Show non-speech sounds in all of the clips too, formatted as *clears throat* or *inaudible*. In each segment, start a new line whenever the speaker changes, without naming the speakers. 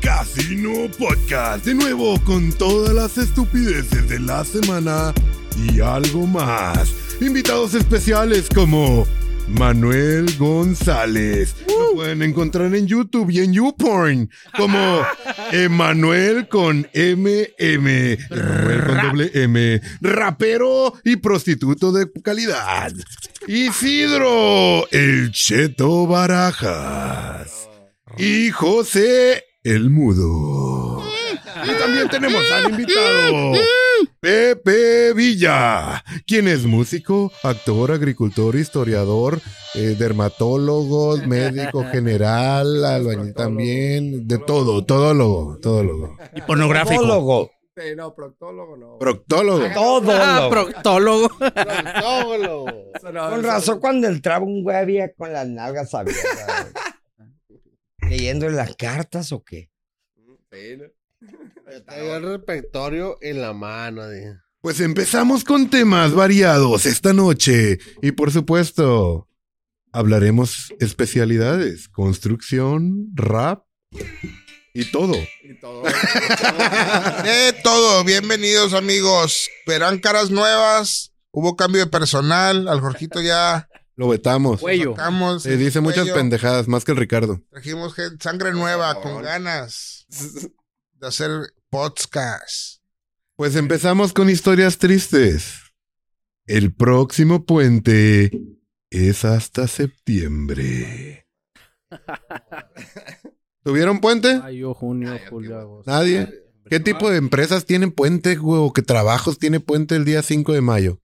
Casino Podcast. De nuevo con todas las estupideces de la semana y algo más. Invitados especiales como Manuel González. Lo pueden encontrar en YouTube y en YouPorn como Emanuel con MM. Emanuel con doble M. Rapero y prostituto de calidad. Isidro, el Cheto Barajas. Y José, el Mudo. Y también tenemos al invitado. Pepe Villa, quien es músico, actor, agricultor, historiador, eh, dermatólogo, médico general, albañil también, de todo, todólogo, todólogo.
Y pornográfico.
Todólogo.
Sí, no, proctólogo no.
Proctólogo.
Ah,
Todólogo.
*laughs* proctólogo.
Proctólogo. Eso no,
Con
eso-
razón cuando entraba un güey había con las nalgas abiertas. ¿Leyéndole las cartas o qué?
Sí, no.
Tenía el repertorio en la mano. dije.
Pues empezamos con temas variados esta noche. Y por supuesto, hablaremos especialidades, construcción, rap y todo.
Y todo.
De todo, bienvenidos Pues, amigos. Verán caras nuevas. Hubo cambio de personal. Al Jorgito ya
Lo vetamos.
Cuello.
sacamos.
Se dice muchas
Cuello.
pendejadas, más que el Ricardo.
Trajimos gen- sangre nueva, con ganas de hacer podcast.
Pues empezamos con historias tristes. El próximo puente es hasta septiembre. ¿Tuvieron puente?
Mayo, junio, julio, agosto.
Nadie. ¿Qué tipo de empresas tienen puente, güey? ¿O qué trabajos tiene puente el día 5 de mayo?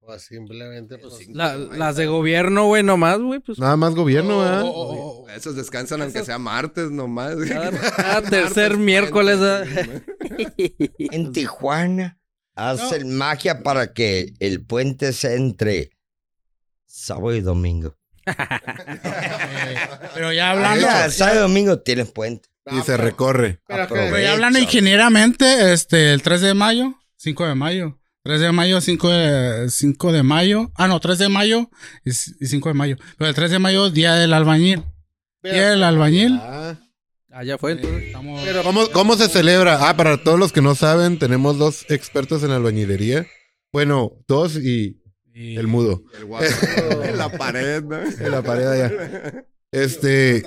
O simplemente. pues,
La- las de gobierno, güey, nomás, güey, pues.
Nada más gobierno,
¿eh?
¿verdad?
Oh, oh, oh, oh. Esos descansan aunque sea martes nomás.
*laughs*
*laughs*
Cada,
*laughs*
cada tercer miércoles. ah.
¿eh?
En Tijuana hacen magia para que el puente se entre sábado y domingo.
ah,
Pero ya hablando,
Mira, sábado y domingo tienes puente.
y se recorre.
Pero que-
pero ya hablando ingenieramente, este, el 3 de mayo, 5 de mayo. 3 de mayo, 5 de, 5 de mayo. Ah, no, 3 de mayo y, c- y 5 de mayo. Pero el 3 de mayo, día del albañil. Día del albañil.
Allá Ah, fue entonces.
Estamos-
¿Cómo, cómo se celebra? Ah, para todos los que no saben, tenemos dos expertos en albañilería. Bueno, dos y
y-
el mudo.
El guapo. En la pared, ¿no?
En la pared allá. Este,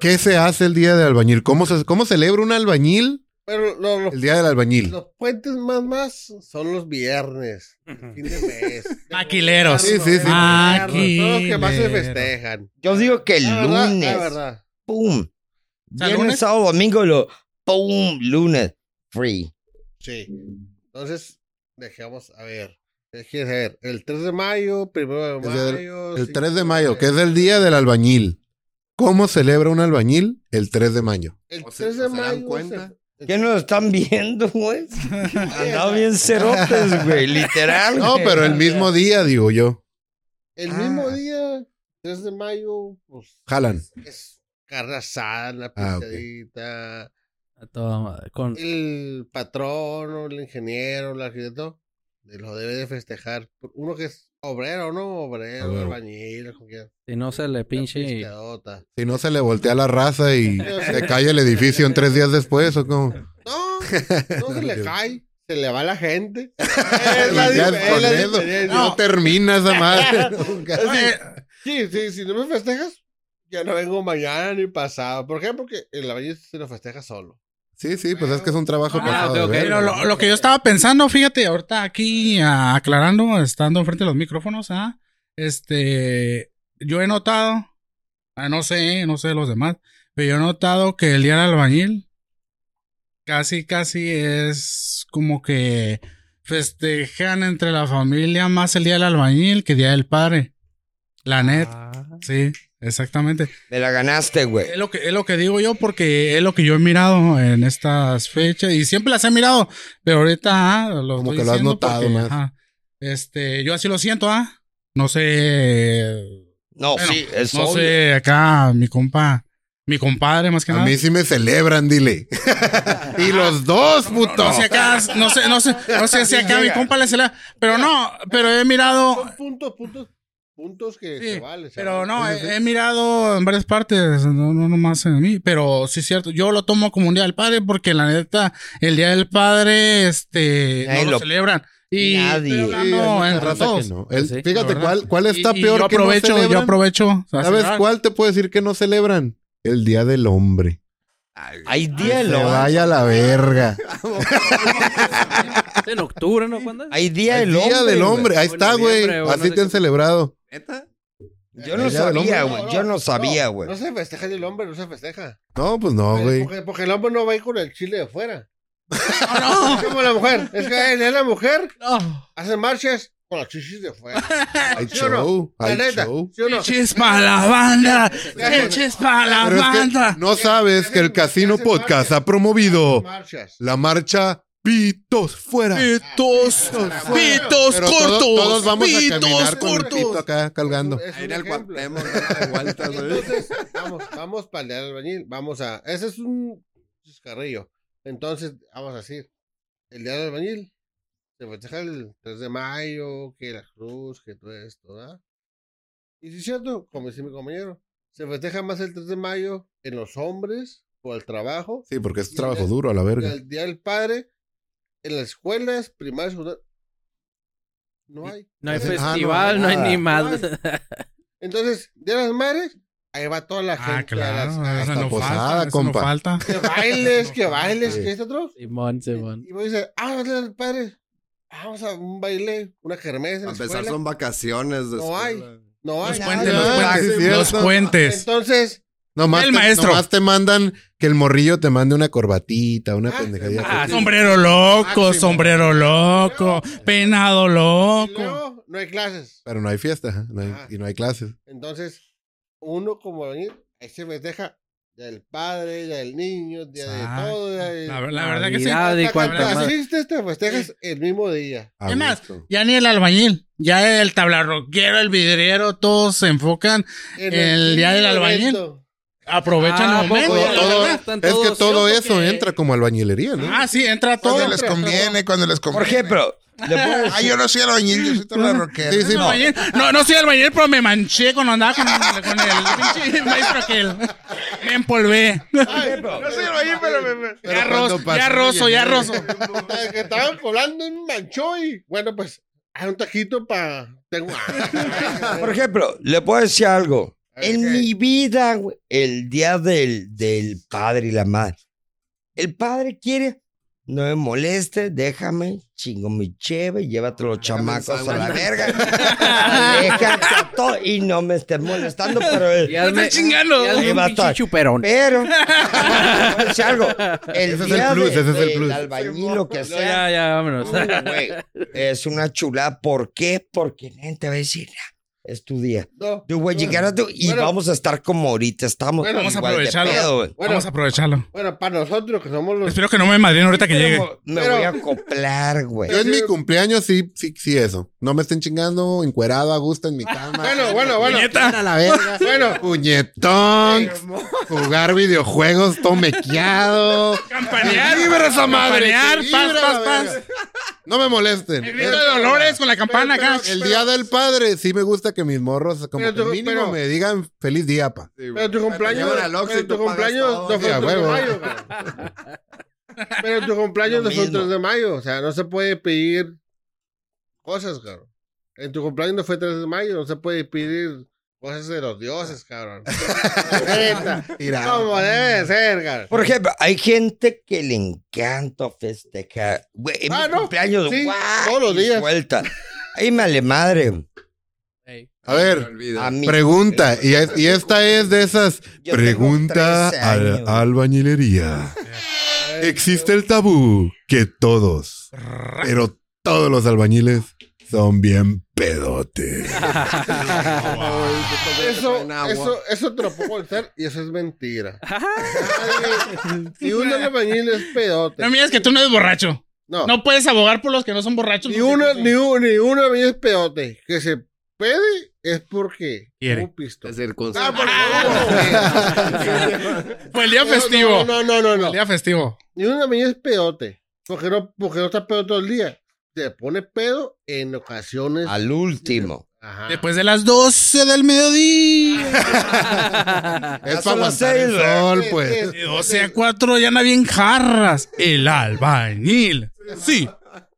¿qué se hace el día del albañil? ¿Cómo, se, cómo celebra un albañil
Pero lo- lo-
el día del albañil?
los puentes más más son los viernes. el fin de mes.
*laughs*
Maquileros.
Sí, sí, sí.
Maquileros.
Son los que más se festejan.
Yo digo que el
Ah, La verdad,
lunes,
La verdad.
pum.
sea,
Viernes,
lunes-
sábado, domingo, lo, pum, lunes, free.
Sí.
Mm.
Entonces, dejemos, a ver. ¿Qué quieres saber? El 3 de mayo, primero de
Es el-
mayo.
El
cinco
3 de mayo, que es el día del albañil. ¿Cómo celebra un albañil el 3 de *laughs* mayo?
El
¿O
3
se-
de
o se dan
mayo.
cuenta?
se-
¿Qué nos están viendo, güey? Andaba bien cerotes, güey, literal.
No,
güey.
pero el mismo día, digo yo.
El
Ah.
mismo día, 3 de mayo, pues
Jalan.
es carne asada, una
Ah, ok.
pizzadita,
A toda madre. Con,
el patrón o el ingeniero, el arquitecto, eh, lo debe de festejar. Uno que es obrero, ¿no? Obrero,
A huevo.
albañil, como quiera.
si no se le
La
pinche.
pisteadota.
Si no se le voltea la raza y se cae el edificio en tres días después, ¿o cómo?
No,
*laughs*
no se le cae, se le va la gente.
Y
Es la
ya
dif-
es con
es la
eso.
diferencia.
No termina esa
*laughs*
madre nunca.
Sí, sí, si no me festejas, ya no vengo mañana ni pasado. ¿Por qué? Porque el albañil se lo festeja solo.
Sí, sí, pues es que es un trabajo ¿eh?
Ah,
pasado. de
ok, ok.
verga.
Pero lo, lo que yo estaba pensando, fíjate, ahorita aquí ah, aclarando, estando enfrente de los micrófonos, ah, este, yo he notado, ah, no sé, no sé los demás, pero yo he notado que el día del albañil casi, casi es como que festejan entre la familia más el día del albañil que el día del padre. La net,
Ah.
sí, exactamente.
Me la ganaste, güey.
Es lo, que, es lo que digo yo porque es lo que yo he mirado en estas fechas y siempre las he mirado, pero ahorita ah, lo
Como
estoy
que lo has
diciendo
notado más.
ajá, este, yo así lo siento, ah. No sé,
No,
Bueno,
sí, es
no
obvio.
sé acá mi compa, mi compadre más que
A
nada.
mí sí me celebran, dile. *laughs* y los dos, puto.
No sé acá, no sé,
*laughs*
no sé, no sé si acá mi compa le se la, pero no, pero he mirado
Son puntos, puntos, puntos que
Sí,
se vale. se
Pero
vale.
no,
eh,
Entonces,
he, he mirado en varias partes, no, no nomás en mí, pero sí es cierto, yo lo tomo como un Día del Padre porque la neta, el Día del Padre, este,
Nadie
no lo,
lo-
celebran. Y
Nadie.
estoy
Sí,
Sí,
hay
hablando
mucha
entre
raza
todos.
que no. El-
Sí, la
fíjate,
verdad.
¿cuál, cuál está
Y- y
peor
yo
que no
aprovecho, yo
celebran?
aprovecho. a
¿Sabes
celebrar.
cuál te puedo decir que no celebran? El Día del Hombre.
Hay
Que
día del
se
hombre.
vaya a la verga.
Es en octubre, ¿no, Panda?
Hay día
El
del
Día
hombre.
del
güey.
Hombre. Ahí
O
está, güey.
noviembre, o no
Así
sé
te han
qué.
celebrado.
¿Neta?
Yo no
El día del
sabía,
hombre.
güey. Yo no sabía,
no,
güey.
No se festeja el hombre, no se festeja.
No, pues no, güey.
Porque, porque el hombre no va a ir con el chile de fuera.
*laughs*
Es como la mujer. Es que eh, es la mujer.
Oh,
Hace marchas con las chichis
*laughs*
de fuera.
Hay
¿Sí o no?
show.
La
Hay
neta.
show.
¿Sí o no?
Eches pa' la banda, eches pa' la
Pero es que
banda.
no sabes que el Casino Podcast ha promovido
Marchas.
la marcha Pitos Fuera.
Pitos, pitos
Pero todo-
cortos,
todos vamos a
pitos
caminar con el pito
cortos.
acá colgando.
Es
Ahí en
un
el
ejemplo.
cuartemo, dando vueltas, güey.
Entonces, vamos, vamos para el Día del albañil. Vamos a. Ese es un chascarrillo. Entonces, vamos a decir: el día del albañil se festeja el 3 de mayo, que la cruz, que todo esto, ¿verdad? Y si es cierto, como decía mi compañero, se festeja más el 3 de mayo en los hombres por el trabajo,
Sí, porque es
Y
trabajo
el-
duro a la verga.
el día del padre en las escuelas primarias, secundarias. No hay.
No hay
Entonces,
Ah, no,
festival, no, hay
nada.
ni más.
Entonces, Día de las Madres, ahí va toda la gente.
Ah,
a las-
claro,
a
esa
las-
no
posada,
falta, esa no
compa.
*laughs*
falta.
*laughs*
*laughs*
Que bailes, que bailes,
Sí.
que esto otro.
*laughs* Simón, Simón.
Y me dice, ah, vamos a Día del Padre. Vamos a un baile, una kermés en
A
la
pesar
escuela.
son vacaciones. de
No hay.
escuela.
No hay.
Los
nada.
puentes,
Ah,
los
sí,
puentes, los
cierto.
puentes.
Entonces,
Nomás
El
te,
maestro.
nomás te mandan que el morrillo te mande una corbatita, una
Ah,
pendejadilla.
ah,
Ah, sombrero loco,
Máximo.
sombrero loco, penado
y
loco.
luego, no hay clases.
Pero no hay fiesta no hay-
Ah.
y no hay clases.
Entonces, uno como venir, ahí se festeja Día del Padre, Día del Niño, Día
Ah,
de todo. Día de...
La, la verdad que sí.
Navidad y
Hasta
cuanta
que
madre.
naciste, te festejas el mismo día.
A
¿Qué más?
gusto.
Ya ni el albañil, ya el tablarroquero, el vidriero, todos se enfocan,
En
El día del
mismo
albañil.
evento.
aprovechan
Ah,
el
poco,
momento.
Todo-
la
todo-
verdad.
Están
Es que
todos,
todo
¿cierto
eso
que-
entra como albañilería, ¿no?
Ah, sí, entra todo.
Cuando les conviene, cuando les
Por
conviene.
ejemplo, le puedo
Ah, yo no soy albañil, yo soy tablarroquero.
Sí, sí,
No, albañil. no, no soy albañil, pero me manché cuando andaba con, con el pinche maestro aquel. Me empolvé.
No soy albañil, pero me- me-
Pero
ya
cuando
rozo,
pasó,
ya rozo, ya
llenó.
rozo.
Hasta que estaban colando en Manchoy. Bueno, pues, hay un taquito para.
*laughs*
Tengo.
Por ejemplo, le puedo decir algo.
Ok.
En mi vida, güey, el día del, del padre y la madre. El padre quiere, no me moleste, déjame, chingo mi cheve, llévate los chamacos a la
sábado.
verga.
*laughs*
Aléjate a todo y no me estés molestando, pero el-
Ya
Me
me-
están chingando.
ya es
Ahí
un
va a
pinche
estar.
chuperón.
*laughs*
Pero, voy a decir algo. El
Ese es el
día
plus, ese
de-
es el
del
plus.
albañil, lo que
No,
sea,
ya, ya, vámonos.
Uh, güey, es una chulada. ¿Por qué? Porque nadie te va a decir, "Ah, es tu día.
No.
Tú, güey, llegar a tu- y
Bueno.
vamos a estar como ahorita estamos.
Bueno,
vamos a
igual de
aprovecharlo.
pedo, güey.
Bueno,
Vamos a aprovecharlo.
bueno, para nosotros que somos los.
Espero que no me madrien ahorita que llegue.
Pero Me
Pero-
voy a acoplar, güey.
Yo en mi cumpleaños sí, sí, sí, eso. No me estén chingando, encuerado, a gusto en mi cama.
Bueno, bueno, bueno.
A la *laughs* verga.
Bueno.
Puñetón. Jugar videojuegos tomequeado.
Campanear.
¡Libre esa madre!
Campanear,
¡Que
paz,
vibra
paz,
la
paz.
verga! No me molesten.
El grito de Dolores con la campana acá.
El día del padre, sí me gusta que mis morros, como
Pero
que
tú-
mínimo,
pero-
me digan feliz día, pa.
Sí, güey.
Pero tu cumpleaños.
llevan al Oxxo y
Pero tu
tú pagas
cumpleaños
todo.
no fue
Sí, a
el 3 de
huevo.
mayo. cabrón. Pero tu cumpleaños
Lo
no fue el
mismo.
3 de mayo. O sea, no se puede pedir cosas, cabrón. En tu cumpleaños no fue 3 de mayo. No se puede pedir cosas de los dioses,
*laughs*
cabrón. Neta. Como debe de ser, cabrón.
Por ejemplo, hay gente que le encanta festejar. Güey, en
Ah,
mi
no,
cumpleaños,
sí,
guau,
todos los
y
días.
Vuelta. Ahí me ale madre.
*laughs* Ey. *laughs*
A
Me
ver,
olvido.
A mí.
pregunta. Y, es- y esta es de esas.
Yo tengo
Pregunta
13
a
años.
la albañilería. Existe el tabú que todos, pero todos los albañiles son bien *laughs* pedotes.
Eso,
En agua.
eso, eso te lo puedo contestar y eso es
*laughs*
mentira. Nadie- si uno albañil es pedote.
No mires que tú no eres borracho.
No,
No puedes abogar por los que no son borrachos.
ni
porque
uno,
tú sí.
ni uno, ni uno albañil es pedote. Que se pede es porque
Quiere.
un pisto.
Es circunstancia.
Ah,
pues,
porque-
Fue el día festivo.
No, no, no, no.
El
no.
día festivo.
Ni uno albañil es pedote. Porque no, porque no está pedo todo el día. Te pone pedo en ocasiones.
Al último.
Ajá.
Después de las 12 del mediodía.
*laughs*
Ya
Es
son
para
las
aguantar el
seis,
sol,
Es-
pues.
es-
De 12 a 4 ya anda bien jarras. El albañil. Sí.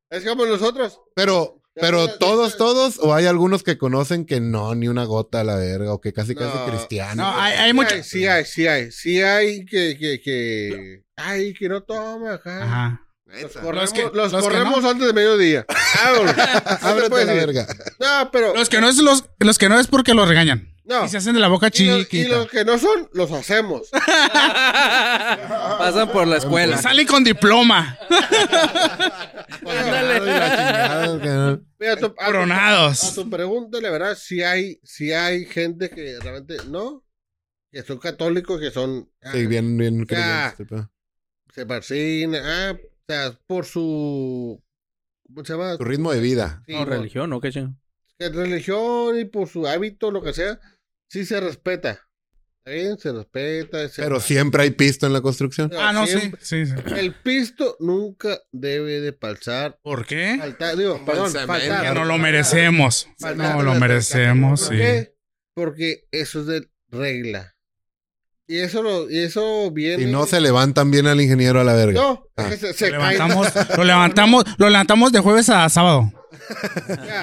Es como nosotros.
Pero, pero todos, todos, o hay algunos que conocen que no, ni una gota a la verga, o que casi casi
No.
cristiano.
No, hay, hay mucho.
Ay, Sí hay, sí hay. Sí hay que, que, que. Ay, que no toma, acá.
Ajá.
Los
Neta.
corremos,
Los que-
los
los que
corremos antes de mediodía. Vámonos. No te
Ábrete a
puedes
la
ir.
verga.
No, pero.
Los que no es los, los que no es porque los regañan.
No.
Y se hacen de la boca
Y los, y
chiquita.
los que no son, los hacemos.
Pasan por la escuela.
Salen con diploma.
*laughs* Ay, la chingada, que no.
Mira, tú- a, tu, a
Coronados.
tu pregunta, la verdad, si hay, si hay gente que realmente no, que son católicos, que son. ah,
Sí, bien, bien.
Ya.
creyentes, este pedo.
Se persiguen, ah, o sea, por su. ¿Cómo se llama?
Tu ritmo de vida.
Sí,
No, religión, ¿no? ¿Qué chingo?
que religión y por su hábito, lo que sea, sí se respeta. Está bien, se respeta. se-
Pero siempre hay pisto en la construcción.
pero
Ah, no, sí.
siempre-
sí, sí.
El pisto nunca debe de pasar.
¿Por qué?
Faltar, digo,
Como
perdón,
el cemento,
faltar.
Que no lo merecemos.
Faltar.
No lo merecemos,
¿Por
sí.
qué? Porque eso es de regla. Y eso, lo, y eso viene.
Y no se levantan bien al ingeniero a la verga.
No, es que se, se
Lo
cae.
Ah. levantamos, lo levantamos, lo levantamos de jueves a sábado.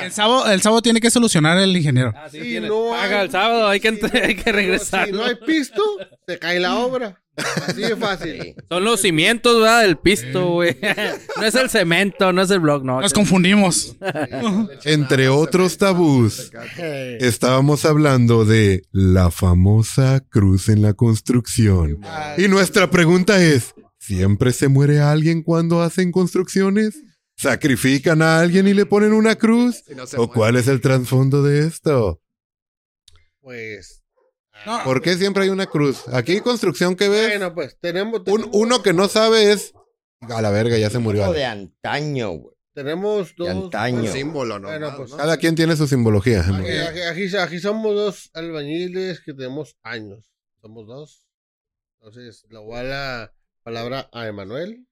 El sábado, el sábado tiene que solucionar el ingeniero.
Ah,
Sí, no hay-
Paga el sábado, hay que,
Sí,
entre- hay que regresar.
Si no hay pisto, se cae
*laughs*
la obra. Así de fácil.
Son los cimientos, ¿verdad? Del pisto, güey. *laughs* no es el cemento, no es el blog, no.
Nos confundimos.
Entre otros tabús, estábamos hablando de la famosa cruz en la construcción. Y nuestra pregunta es, ¿siempre se muere alguien cuando hacen construcciones? ¿Sacrifican a alguien y le ponen una cruz? ¿O cuál es el trasfondo de esto?
Pues.
No,
¿Por qué siempre hay una cruz? Aquí hay construcción que ves.
Bueno, pues tenemos.
Un, uno que no sabe es. A la verga, ya se murió.
de antaño, güey.
Tenemos dos.
De antaño.
Un
Sí,
símbolo, ¿no?
Bueno, pues,
Cada quien tiene su simbología. ¿no?
Aquí, aquí- aquí- aquí somos dos albañiles que tenemos años. Somos dos. Entonces, le voy a la palabra a Emanuel.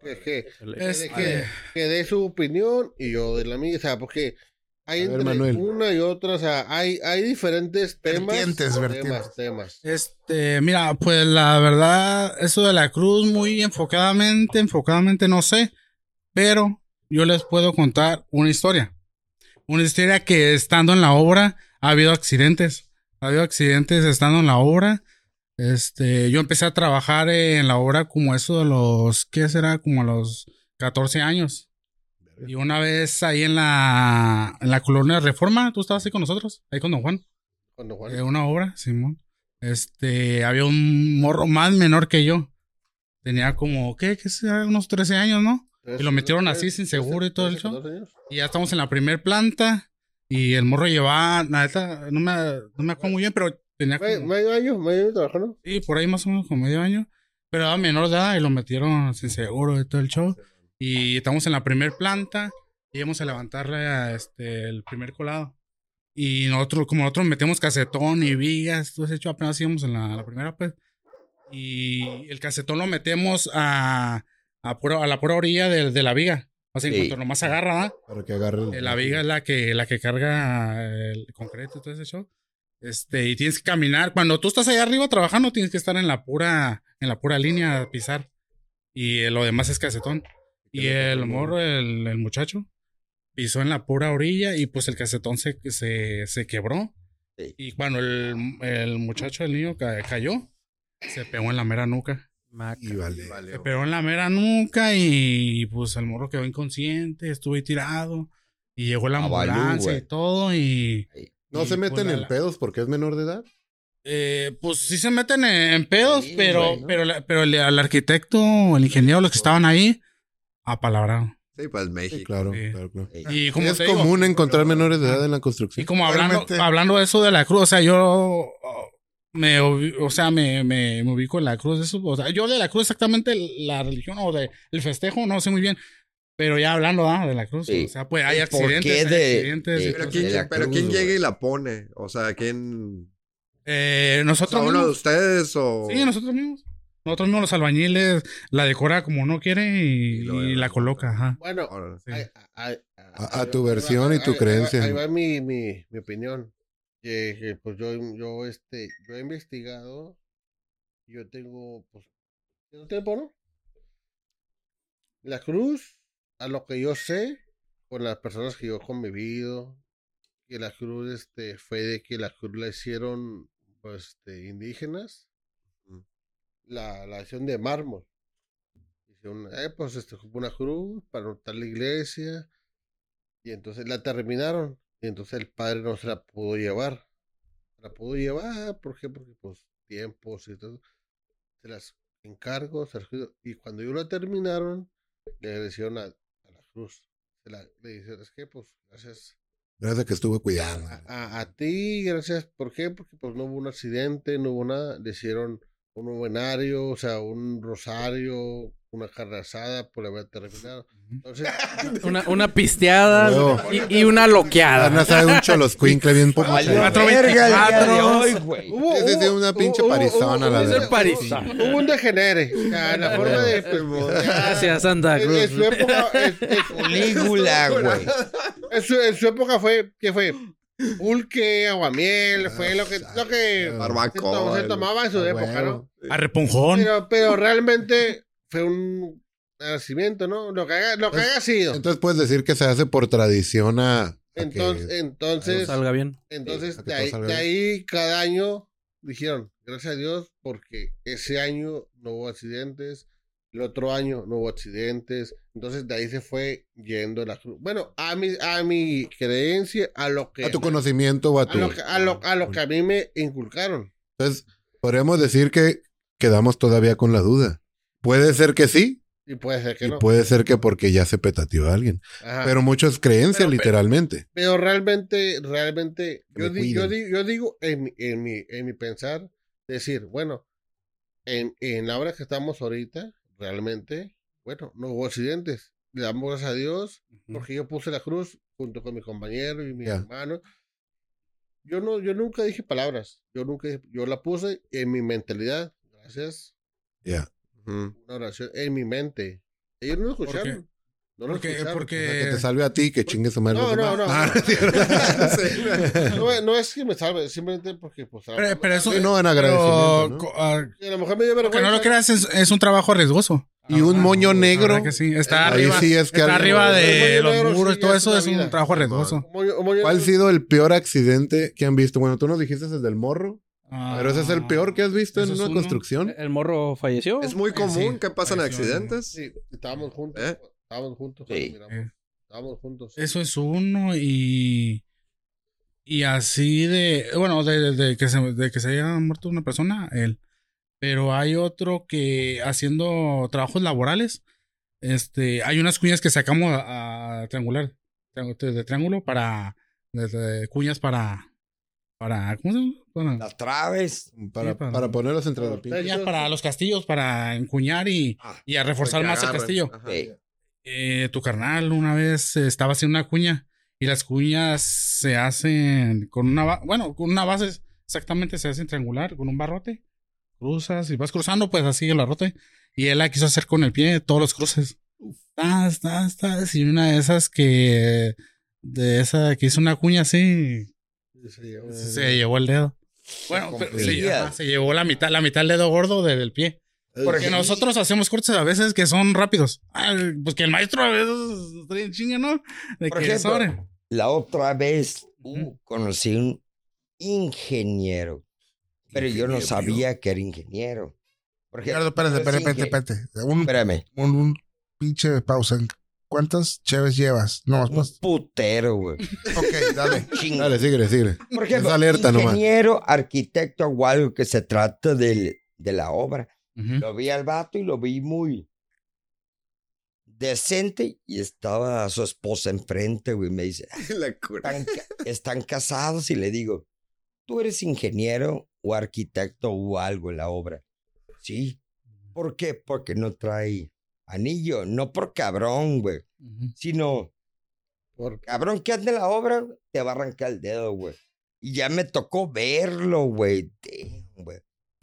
Que, que,
Este-
que- que- que dé su opinión y yo de la mía. O sea, porque hay
A ver,
entre
Manuel.
una y otra. O sea, hay, hay diferentes temas.
Vertientes,
Temas,
vertientes.
temas.
Este, mira, pues la verdad, eso de la cruz, muy enfocadamente, enfocadamente no sé, pero yo les puedo contar una historia. Una historia que estando en la obra ha habido accidentes. Ha habido accidentes estando en la obra. Este, yo empecé a trabajar en la obra como eso de los, ¿qué será? Como a los 14 años. Y una vez ahí en la, en la colonia Reforma, tú estabas ahí con nosotros, ahí con Don Juan.
Cuando Juan-
De Eh, una obra, Simón. Este, había un morro más menor que yo. Tenía como, ¿qué? ¿Qué será? Unos 13 años, ¿no?
tres-
y lo metieron así,
tres-
sin
tres-
seguro y todo el
trece,
show.
14 años.
Y ya estamos en la primer planta. Y el morro llevaba, la neta, no me, no me acuerdo muy bien, pero tenía
Me-
como,
Medio año, medio año trabajando.
sí, por ahí más o menos como medio año. Pero era menor de edad y lo metieron sin seguro y todo el show. Y estamos en la primer planta y íbamos a levantarle a este, el primer colado. Y nosotros, como nosotros metemos casetón y vigas, todo ese hecho apenas íbamos en la, la primera, pues. Y el casetón lo metemos a, a, pura- a la pura orilla de, de la viga. O sea, en
Sí.
cuanto nomás agarra, ¿verdad?
Para que agarre el-
Eh, La viga es la que, la que carga eh, el concreto y todo ese show. Este, y tienes que caminar. Cuando tú estás allá arriba trabajando, tienes que estar en la pura, en la pura línea a pisar. Y eh, lo demás es casetón. Y el morro, el, el muchacho, pisó en la pura orilla y pues el casetón se, se, se quebró.
Sí.
Y cuando el, el muchacho, el niño ca- cayó, se pegó en la mera nuca.
Y vale.
Se pegó en la mera nuca y pues el morro quedó inconsciente, estuve ahí tirado. Y llegó la
Avalú,
ambulancia y
güey.
todo y...
No
Y,
se meten
pues, la-
en pedos porque es menor de edad.
eh, pues sí se meten en, en pedos,
Sí,
pero,
güey, ¿no?
pero, la- pero el, al arquitecto, o el ingeniero, los que estaban ahí, apalabraron.
Sí, pues México. claro,
Sí.
claro, claro.
Y como
es
te digo,
común encontrar menores de edad en la
Y
construcción.
como hablando, ah,
Realmente-
hablando de eso de la cruz, o sea, yo oh, me, ubi- o sea, me, me, me ubico en la cruz, eso, o sea, yo de la cruz exactamente la religión o de el festejo, no sé muy bien, pero ya hablando ah, de la cruz,
Sí.
o sea, pues hay
¿El por
accidentes,
qué
hay
de-
accidentes y
de-
Pero
cosas.
quién,
de la
pero
cruz,
¿quién
güey.
llega y la pone? O sea, ¿quién?
Eh,
O sea,
nosotros
¿Uno de
mismos,
ustedes o...?
sí, nosotros mismos, Nosotros mismos los albañiles la decora como uno quiere y,
Y lo
y
de-
la coloca, ajá.
Bueno,
Órale, sí.
ahí- ahí-
A- a
Ah, ahí-
tu
ahí va-
versión y tu
ahí- ahí va-
creencia.
Ahí va mi, mi, mi opinión. Que, que, pues yo, yo, este, yo he investigado. Yo tengo, pues, tengo tiempo, ¿no? La cruz, a lo que yo sé, con las personas que yo he convivido, que la cruz, este, fue de que la cruz la hicieron, pues, este, indígenas. La, la hicieron de mármol. Hicieron, eh, pues, este, una cruz para notar la iglesia. Y entonces la terminaron. Y entonces el padre no se la pudo llevar. Se la pudo llevar, ¿por qué? Porque pues tiempos y todo. Se las encargo, se las cuido. Y cuando ellos la terminaron, le agradecieron a, a la cruz. Se la, le dijeron, es que pues gracias
Gracias a que estuve cuidando.
a, a- a ti, gracias. ¿Por qué? Porque pues no hubo un accidente, no hubo nada. Le hicieron un novenario, o sea, un rosario, una carne asada por haber terminado. Entonces,
Una, una pisteada
Huevo.
y, y una loqueada.
Ana sabe un choloscuincle bien
Valió
popular.
Cuatro
verga el día de
veinticuatro.
hoy, güey.
Hubo,
Ese sí,
hubo-
una pinche
hubo- hubo-
parizona, Ah, la
hubo-
verdad.
hubo-
Parizona.
Hubo un degenere. o sea, la forma de. pues,
Gracias, Santa
En, en
Cruz.
su época. En, en-
Polígula, güey.
en su, en su época fue. ¿Qué fue? Pulque,
Ah,
aguamiel, fue lo que. Lo que se, to-
Barbacoa.
se
el-
tomaba en su época, ¿no?
Arreponjón.
Pero, pero realmente fue un nacimiento, ¿no? Lo que haga, lo que haya sido.
Entonces puedes decir que se hace por tradición a. a que-
Entonces,
Que
entonces,
salga bien.
Entonces,
Sí, a que
de
todo
ahí,
salga
de
bien.
ahí cada año dijeron, gracias a Dios, porque ese año no hubo accidentes, el otro año no hubo accidentes, entonces de ahí se fue yendo la cruz. Bueno, a mi, a mi creencia, a lo que
a tu conocimiento o a
eh, a
tu. ah,
lo que, a lo, a lo que a mí me inculcaron.
Entonces, podríamos decir que quedamos todavía con la duda. Puede ser que sí,
Y puede ser que
y
no. Ah.
puede ser que porque ya se petateó a alguien.
Ajá.
Pero mucho es creencia, literalmente.
Pero realmente, realmente,
Que
yo,
me
di- yo,
cuiden.
di- yo digo en mi, en, mi, en mi pensar, decir, bueno, en, en la hora que estamos ahorita, realmente, bueno, no hubo accidentes. Le damos gracias a Dios, porque yo puse la cruz junto con mi compañero y mi
Ya.
hermano. Yo no, yo nunca dije palabras. Yo nunca, dije- yo la puse en mi mentalidad. Gracias.
Ya.
Una oración en mi mente. Ellos no lo
qué?
escucharon. No lo
Porque, eh,
escucharon.
O sea, que
porque
te salve a ti, que chingue su madre.
eh, No,
los
no,
demás.
no.
Ah, no es cierto.
*laughs* No, eh, no es que me salve, simplemente porque, pues, a,
pero, pero eso
Sí, no, en
pero,
agradecimiento. ¿no?
co- ah,
a lo mejor me dio
que
vergüenza.
no lo creas es, es un trabajo riesgoso. Ah,
Y un moño negro.
La verdad que sí, está
Ahí
arriba,
sí es que
está
alguien-
arriba de
El moño
los
negro
muros
sí
y todo
es
eso
una
es un
vida.
trabajo riesgoso.
Como yo- como yo-
¿Cuál ha sido el peor accidente que han visto? Bueno, tú nos dijiste desde el morro,
Ah,
pero ese es el peor que has visto en
Ese es
una
uno. Eh,
construcción.
¿El morro falleció?
Es muy común
sí,
que pasan
ahí sí,
accidentes.
Sí, estábamos juntos.
¿Eh?
Estábamos juntos.
Sí.
miramos, Estábamos juntos.
Eh. Eso es uno y y así de bueno de, de- de que se de que se haya muerto una persona él pero hay otro que haciendo trabajos laborales este hay unas cuñas que sacamos a, a triangular triángulo- de, de triángulo para de, de cuñas para para cómo se llama Para-
Las traves.
Para,
Sí, para-
para ponerlos entre los pinches.
cuñas para los castillos para encuñar y,
Ah,
y a reforzar
pues
Que
más el
agarren.
castillo
Ajá.
Sí.
eh, tu carnal una vez eh, estaba haciendo una cuña y las cuñas se hacen con una ba- bueno con una base exactamente se hacen triangular con un barrote cruzas y vas cruzando pues así el barrote y él la quiso hacer con el pie todos los cruces tas, tas, tas, y una de esas que de esa que hizo una cuña así
Sí, eh,
se- se llevó el dedo bueno pero se, ajá, se llevó la mitad la mitad del dedo gordo del del pie
eh,
porque nosotros hacemos cortes a veces que son rápidos. Ay, pues que el maestro a veces está bien chinga, ¿no? De
Por
que
ejemplo.
sobre.
La otra vez uh, conocí un ingeniero, pero yo no sabía que era ingeniero. Porque,
Ricardo, espérate,
pero
espérate,
es
espérate,
ingen-
espérate. Un,
Espérame,
un, un pinche pausa. ¿Cuántas cheves llevas? No,
un
pues.
putero, güey.
Ok, dale.
*laughs*
Chingo.
Dale, sigue, sigue.
Por ejemplo,
Es alerta nomás.
ingeniero, arquitecto o algo que se trata del- de la obra.
Ujú.
Lo vi al vato y lo vi muy decente y estaba su esposa enfrente, güey. Me dice,
La cura.
están, ca- están casados y le digo, tú eres ingeniero o arquitecto o algo en la obra. Sí. ¿Por qué? Porque no trae anillo, no por cabrón, güey,
Ujú.
sino
por-
*laughs*
cabrón que ande en la obra, güey, te va a arrancar el dedo, güey. Y ya me tocó verlo, güey. Damn, güey.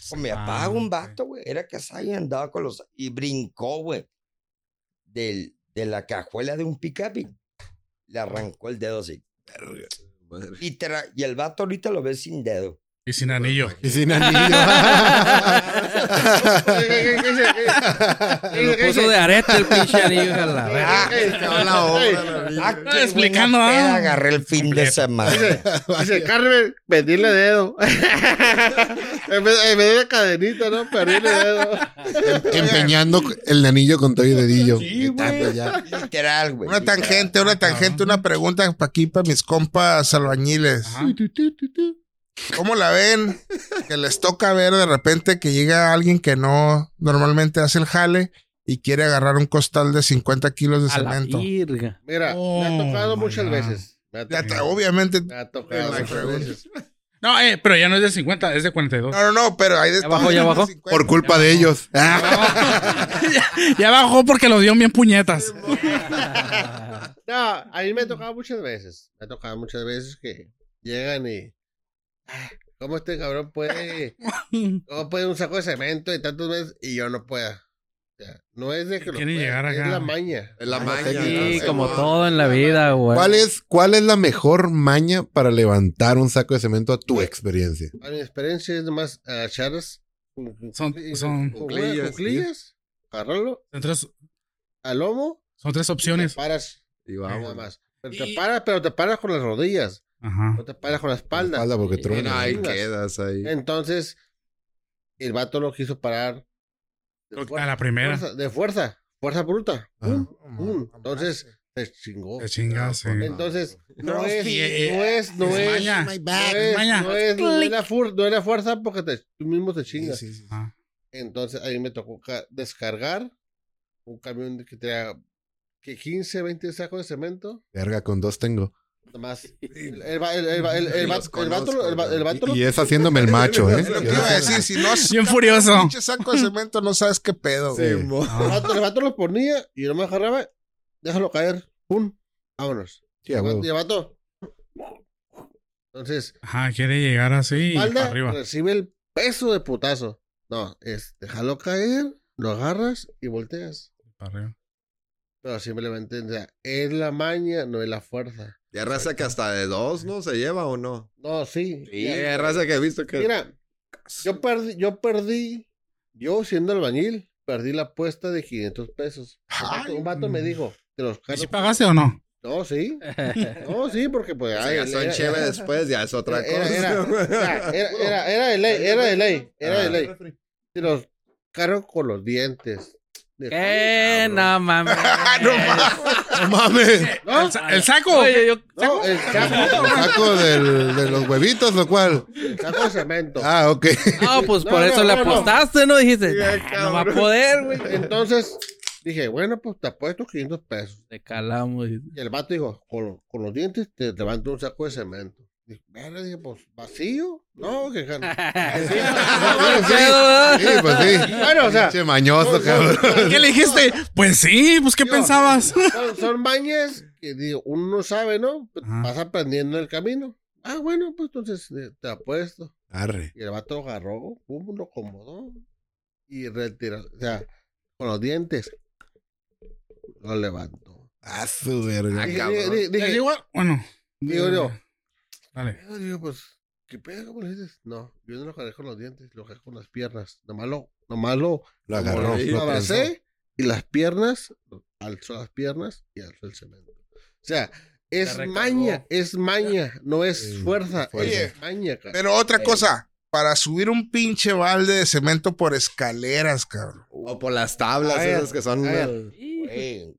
Con mi papá, un vato, güey. Era casado y andaba con los. Y brincó, güey. del- de la cajuela de un picapi. Le arrancó el dedo así. Y, tra- y el vato ahorita lo ve sin dedo.
Y sin anillo.
Y
*laughs*
sin anillo.
Se lo puso de arete el pinche
*laughs*
anillo a la verga.
Ah, qué buena
explicando,
peda
ah.
agarré el fin de semana.
Dice Carmen, vendíle dedo. *laughs* en vez en vez de cadenita, ¿no? Perdíle dedo.
Empeñando el anillo con todo y dedillo.
Sí, güey.
Tanto ya.
Literal, güey.
Una tangente, una tangente, una pregunta para aquí, para mis compas albañiles.
Ajá.
¿Cómo la ven? Que les toca ver de repente que llega alguien que no normalmente hace el jale y quiere agarrar un costal de 50 kilos de
A la
cemento.
*laughs*
virga.
Mira, me ha
Oh,
tocado
my
muchas
God.
veces. Me ha
Ya
tocado,
te- obviamente.
me ha tocado
Me
muchas
pregunto.
veces.
No, eh, pero ya no es de 50, es de 42.
No, no, no, pero ahí de
Ya bajó, ya bajó.
50.
Por culpa de ellos.
Ya bajó porque lo dio bien puñetas.
No, a mí me ha tocado muchas veces. Me ha tocado muchas veces que llegan y. "Ah, ¿Cómo este cabrón puede.? ¿Cómo puede un saco de cemento y tantas veces y yo no pueda? O sea, no es de que lo
Quieren
pueda,
llegar
es
acá.
la maña.
La maña.
Sí,
*laughs*
como todo en la vida, güey.
¿Cuál
*laughs*
es, ¿Cuál es la mejor maña para levantar un saco de cemento a tu experiencia?
A mi experiencia es nomás agacharlas. con- con-
Son-
con-
son-
con cuclillas. cuclillas, Agarrarlo
Entonces,
al lomo.
son tres
Te
opciones.
paras.
Y
Nada
vamos.
más. Pero te
Y-
paras, pero te paras con las rodillas.
Ajá.
No te paras con la espalda.
Espalda, porque
Y-
truena.
y-
ahí
chingas.
quedas ahí.
Entonces, el vato lo quiso parar. de
A
fuerza,
la primera.
fuerza, de fuerza, fuerza bruta.
Ajá.
Pum, pum. Entonces, se chingó.
Te chingas, sí.
Entonces, no es,
sí, eh,
no es, no
es
es.
maña.
No es,
maña.
no es, no es la fuer- no es la fuerza porque te- tú mismo te
Sí,
chingas.
sí, sí.
Ajá.
Entonces, ahí me tocó ca- descargar un camión que tenía que 15, 20 sacos de cemento.
Verga, con dos tengo.
Más. El, el, va- el, el, el- el
Los
vato- el vato lo- el va-
conozco,
el vato lo-
Y es haciéndome el macho, ¿eh?
Lo que iba a decir, si no
Bien furioso.
pinche saco de cemento, no sabes qué pedo. güey.
Sí.
el
Ah,
vato- el vato lo ponía y yo me agarraba, déjalo caer, pum, vámonos.
Sí, a huevo.
Y el vato. Entonces,
Ajá, quiere llegar así y para
espalda,
arriba.
recibe el peso de putazo. No, es déjalo caer, lo agarras y volteas.
para arriba.
Pero simplemente o sea, es la maña, no es la fuerza.
Ya raza que hasta de dos, ¿no? ¿Se lleva o no?
No, sí.
Sí,
Mira,
hay raza que he visto que.
mira, yo perdí, yo perdí, yo siendo albañil, perdí la apuesta de 500 pesos. Un vato, un vato me dijo, te los
¿Y si
cargo.
pagaste o no?
No, sí. No, sí, porque pues.
Se
ay,
gastó en
era-
cheve
era-
después, ya es pues, otra
Era-
cosa.
era- era- era- era- era de ley, era de ley, era de ley. Se los cargo con los dientes. De- *laughs*
¿Qué? No mames.
No mames.
¡No mames!
Ah, ¿No?
¿El, sa- el saco?
Oye, yo.
No, el saco,
Saco del- de los huevitos, lo cual.
el saco de cemento.
Ah, ok.
*laughs* No, pues por
No,
eso
no,
le
no, no.
apostaste, ¿no? Dijiste, "Nah, no va a poder, güey.
Entonces dije, bueno, pues te apuesto 500 pesos.
Te calamos. *laughs* dijiste.
Y el vato dijo, con, con los dientes te levanto un saco de cemento. Dije, verga, dije, pues vacío. No, que
*laughs*
No pedo, ¿verdad?
Sí, pues sí.
Bueno, o sea,
Pinche mañoso, cabrón.
¿Qué le dijiste? Pues sí, pues ¿qué
Yo.
pensabas?
son, son mañas que digo, uno no sabe, ¿no?
Ajá.
Vas aprendiendo el camino. Ah, bueno, pues entonces eh, te apuesto.
Arre.
Y el vato lo agarró, pum, lo acomodó y retiró, o sea, con los dientes lo levantó.
A su verga.
Dije,
cabrón.
dije- dije-
¿Es igual? Bueno.
eh, Digo yo.
Dale.
yo digo, pues, ¿qué pedo? ¿Cómo le dices? No, yo no lo agarré con los dientes, lo agarré con las piernas. Nomás lo, nomás lo,
Lo agarró.
lo
lo pensó.
abracé y las piernas, alzó las piernas y alzó el cemento. O sea, es
recargó.
maña, es maña, no es
Sí,
fuerza,
fuerza.
es maña, cara.
Pero otra cosa, para subir un pinche balde de cemento por escaleras, cabrón.
O por las tablas
A ver,
esas que son.
a ver.
eh,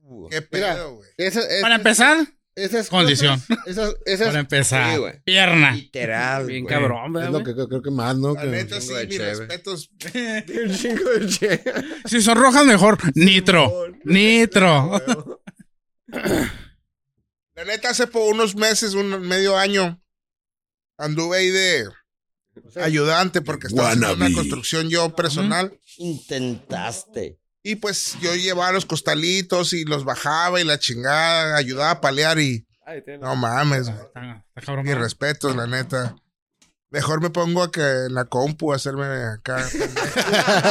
Güey.
Qué
Mira.
pedo, güey.
Esa- esa-
Para empezar,
esas
Condición.
cosas, esas, esas
para empezar.
Sí, güey.
Pierna.
Literal.
Ah, Bien
güey. *laughs*
cabrón,
Es
¿verdad?
lo
güey?
que creo, creo que más, ¿no?
La
Que-
neta, sí,
chingo de
mis
cheve.
respetos.
Un chingo de cheve.
Si son rojas, mejor. Nitro. *laughs* Nitro.
La neta, hace por unos meses, un medio año, anduve ahí de ayudante porque estaba haciendo
Wannabe.
una construcción yo personal.
Intentaste.
Y pues yo llevaba los costalitos y los bajaba y la chingada, ayudaba a palear y... No mames, güey.
Está está cabrón.
Mis respetos, la neta. Mejor me pongo a que en la compu a hacerme acá.
*laughs*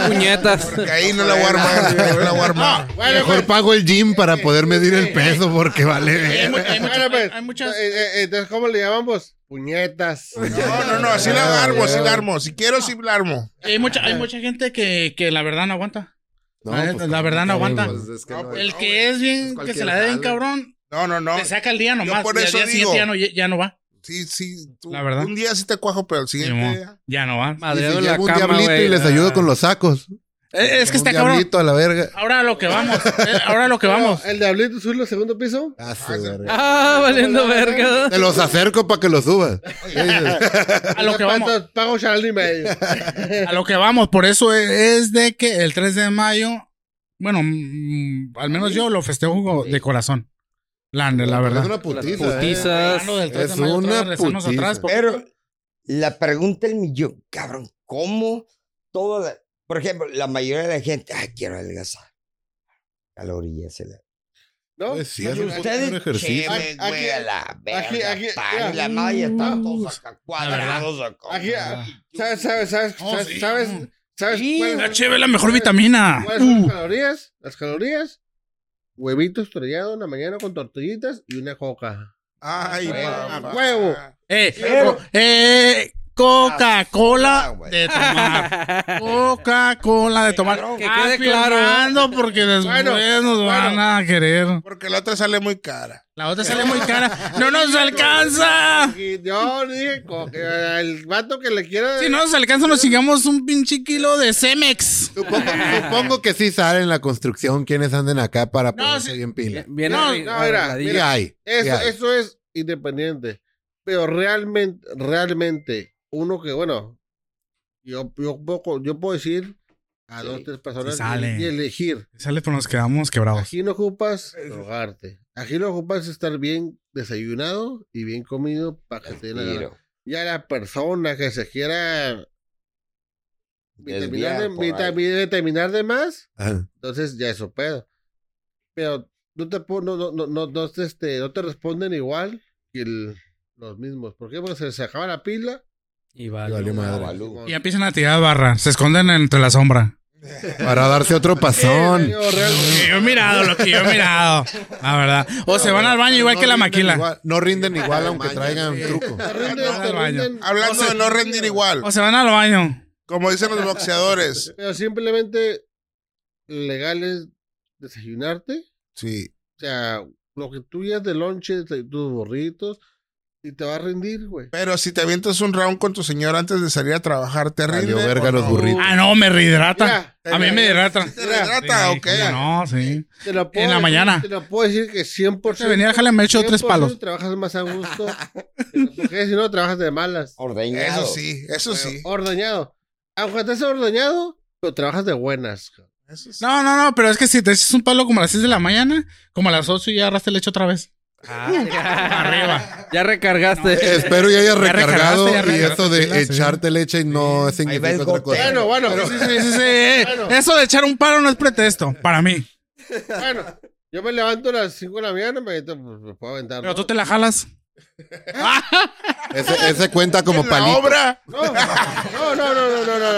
Puñetas.
Porque
*laughs*
ahí no la voy a armar. No la voy a armar.
Bueno,
Mejor
pues,
pago el gym para poder medir el peso porque vale.
Eh, Hay, mu-
ver.
*laughs*
hay muchas-
Bueno, pues,
hay muchas.
eh, eh, entonces, ¿cómo le llamamos? Puñetas. Ah,
No, no, no, así la armo, así la armo. Si quiero, sí la armo.
Hay mucha, hay mucha gente que, que la verdad no aguanta.
No,
La-
pues,
la verdad no aguanta.
pues, es que
No,
no-
pues,
El
no,
que
güey,
es bien,
pues
que se
cualquier
la den,
jale.
cabrón,
No, no, no.
te saca el día nomás.
por
y al
eso
día
digo.
siguiente ya no, ya, ya no va.
Sí, sí. tú-
La verdad.
Un día sí te cuajo, pero el siguiente
Simón.
día.
Ya no va.
Y
Madre
si
de la
llevo un
cama,
diablito y
güey.
les ayudo con los sacos.
Eh, es que
Un
está cabrón.
diablito a la verga.
Ahora a lo que vamos. eh, ahora a lo que vamos.
¿El diablito subirlo al segundo piso?
Ah, su
Ah, sí.
verga.
*laughs* Ah, valiendo verga.
Te los acerco para que los subas.
A lo que vamos.
Entonces, Pago Charlie y medio.
A lo que vamos, por eso es, es de que el 3 de mayo, bueno, mm, al menos yo lo festejo de corazón. La, la
Es
verdad.
una putiza. ¿eh?
Putizas.
Hablando del 3 de
Es
mayo, otra vez
una
regresarnos
putiza.
atrás, porque-
Pero la pregunta del millón, cabrón, ¿cómo toda la- Por ejemplo, la mayoría de la gente, ay, quiero adelgazar. Calorías se la...
*laughs*
¿No?
Pues sí, es un
Ustedes-
putero de ejercicio.
Ustedes,
Aquí-
güey, a la verga,
aquí- aquí-
pan,
mira.
la madre, están todos acá cuadrados acá.
Aquí,
Ah.
¿Sabes, sabes, sabes,
Oh,
sabes,
sí,
sabes,
mm.
sabes
Sí.
cuáles-
La cheve es la mejor vitamina.
¿Cuáles son
Uh,
las calorías? Las calorías. Huevito estrellado en la mañana con tortillitas y una coca.
Ay,
Bueno,
papá.
a huevo.
eh,
Pero-
co- eh,
Ah,
Coca-Cola
güey.
de tomar.
*laughs*
Coca-Cola de tomar.
cabrón.
Que quede
¿eh? Afirmando, porque después
Bueno,
nos van
bueno.
a querer.
Porque la otra sale muy cara.
La otra sale muy cara. ¡No nos alcanza!
Y yo dije, co- que el vato que le quiera.
Si no nos alcanza, nos sigamos un pinche kilo de Cemex.
Supongo, supongo que sí salen en la construcción quienes anden acá para ponerse
sí.
bien pila.
Bien
No,
arri-
no, mira,
arregladillo.
¿Qué
mira.
hay? ¿Qué
Eso,
hay?
eso es independiente. Pero realmente, realmente, uno que, bueno, yo, yo, puedo, yo puedo decir a dos, tres personas
Sí sale.
y elegir.
Sale, pero nos quedamos quebrados.
Aquí no ocupas
Eh,
drogarte. Aquí no ocupas estar bien desayunado y bien comido para que te dé la gana.
Tiro.
Y a la persona que se quiera vitaminar
Desviar
de,
por ahí.
vitami- vitaminar de más,
Ah,
entonces ya es su pedo. Pero no te, pon- no, no, no, no, no te, este, no te responden igual que el- los mismos. ¿Por qué? Porque se les acaba la pila. "Eh,
Y vale.
Valió madre.
Balú.
Y empiezan a tirar barra. Se esconden entre la sombra.
Para darse otro pasón.
Yo realmente-
Lo que yo *laughs* he mirado, lo que yo he mirado. La verdad. O se van al baño igual
No
que la
rinden
maquila.
igual- no rinden igual aunque traigan truco.
te rinden-
No,
te
al baño.
rinden-
Hablando de no rendir igual.
O se van al baño.
Como dicen los boxeadores.
Pero simplemente legal es desayunarte.
Sí.
O sea, lo que tú llevas de lonche, de tus burritos, y te va a rendir, güey.
Pero si te avientas un round con tu señor antes de salir a trabajar, te rinde.
Valió
o
verga los
no?
burritos.
Ah, no, me rehidrata.
Mira,
A mí me hidrata.
Te rehidrata, ok.
No, sí.
te lo
En la
decir-
mañana.
Te lo puedo decir que 100%.
Se venía a dejarle, me hecho tres
100%
palos.
Trabajas más a gusto. Porque si no, trabajas de malas.
Ordeñado.
Eso sí, eso sí.
Ordeñado. Aunque estés ordeñado, pero trabajas de buenas. cabrón.
Eso sí.
No, no, no, pero es que si te echas un palo como a las 6 de la mañana, como a las 8 ya arraste el hecho otra vez.
Arriba. Ya recargaste. *laughs*
Espero ya haya
Ya recargaste,
recargado
ya
y
recargaste
eso de
pilas, sí.
echarte leche no
va el
significa otra cosa.
gotero.
Bueno, bueno,
Sí, sí, sí, sí, eh. Eso de echar un palo no es pretexto, para mí. *laughs*
bueno. Yo me levanto a las 5 de la mañana, me, pues, me puedo aventar.
Pero
¿no?
tú te la jalas.
Ese, ese cuenta como
En la
palito.
obra.
No, no, no, no, no, no, no, no.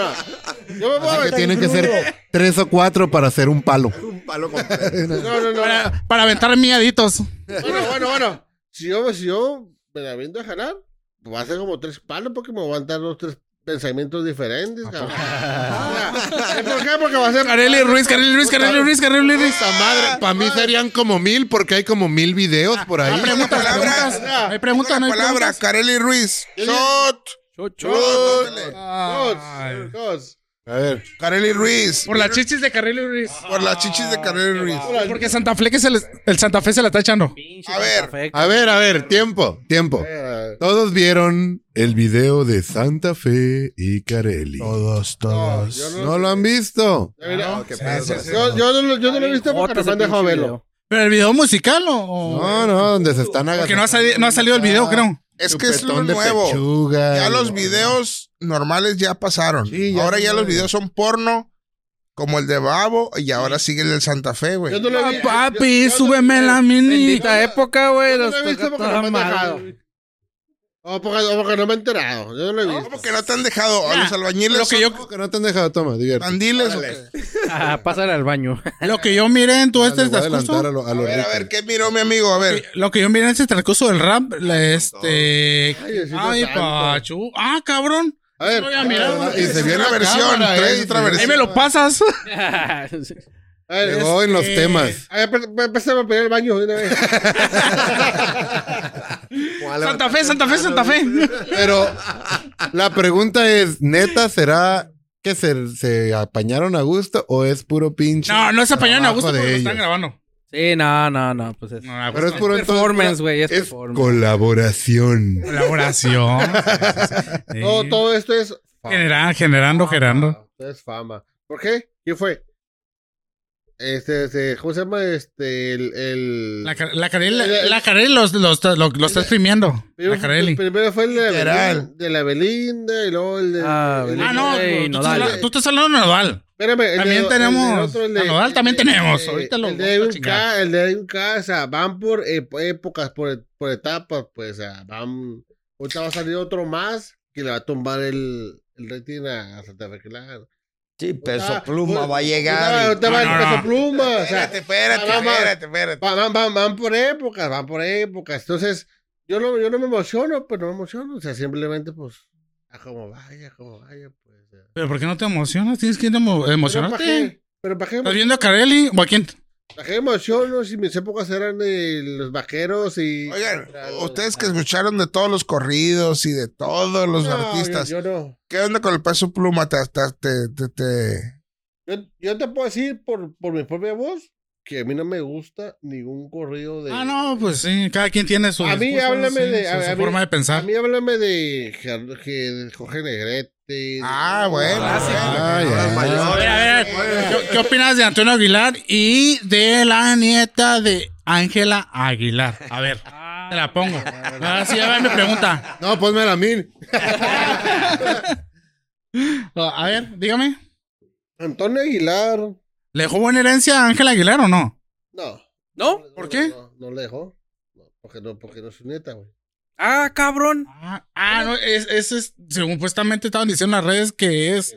Yo me puedo
Que
aventar.
tienen que ser tres o cuatro para hacer un palo. Un palo
No, no, no. no.
Para, para aventar miaditos.
Bueno, bueno, bueno. Si yo, si yo me la viendo a jalar, pues va a ser como tres palos porque me van a dar los tres pensamientos diferentes.
Ah,
cabrón. O sea, ¿Por qué? Porque va a ser.
Carelli pues. Ruiz, Carelli Ruiz, Carelli Ruiz, Carelli Ruiz.
madre. Para mí serían como mil porque hay como mil videos por ahí.
Hay preguntas,
Palabra.
preguntas. Hay preguntas, no
La
hay
palabra,
preguntas.
Carelli Ruiz. Shot. Shot.
Ay.
Dos, dos.
A ver.
Carelli Ruiz.
Por las chichis de Carelli Ruiz.
Ah,
Por las chichis de Carelli Ruiz.
Porque Santa Fe, que se les- el Santa Fe se la está echando.
A ver.
A ver, a ver, tiempo, tiempo.
Eh,
Todos vieron el video de Santa Fe y Carelli.
Todos,
no, yo no,
¿No lo han visto?
yo mira,
qué pedo.
yo, yo no, lo- yo no lo he visto porque no me han dejado verlo.
¿Pero el video musical o- o...?
No, no, donde se están Ah,
Porque no ha, sali- no ha salido el video, creo.
Es que es lo
Chupetón de
nuevo.
pechuga. eh.
Ya los videos normales ya pasaron.
Sí, ya
ahora
no
ya los
hay.
videos son porno, como el de Babo, y ahora sigue el del Santa Fe,
Yo
güey.
no lo he
Ah,
visto.
papi, súbeme la mini.
Bendita época,
Yo
güey.
no
Los
lo he visto
toca
porque
Ah,
no
toda
me han
madre,
dejado.
güey.
O porque, o porque no me he enterado. Yo no
Ah,
lo he visto.
¿Cómo que no te han dejado? A
Ya,
los albañiles
lo que
son
yo-
¿Cómo que no te han dejado? Toma, divierte.
bandiles. o
Órale.
qué?
Ah, pásale al baño. *laughs*
Lo que yo miré en todo este
Le voy a adelantar a
transcurso.
lo, a
A
lo
ver, a
rico.
ver, ¿qué miró mi amigo? A ver.
Lo que yo miré en este transcurso del rap, la- este.
Ay, Diosito
Ay,
santo.
pachu. Ah, cabrón.
A ver.
No voy a mirar,
a
ah, Y
ver,
se vio
Una
la
versión,
cámara,
traes
eh,
otra
y-
Ahí
versión.
me lo pasas.
a ver, es-
Llegó en los
Este-
temas.
a ver, pe- pe- empecemos a pedir el baño de una vez.
Santa Fe, Santa Fe, Santa Fe.
Pero la pregunta es, ¿neta será que se, se apañaron a gusto o es puro pinche?
No, no se apañaron a
trabajo
gusto porque lo
de
están
ellos?
grabando.
Sí, no, no, no. Pues es.
No, a
Pero es
gusto.
puro entonces,
performance, güey. Es,
es
performance.
colaboración.
Colaboración. Sí.
Todo, todo esto es. fama.
Genera- generando, generando.
Todo es fama. ¿Por qué? ¿Quién fue? Este, este, ¿cómo se llama? Este, el. el...
La, Car- la Carelli, la, la Carelli los, los, los, los está exprimiendo. La
Primero, el
Carelli.
primero fue el de la,
Literal.
Belinda, de la Belinda y luego el de.
Ah,
el de-
Ah, no,
Ey,
tú,
Nodal.
estás, habla- tú estás hablando de Nodal.
Espérame, el de-
También
el de-
tenemos-
el otro, el de-
a Nodal también
el de- eh,
tenemos, ahorita lo
el
vamos a
de un
chingar.
ca- El de un casa, van por eh, por épocas, por, por etapas, pues ah, van. Ahorita va a salir otro más que le va a tumbar el, el rating a Santa Fe, claro.
Sí, peso
Ahorita-
pluma va a
ahorita-
llegar. y-
Ahorita va
No, no,
el peso
no.
pluma, o sea,
Espérate, espérate,
Ah, vamos.
espérate, espérate.
Va- Van, van, van por épocas, van por épocas. Entonces, yo no, yo no me emociono, pues no me emociono. O sea, simplemente, pues, a como vaya, a como vaya, pues. ya.
¿Pero por qué no te emocionas? Tienes que emo-
Pero ¿para
emocionarte.
qué? Pero para qué,
¿Estás viendo a Carelli o a quién?
para qué emociono si mis épocas eran eh, los vaqueros y.
Oigan,
Claro.
ustedes que escucharon de todos los corridos y de todos los
No,
artistas,
Yo, yo no.
¿qué onda con el peso pluma? Te, te- te- te- te-
Yo, yo te puedo decir por, por mi propia voz que a mí no me gusta ningún corrido de.
Ah, no, pues sí, cada quien tiene su,
A mí
discurso,
háblame
sí,
de-
su,
a-
su
a mí-
forma de
A
pensar.
mí háblame de, Ger- de Jorge Negrete. de-
Ah, bueno.
Clásico.
Ah,
bueno.
A ver, a ver, ¿qué, qué opinas de Antonio Aguilar y de la nieta de Ángela Aguilar? A ver, te la pongo. Ahora sí, a ver, me pregunta.
No, pónmela a mí.
A ver, dígame.
Antonio Aguilar.
¿Le dejó buena herencia a Ángela Aguilar o no?
No.
¿No?
No,
¿Por
no,
qué?
No, no le dejó. No, porque, no, porque no es su nieta, güey.
Ah, cabrón.
Ah, ah, no, es, es, es- según supuestamente estaban diciendo en las redes que es,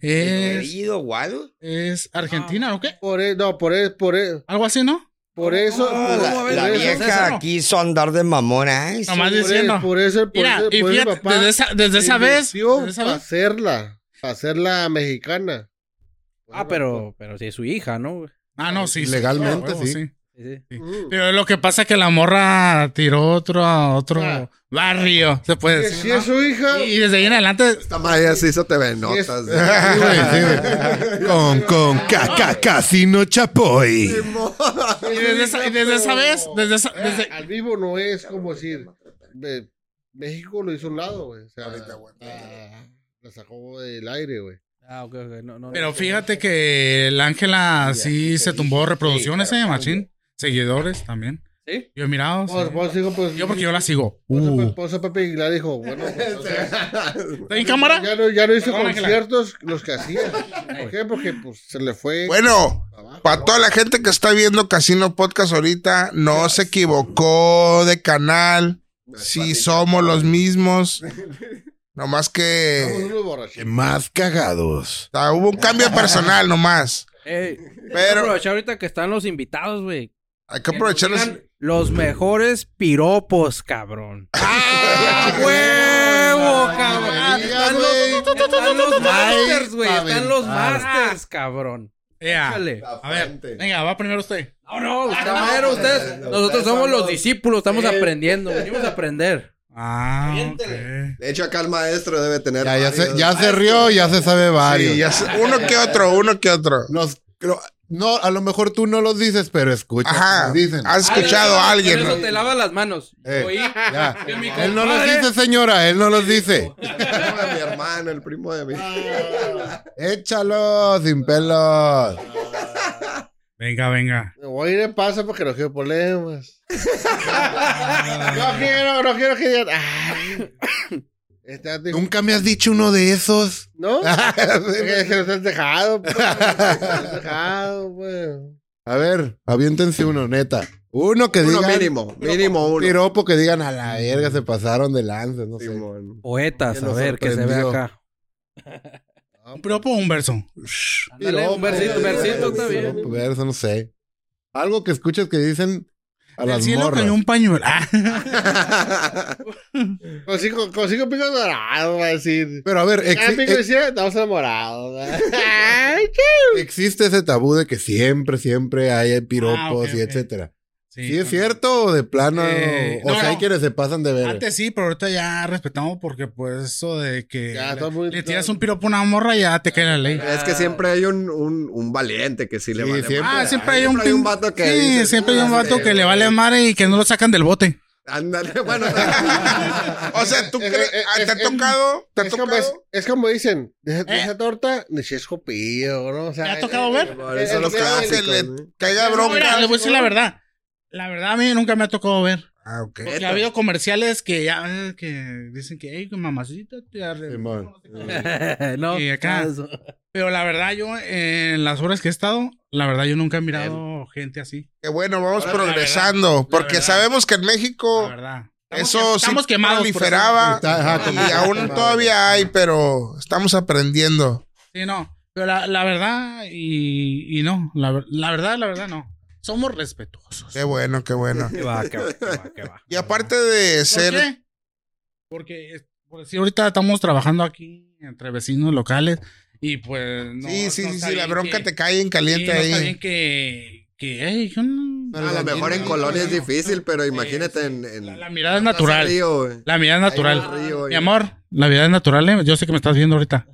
¿El
es,
oído o algo?
es Argentina, ¿o qué?
Por e- no, por, e- por, e-
Algo así, ¿no?
por eso.
Ah,
por,
la,
por
la
eso-
vieja
eso.
quiso andar de mamona. Ay, sí.
Nomás
por e-
diciendo.
Por eso, por
Mira,
eso,
y
por eso
fíjate,
papá
desde esa, desde esa vez,
invirtió
desde esa
pa'
vez,
hacerla. Para hacerla mexicana.
Ah, pero, pero sí es su hija, ¿no?
Ah, no, sí. sí,
Legalmente,
huevo,
sí.
Sí, sí.
Mm.
Pero lo que pasa es que la morra tiró otro a otro
Ah.
barrio, se puede
Si,
decir,
si
¿no?
es su hija.
Y, y desde ahí en adelante,
Esta madre así se te ven
si es- *laughs*
notas.
Sí, güey, sí, güey. Con, con caca, casino chapoy.
si
*laughs* y
es su
desde esa,
hija,
y desde esa
pero-
vez, desde esa, desde-
Al vivo no es como decir. ve, México lo hizo a un lado, güey. O sea, ah, la sacó del aire, güey.
Ah, ok, ok. No, no,
Pero
no.
fíjate que el Ángela sí
sí,
se
sí,
tumbó
sí,
reproducciones,
pero
eh,
cambia.
machín. Seguidores también.
¿Sí?
Yo he mirado.
Por-
sí.
por eso digo, pues,
Yo porque yo la sigo.
Por eso,
Uh.
Pe- por eso Pepe Aguilar dijo, bueno, pues, o sea,
¿Está en *laughs* cámara?
ya no, ya no hizo
Perdón, Ángela.
conciertos los que hacía. ¿Por qué? Porque pues se le fue
Bueno,
abajo.
para toda la gente que está viendo Casino Podcast ahorita, no se equivocó de canal. Si somos los mismos. Nomás
Somos
que
unos borrachitos.
Más cagados.
ah, hubo un cambio de personal nomás.
Ey,
Pero-
aprovechar ahorita que están los invitados, güey.
Hay que aprovechar
Pues
los-
Digan Los mejores
*laughs*
piropos, cabrón. ¡Ah, huevo, cabrón! Están los, están los masters, güey. Están los masters, cabrón.
Ah.
Ea.
Échale.
A ver, venga, va primero usted.
No, Ah, no, usted madre, ustedes. Nosotros somos los Eh. discípulos, estamos aprendiendo, venimos a aprender.
Ah, ok.
De hecho, acá el maestro debe tener.
Ya, ya, se,
varios.
ya se rió, ya se sabe varios.
Sí, ya sé. uno que otro, uno que otro.
Los, lo- no, a lo mejor tú no los dices, pero escucha.
Ajá.
los Dicen.
Has escuchado a alguien.
Ah, Por
¿no?
eso te lava las manos.
Eh,
Oí.
ya.
que mi
Él no los
compadre-
dice, señora, él no los dice.
El primo de mi hermano, el primo de mi.
Ah.
Échalo sin pelos.
Venga, venga.
Me voy a ir en paso porque no quiero problemas. no quiero, no quiero que digan. "Ay, este ande-".
Nunca me has dicho uno de esos.
¿No?
a
Es que nos has dejado, pues. Nos has dejado, pues.
ver, aviéntense uno, neta. Uno que
Uno
digan.
mínimo, mínimo uno.
Piropo que digan a la verga, se pasaron de lanza, no sé.
Simón.
Poetas,
Que
a
nos
ver, que se ve
sorprendió.
acá.
Un piropo o un verso.
Dale un versito, versito está bien.
Piropo, verso, no sé. Algo que escuches que dicen a
Del
las
cielo
morras.
cayó un pañuelo. Ah,
Consigo, consigo pico dorado, va a decir.
Pero a ver,
Ah,
exi-
pico
ex-
de cielo, estamos enamorados. Ay, qué-
existe ese tabú de que siempre, siempre hay piropos
Ah, ok,
y
ok.
etcétera.
Sí,
¿Sí es
no.
cierto o de plano?
Eh,
o
no,
sea, hay
no.
quienes se pasan de ver.
Antes sí, pero ahorita ya respetamos porque pues eso de que
Ya,
le-
está muy-
le tiras un piropo a una morra ya te cae la ley.
Es
Ah.
que siempre hay un, un, un valiente que sí, le
Sí,
vale.
siempre.
madre.
Ah, siempre hay un,
Siempre hay un
pin-
vato que
Sí,
dices,
siempre hay un
"Ah,
vato
sí,
que le
güey".
vale madre y que no lo sacan del bote.
*laughs*
Ándale, bueno.
O sea, ¿tú
Eh,
Es-
crees?
es-
ah, ¿Te ha
es-
tocado? ¿Te ha
Es
pues,
como, es,
tocado?
es como dicen, de, de esa torta, ni si es copillo, ¿no? O sea,
Eh.
eh,
¿Te ha tocado ver?
Por son los
el- el-
clásicos.
el- el-
güey.
Caiga
No, mira, le
bronca.
voy a decir la verdad. La verdad a mí nunca me ha tocado ver.
Ah, ok.
Porque ha habido comerciales que ya eh, que dicen que, hey, mamacita, te arreglo".
Simón.
*laughs* no,
Y acá.
eso.
Pero la verdad, yo eh, en las horas que he estado, la verdad, yo nunca he mirado gente así.
Que bueno, vamos
La verdad,
progresando. porque
verdad.
sabemos que en México
La verdad.
eso
que-
sí
estamos quemados. por eso.
proliferaba
Está- ajá,
y
*laughs*
aún todavía hay, pero estamos aprendiendo.
Sí, no. Pero la, la verdad, y, y no. La, ver- la verdad, la verdad, no. Somos respetuosos.
Qué bueno, qué bueno.
Qué va, qué va, qué va, qué va.
Y aparte de
¿Por
ser
qué? Porque, eh, por decir, ahorita estamos trabajando aquí entre vecinos locales y pues. No,
sí, sí,
no
sí,
está
sí, la
bien
bronca
que-
te cae en
sí,
caliente
no
ahí.
está bien que. que "Ey, yo no-".
A lo mejor
Ah,
en
no,
Colonia
no,
es
no.
difícil, pero imagínate en. en-
La, la mirada es
Plaza
natural.
Río, güey.
La mirada es natural.
Ahí en el río,
Mi
ya.
amor, la mirada es natural. ¿eh? Yo sé que me estás viendo
*laughs*
ahorita.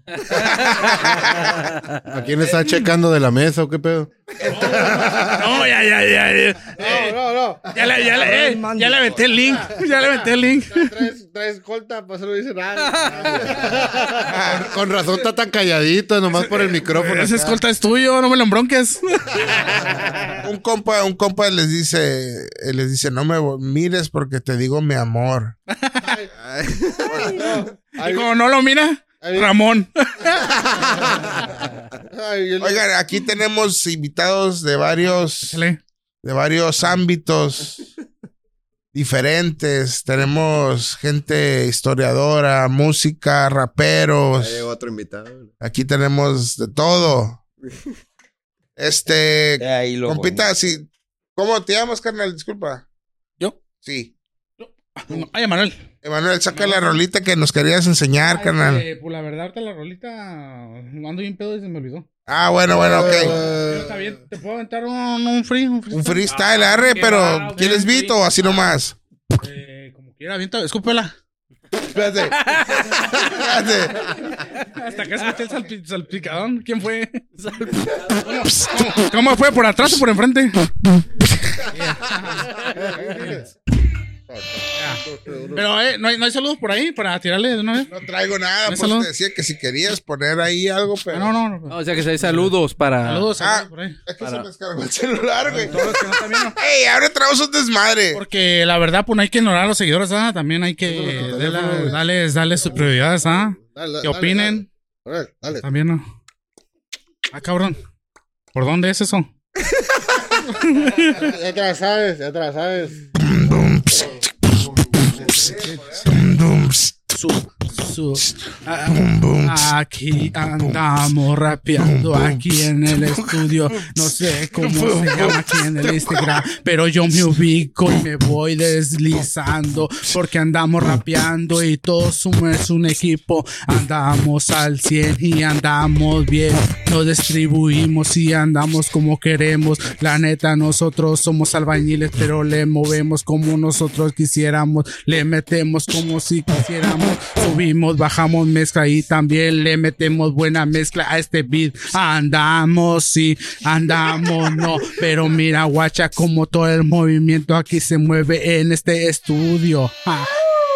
¿A quién está checando de la mesa o qué pedo?
No, ya, ya, ya. ya.
No, eh, no, no.
Ya le, ya le, eh, ya le aventé el link. Ya le aventé el link.
Traes, traes colta, pues no dice
*laughs*
nada.
Con, con razón está tan calladito, nomás por el micrófono.
Ese escolta es tuyo, no me lo embronques.
Un compa, un compa les dice, eh, les dice, no me vo- mires porque te digo mi amor.
Y como no lo mira, Ramón.
Ay, yo le-
Oigan, aquí tenemos invitados de varios,
Chale.
de varios ámbitos diferentes. Tenemos gente historiadora, música, raperos.
Ahí otro invitado.
Aquí tenemos de todo.
Eh,
Este,
Ahí lo
compita,
bueno.
si, ¿cómo te llamas, carnal? Disculpa.
¿Yo?
Sí.
Ay, Manuel.
Emanuel, saca la rolita que nos querías enseñar, carnal.
pues la verdad, ahorita la rolita ando bien pedo y se me olvidó.
Ah, bueno, bueno, ok.
Pero está bien, te puedo aventar un, un free, un free. Ah,
Un freestyle, arre,
Que
pero
va,
¿quieres
bien,
Vito
sí.
o así nomás?
Eh, como quiera, avienta, escúpela.
Espérate. Espérate.
Hasta que escuché el salpi- salpicadón. ¿Quién fue? ¿Cómo, cómo fue? ¿Por atrás o por enfrente? Pero, eh, ¿no hay, no hay saludos por ahí para tirarle de una vez?
No traigo nada,
¿No
pues
es salud?
te decía que si querías poner ahí algo,
Ah,
pero.
No, no, no.
No, o sea que se hay saludos para.
Saludos, saludos
Ah.
por ahí.
Es que se me descargó el celular, güey.
Todos los que no están viendo.
¡Ey! Ahora traemos un desmadre.
Porque la verdad, pues no hay que ignorar a los seguidores, ¿ah? También hay que darle- darles, darles sus prioridades, ¿ah?
Dale, dale,
Que opinen.
Dale, dale.
También, ¿no? Ah, cabrón. ¿Por dónde es eso?
dale. Ya te la sabes, ya te la sabes.
Su- Ah, Aquí andamos rapeando aquí en el estudio. No sé cómo se llama aquí en el Instagram, pero yo me ubico y me voy deslizando porque andamos rapeando y todos somos un equipo. Andamos al 100 y andamos bien. Nos distribuimos y andamos como queremos. La neta, nosotros somos albañiles, pero le movemos como nosotros quisiéramos. Le metemos como si quisiéramos. Subimos, bajamos mezcla y también le metemos buena mezcla a este beat. Andamos, sí, andamos, no. Pero mira, guacha, como todo el movimiento aquí se mueve en este estudio. Ja.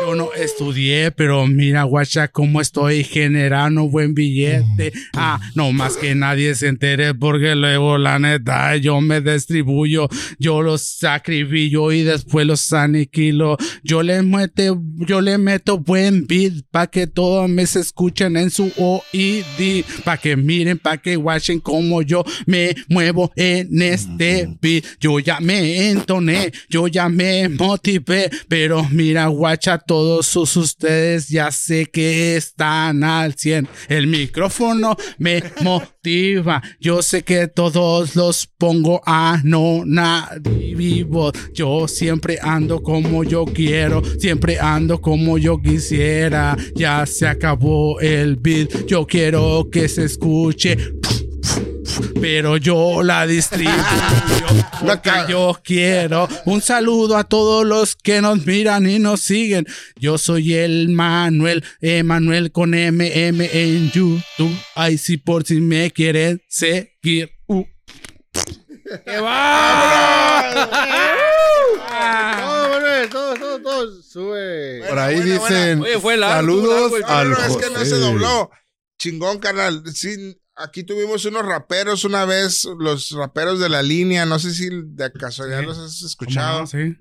Yo no estudié, pero mira, guacha, cómo estoy generando buen billete. Ah, no más que nadie se entere, porque luego, la neta, yo me distribuyo, yo los sacrifico y después los aniquilo. Yo le, mete, yo le meto buen beat pa' que todos me se escuchen en su OID, pa' que miren, pa' que watchen cómo yo me muevo en este beat. Yo ya me entoné, yo ya me motivé, pero mira, guacha, todos sus- ustedes ya sé que están al 100. El micrófono me motiva, yo sé que todos los pongo a no vivos. Yo siempre ando como yo quiero, siempre ando como yo quisiera. Ya se acabó el beat, yo quiero que se escuche. Pero yo la *laughs* distribuyo porque yo quiero. Un saludo a todos los que nos miran y nos siguen. Yo soy el Manuel, Emanuel con MM en YouTube. Ay, sí, por si me quieren seguir. Uh.
¡Qué va!
Ah.
Todo, Manuel, todo, todo, todo. Sube.
Por ahí
Buena, buena.
dicen
Oye, fue largo,
saludos
largo el-
No,
al
no, no, Pues, es que no se
José".
dobló. Chingón, carnal. Sí, aquí tuvimos unos raperos una vez, los raperos de la línea. No sé si de casualidad
Sí.
los has
¿Cómo
escuchado.
no? Sí.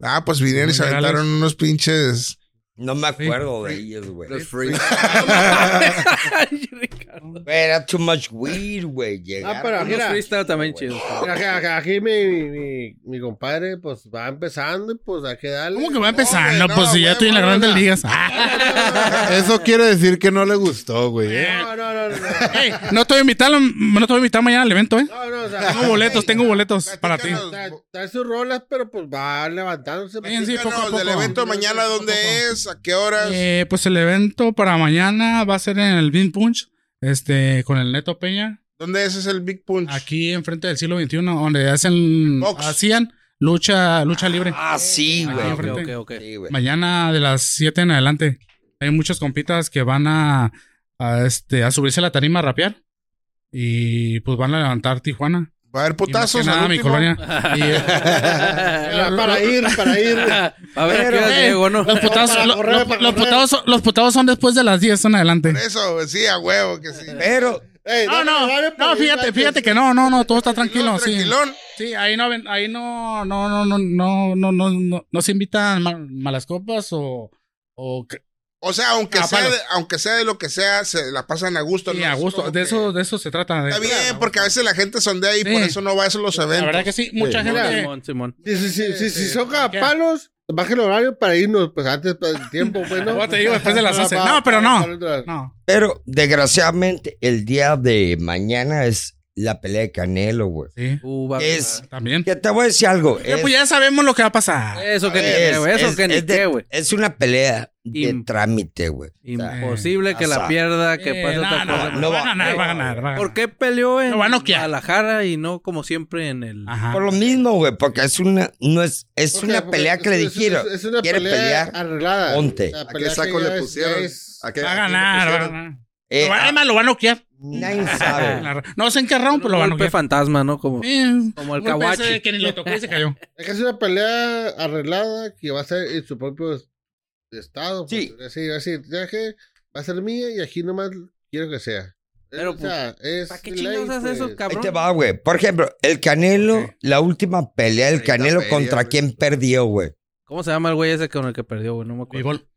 Ah, pues vinieron y se
Generales.
aventaron unos pinches.
No me acuerdo de ellos, güey.
Los freaks.
*laughs* Ay, Ricardo.
*laughs* Era too much weed, güey. Llegar.
Ah, pero
Unos
mira. Ah,
freestyle también chidos.
Aquí, aquí- aquí mi, mi, mi- mi compadre, pues va empezando y pues hay que darle.
¿Cómo que va empezando?
no,
pues si ya
güey,
estoy en la
güey,
Grandes
no.
Ligas. *laughs* Ah,
Eso quiere decir que no le gustó, güey. ¿eh?
No, no, no, no. no.
hey, no te voy a invitar, no te voy a invitar mañana al evento, ¿eh?
No, no, o sea,
Tengo boletos, tengo boletos para ti.
Platícanos,
Trae- Trae sus rolas, pero pues va levantándose.
Fíjense, Sí, poco a
platícanos del
poco.
evento mañana, ¿dónde
Poco a
es? ¿A qué horas?
Eh, pues el evento para mañana va a ser en el Bean Punch, este, con el Neto Peña,
¿Dónde es? Es el Big Punch.
aquí enfrente del siglo XXI, donde hacen,
Box.
hacían lucha, lucha libre.
Ah, sí,
Aquí
güey.
Ok,
enfrente.
ok, ok. *laughs*
Sí, güey.
Mañana de las 7 en adelante. Hay muchos compitas que van a, a, este, a subirse a la tarima a rapear. Y pues van a levantar Tijuana.
Va a haber
Y más que
putazos. al
nada, mi
último.
colonia. Y, eh,
*laughs* Para, para ir, para ir.
*laughs*
A ver, ¿a qué hora
eh,
llego, no?
los putados,
Para
lo-
correr,
lo-
para
los
correr.
putados son- los putados son después de las 10 en adelante.
Por Eso, sí, a huevo que sí.
Eh,
Pero
Ey, pues,
No,
dame
no,
horario para
no,
ir
fíjate,
antes.
fíjate que no, no, no, todo está tranquilo, sí.
Tranquilón.
Sí, ahí no, ven- ahí no, no, no, no, no, no, no, no, no se invitan ma- malas copas o, o que-
O sea, aunque,
Ah,
sea
palo.
de, aunque sea de lo que sea, se la pasan a gusto.
sí,
¿no?
a
Es
gusto.
como
De
que-
eso, de eso se trata. de-
Está bien, pues, porque a veces la gente sondea y
Sí.
por eso no va a esos los
La verdad
eventos.
que sí, mucha
Sí.
gente.
Simón, Simón.
Si, si, si, si, si son
¿Qué?
palos, baje el horario para irnos, pues antes pues, el tiempo, pues no.
Luego te digo después de las
Pa-
11.
pa-
No, pero no.
pa- pa-
No.
Pero desgraciadamente el día de mañana es la pelea de Canelo, güey.
Sí,
Uh, va-
Es-
también.
Que te voy a decir algo.
Eh,
Es,
pues ya sabemos lo que va a pasar.
Eso que ni
es-
qué, güey. Eso
es-
que ni
es de-
qué, güey.
es una pelea de
Im-
trámite, güey. O sea,
Imposible que la
Asa.
pierda, que
Eh,
pase
no,
otra
no,
cosa. pues,
no,
No
va a
va- eh,
ganar, va a ganar, va a ganar.
¿Por qué peleó en
Lo va a noquear. Ah,
Guadalajara y no como siempre en el...
Ajá.
por lo mismo, güey, porque es una, no es, es
Porque-
una
porque
pelea que le
pues, es- es-
dijeron.
es- es una
¿Quiere
pelea
pelear?
Arreglada.
Ponte.
La
¿A qué
pelea que
saco
ya
le
es-
pusieron?
ya es-
¿A qué-
Va a
a quién le
ganar, va a
pusieron?
ganar.
Eh,
Lo va-
ah,
Además, lo va a noquear.
nadie sabe.
*laughs* La- No sé en qué round, pero lo va a
un golpe
noquear.
fantasma, ¿no? Como,
Eh,
como el
golpe
kawachi.
ese Que ni lo tocó y
*laughs*
se cayó.
Es que es una pelea arreglada que va a ser en su propio estado.
Sí.
Pues, así, así, ya que va a ser mía y aquí nomás quiero que sea. Eh,
Pero,
o sea, es
¿Para qué
ley,
chingados haces eso,
pues.
Ahí
cabrón?
te va, güey. Por ejemplo, el Canelo,
Ok.
la última pelea del
Treinta
Canelo
feria,
contra
güey.
quién perdió, güey.
¿Cómo se llama el güey ese con el que perdió, güey? No me
Mi
acuerdo.
gol.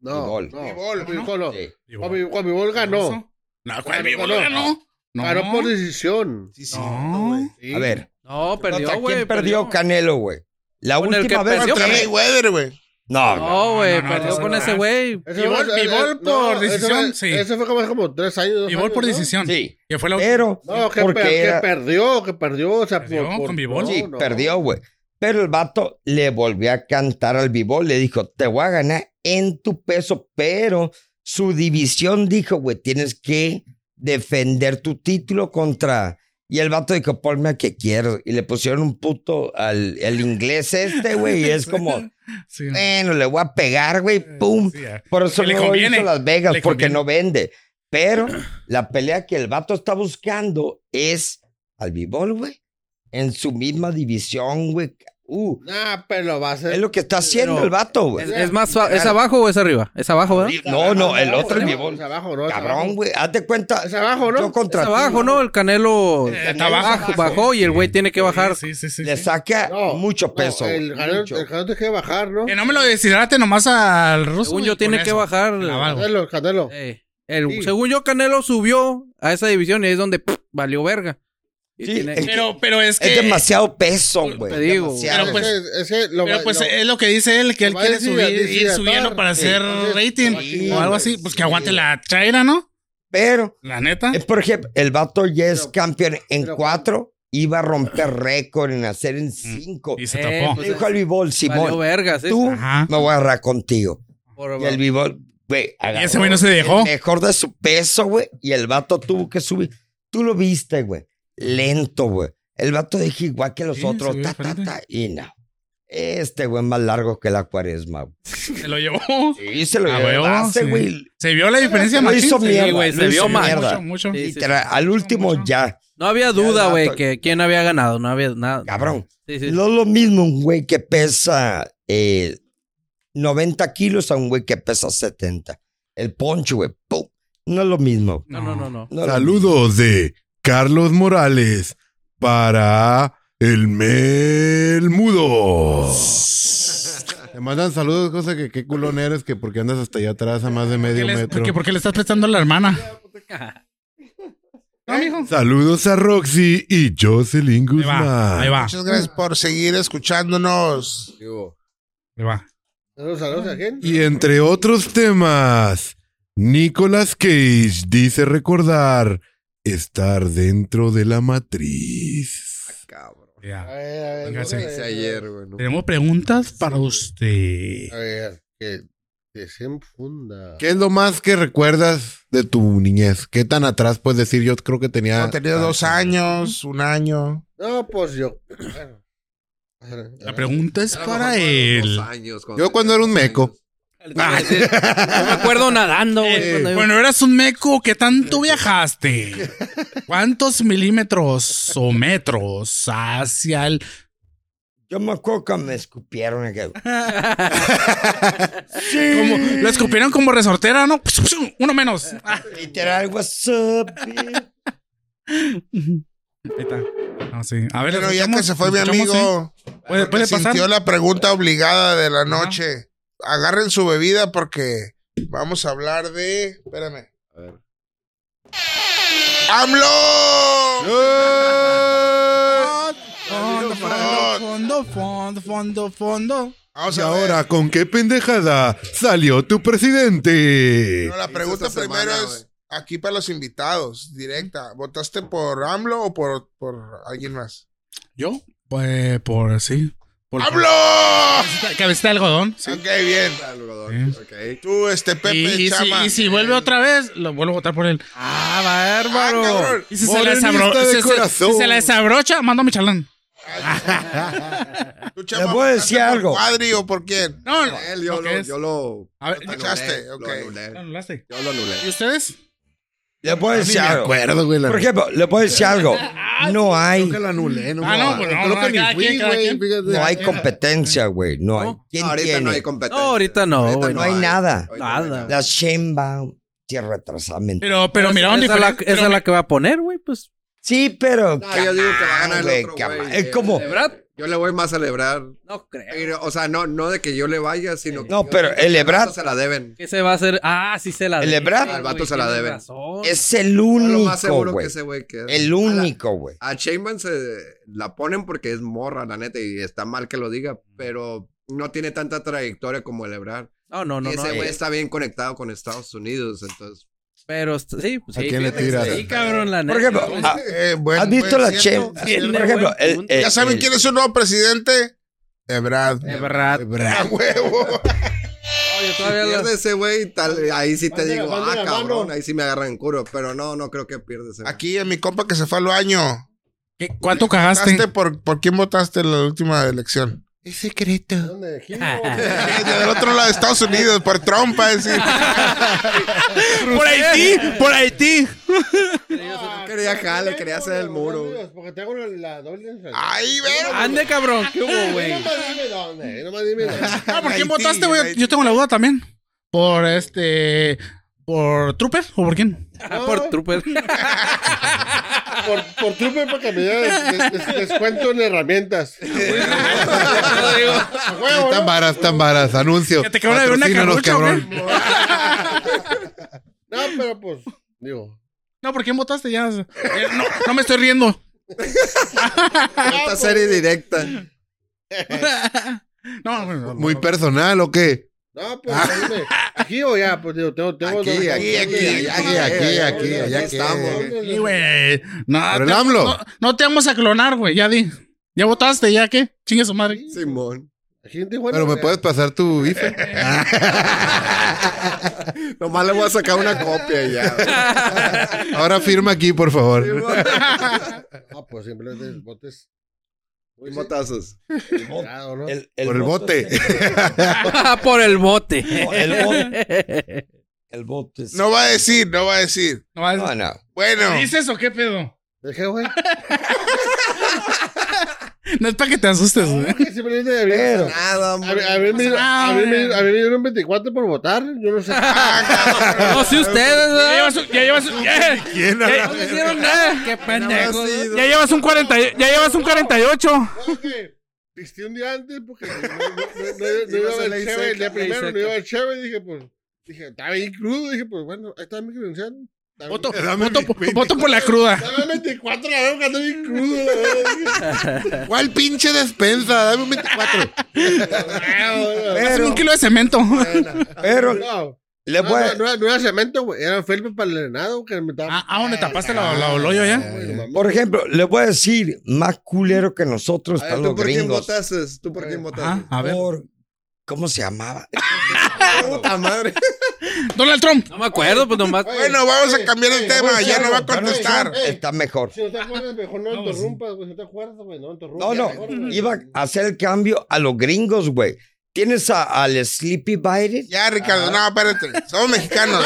No,
Bibol.
no.
Bibol,
Bibol no.
Sí.
Juan Bib- Juan Bibol ganó.
No,
¿cuál
¿cuál
Bibol?
no ganó? No.
Ganó por decisión.
Sí,
No.
Sí.
A ver,
No, perdió,
¿contra
güey.
quién perdió Canelo, güey? La
Con el
última
que
vez.
perdió,
que-
Contra Mayweather, güey.
No, no.
No, güey.
No, no, no,
perdió
no,
con
no,
ese
no.
güey.
Eso
Bibol-
fue- eh,
Bibol por
eso
decisión,
fue-
sí.
Eso fue como hace como tres años. dos
Y gol
años,
por
¿no?
decisión.
Sí.
Que fue la
Pero
No, que,
Porque
per- que
era-
perdió, que perdió. O sea,
¿Perdió con Bibol?
no,
Sí,
no.
perdió, güey. Pero el vato le volvió a cantar al b-ball, le dijo, te voy a ganar en tu peso, pero su división dijo, güey, tienes que defender tu título contra... Y el vato dijo, ponme a que quieras. Y le pusieron un puto al el inglés este, güey. Y
*laughs*
es
*laughs*
como,
Sí. Eh,
bueno, le voy a pegar, güey, pum.
Sí, ya.
Por eso
Porque le
no lo
conviene,
hizo Las Vegas,
le
porque
conviene.
no vende. Pero la pelea que el vato está buscando es al b güey. En su misma división, güey. Uh,
Nah, pero va a
es
ser.
lo que está haciendo
Pero-
el vato, güey.
Es, es más fa- ¿Es abajo o es arriba? Es abajo, ¿verdad?
No, no, el otro es mi
Es abajo, ¿no? Es
Cabrón,
abajo.
güey. Hazte cuenta.
Es abajo, ¿no?
Yo
Es
contra ti,
abajo, ¿no? El canelo
está
baj-
abajo.
bajó y el güey tiene que bajar.
Sí, sí, sí.
Le
sí.
saca
No,
mucho
no,
peso.
el
güey,
jalón,
mucho.
el jalón tiene que bajar, ¿no?
Que no me lo deshidrate nomás al ruso.
Según
y
yo,
con
tiene
eso.
que bajar.
La valgo.
Canelo, Canelo.
Eh, el-
Sí.
Según yo, Canelo subió a esa división y ahí es donde pff, valió verga. Y
Sí,
tiene-
el-
Pero, pero es que.
Es demasiado peso, güey.
te digo,
demasiado.
Pero pues-
Ese- ese lo
Pero
va-
pues
lo-
es lo que dice él, que él
lo va
quiere
a decir,
subir,
decir,
ir
atar.
subiendo para
Sí.
hacer
Entonces,
rating
sí,
o algo
güey,
así. Pues que
sí.
aguante la chaira, ¿no?
Pero,
La neta.
eh, por ejemplo, el vato ya es
Pero-
campeón en
pero-
cuatro. Iba a romper récord en hacer en cinco.
Mm, Y se
Eh,
tapó.
Le
pues,
dijo al Bibol,
valió
Simón,
verga. sí.
tú
Ajá.
me voy a agarrar contigo.
Por-
Y el Bibol, güey,
Y
agarró
ese güey no se dejó.
el mejor de su peso, güey. Y el vato tuvo que subir. Tú lo viste, güey. Lento, güey. El vato dijo igual que los
Sí,
otros.
subió
Ta, ta,
diferente.
ta, y no. Este güey más largo que la cuaresma. güey.
Se lo llevó.
Sí, se lo
Ah, güey,
llevó. Hace,
sí.
güey.
Se vio la diferencia,
Lo
machín,
hizo
se
mierda.
vio.
güey,
lo
se
hizo
vio mal.
mierda.
Mucho, mucho.
Sí, sí,
Literal, al último
Mucho.
ya,
No había
Ya,
duda,
el
güey,
vato-
que quién había ganado. No había nada.
cabrón.
Sí, sí.
No es lo mismo un güey que pesa eh, 90 kilos a un güey que pesa 70. El poncho, güey, pum, no es lo mismo.
No, no,
*laughs*
no. no.
No
*laughs*
es lo
Saludos de Carlos Morales para el Mel Mudo.
Te mandan saludos, cosa que qué culón eres, que porque andas hasta allá atrás a más de
¿Por qué
medio
le-
metro.
¿Por qué- por qué le estás prestando a la hermana? No, mijo.
Saludos a Roxy y Jocelyn
Ahí va, ahí
Guzmán.
va,
Muchas gracias por seguir escuchándonos.
ahí va.
Saludos, saludos a quién?
Y entre otros temas, Nicolas Cage dice recordar estar dentro de la matriz.
Cabrón.
A
Ya.
ver, a ver,
Venga,
no,
sí.
Lo
a ver,
hice ayer, güey. ¿no?
Tenemos preguntas para usted.
A ver, que desenfunda.
¿Qué es lo más que recuerdas de tu niñez? ¿Qué tan atrás puedes decir? Yo creo que tenía.
No, tenía dos años, un año.
No, pues yo. Bueno.
La pregunta es
A lo mejor
para
fue a los
él. Ah,
dos años,
Yo cuando era un
tenía
meco.
dos
No me acuerdo nadando, güey. cuando iba-
Eh, Bueno, eras un meco, ¿qué tanto viajaste? ¿Cuántos milímetros o metros hacia el...
Yo me acuerdo que me escupieron. acá.
Como, lo escupieron como resortera, ¿no? Uno menos. Ah,
*laughs* Literal, what's up, bitch?
ahí está. No, sí. A ver,
Pero ya
escuchamos,
que se fue mi
escuchamos,
amigo,
sí. ¿Puede, puede pasar?
sintió la pregunta obligada de la noche. Agarren su bebida porque vamos a hablar de. Espérame.
A ver.
¡AMLO!
Fondo, fondo, fondo, fondo, fondo.
Vamos
Y
a
ahora,
ver.
¿con qué pendejada salió tu presidente?
No, la pregunta
Esta
primero
semana,
es aquí para los invitados, directa. ¿Votaste por AMLO o por, por alguien más?
¿Yo? Pues, por sí. Por,
¡AMLO!
Cabecita de algodón. sí.
Ok, bien.
algodón, ok.
Tú, este Pepe
Y, y si,
Chama.
y si vuelve otra vez, lo vuelvo a votar por él.
Ah,
Ah,
bárbaro.
cabrón.
Y si se la,
Morenista
desabro-
de
si se-
corazón.
si se la desabrocha, mando a mi chalán.
Tú, Chama,
Les voy a decir
¿votaste por
algo.
¿Cuadri o por quién?
No, no.
Él, yo,
¿Lo
lo,
que es?
yo lo.
A ver,
lo anulé,
tachaste,
lo
ok.
anulé.
¿lo anulaste?
Yo lo
¿Y
anulé.
ustedes?
Le voy a decir algo.
Recuerdo, güey. La...
Por ejemplo, le voy a decir algo. No hay,
la anulé, no.
Ah, no, pues no, no, cada quien, cada quien.
no hay competencia, güey. No hay. ¿Quién
ahorita
tiene?
no hay competencia.
No, ahorita no, güey.
No hay nada.
Ahorita no hay
Nada.
La Sheinbaum tierra retrasada. mentira.
Pero, pero miraron
esa es la,
diferente.
esa es la que va a poner, güey. Pues.
Sí, pero.
No, yo digo que va a ganar el
güey,
otro,
cabrón.
güey.
Es como.
¿Verdad?
Yo le voy más a celebrar.
No creo.
O sea, no, no de que yo le vaya, sino que.
No,
yo
pero
digo que
el
al vato
Ebrard-
se la deben.
¿Qué se va a hacer? Ah, sí se la
¿El
deben,
Ebrard?
güey,
Al vato se la
tienes
deben.
razón.
Es el
Yo lo más
único,
seguro
güey.
que ese güey que es.
El único, güey.
A Sheinbaum se la ponen porque es morra, la neta, y está mal que lo diga, pero no tiene tanta trayectoria como el Ebrard.
No, no, no,
Y
no.
ese güey
eh,
está bien conectado con Estados Unidos, entonces.
Pero est- sí, pues,
¿A
sí,
quién le
fíjate,
tiras?
Sí, cabrón, la neta.
Por ejemplo,
güey.
ah,
Eh, bueno,
¿has visto
pues,
la
cierto.
Sheinbaum?
cierto.
Por ejemplo, el- el-
¿Ya saben
el-
quién es su nuevo presidente? Ebrad.
De verdad.
A huevo.
Oye, todavía lo-
Pierde ese güey, tal- ahí sí te
Mándela,
digo, ah,
mándela,
cabrón,
mano.
ahí sí me agarran en curo, pero no, no creo que pierda ese güey.
Aquí en mi compa que se fue al baño.
¿Qué- ¿Cuánto cagaste?
¿Votaste por, por quién votaste en la última elección?
Es secreto.
¿Dónde? ¿De
*laughs*
Gil?
Ah,
*laughs* Del otro lado de Estados Unidos, por trompa. Es decir,
¡Por Haití! ¡Por Haití!
quería jale, quería hacer el muro. Ah.
Amigos, Porque tengo la, la doble en francés.
¡Ay, ver!
Ande, cabrón. ¿Qué hubo, güey?
No más dime dónde, no más dime dónde.
Ah, ¿por quién
Haití,
votaste, güey?
Haití.
Yo tengo la duda también. ¿Por este. por Trooper o por quién?
Ah, Por *laughs* trooper.
Por, por Trooper para que me dé des- des- descuento en
*laughs*
herramientas. A huevo,
Tan
¿no?
varas, tan varas. Anuncio.
¿Que te quedaron de ver una
Patrocínanos,
carrucha,
cabrón.
No,
güey?
pero pues, digo.
No, ¿por quién votaste? Ya. eh, No, no me estoy riendo.
Esta serie directa.
No, güey, no, no.
Muy personal, ¿o qué?
No, pues, dime, aquí o ya, pues digo, tengo, tengo
Aquí,
dos-
aquí,
Aquí, aquí, aquí, aquí.
allá
allá
que- estamos,
que-
güey.
Sí, güey. No,
Por el
te-
AMLO.
No, no te vamos a clonar, güey. Ya di. Ya votaste, ya qué. Chingue su madre.
Simón.
Aquí en Tijuana,
Pero me
o sea,
puedes pasar tu bife.
Nomás le voy a sacar una copia y ya.
*laughs*
güey.
Ahora firma aquí, por favor.
Ah, pues simplemente botes. Muy
Motazos.
El bote.
cerrado, ¿no?
El,
Por el bote.
Ah, Por el bote.
El bote. El bote.
No va a decir, no va a decir.
No, es-
no. no.
Bueno,
¿Dices o qué pedo?
¿De qué, güey?
No es para que te asustes, güey.
Que Simplemente debería.
Nada,
A
hombre.
ver, a ver, mira, a ver, mira, a ver, me dieron 24 por votar. Yo no sé.
*laughs* No sé ustedes,
Ya
¿verdad?
llevas, un- ya llevas, un- *laughs* ya-
¿Quién?
No me hicieron nada. Qué pendejo.
ya llevas un 40, y- ya llevas un 48.
Oye, Viste un día antes porque no, no, no- no- no iba a ver
ley
el cheve. El día
seca, ley
primero no
seca.
iba a ver el cheve. Dije, pues, dije, está bien crudo. Dije, pues, bueno, ahí está mi credencial. Está bien-
Voto,
Dame
voto,
mi
por-
20.
voto por la cruda.
Dame 24 la verga, está bien crudo. La verga.
*laughs*
Dije,
¿Cuál pinche despensa? Dame un 24.
*laughs* "Ah,
Hazme
Pero,
un kilo de cemento.
pero
bueno". No,
le
no,
voy a-
no, no, no era cemento, güey. Era felpa para el venado que me estaba.
Ah, ah, ¿dónde tapaste la, la oloyo ya?
Ah, Güey, no mames.
Por ejemplo, le voy a decir, más culero que nosotros
A
están
ver,
los
¿tú por quién
gringos.
votases? ¿Tú por quién votases?
Ajá, Ah, a ver.
Por- ¿Cómo se llamaba?
Puta madre.
Donald Trump.
No me acuerdo, pues nomás.
bueno, vamos a cambiar el
Ey,
tema.
ey,
Ya no va a
Donald Trump.
contestar.
Ey,
Está mejor.
Si no te acuerdas, mejor no
Vamos.
interrumpas, güey. Si no te acuerdas, güey, no interrumpas.
No, no, iba a hacer el cambio a los gringos, güey. Tienes a, al Sleepy Biden.
Ya, Ricardo, no, espérate. Somos mexicanos.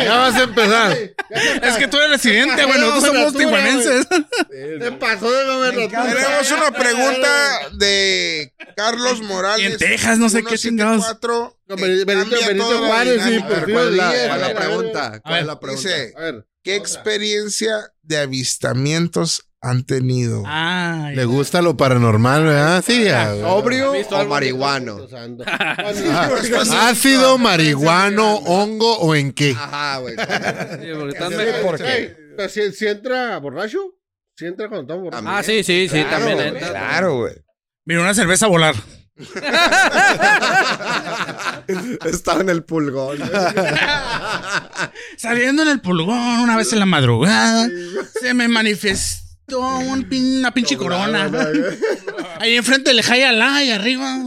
Ya vas a empezar.
Es que tú eres residente, güey.
Era
Nosotros somos
gobernatura,
tijuanenses.
Te pasó de gobernatura.
Tenemos una pregunta de Carlos Morales.
En Texas, no sé qué chingados.
474,
Con
que
Benito-
cambia
Benito-
toda
Benito
la
Juárez, sí,
dinámica.
A ver,
Porfirio
¿cuál es la,
Díaz,
cuál es la
a ver,
pregunta? ¿Cuál es la pregunta?
Dice,
A ver,
¿qué
otra.
experiencia de avistamientos han tenido?
*laughs*
Ay.
Le gusta lo paranormal, ¿verdad? Sí, ya, güey.
¿Sobrio
¿Visto
o
algo?
marihuano?
Santo.
Ah, ¿Ácido, marihuano, hongo o en qué?
Ajá, güey.
eh,
*laughs*
Sí, porque están-
Sí, ¿por qué?
Ey, pero si, si entra borracho, si entra cuando estamos borrachos.
Ah, sí, sí, sí,
Claro,
también. eh.
güey,
entra.
claro, güey.
Mira, una cerveza a volar.
Estaba en el pulgón.
Saliendo en el pulgón una vez en la madrugada, se me manifestó un pin- una pinche corona. Ahí enfrente del Jayala y arriba.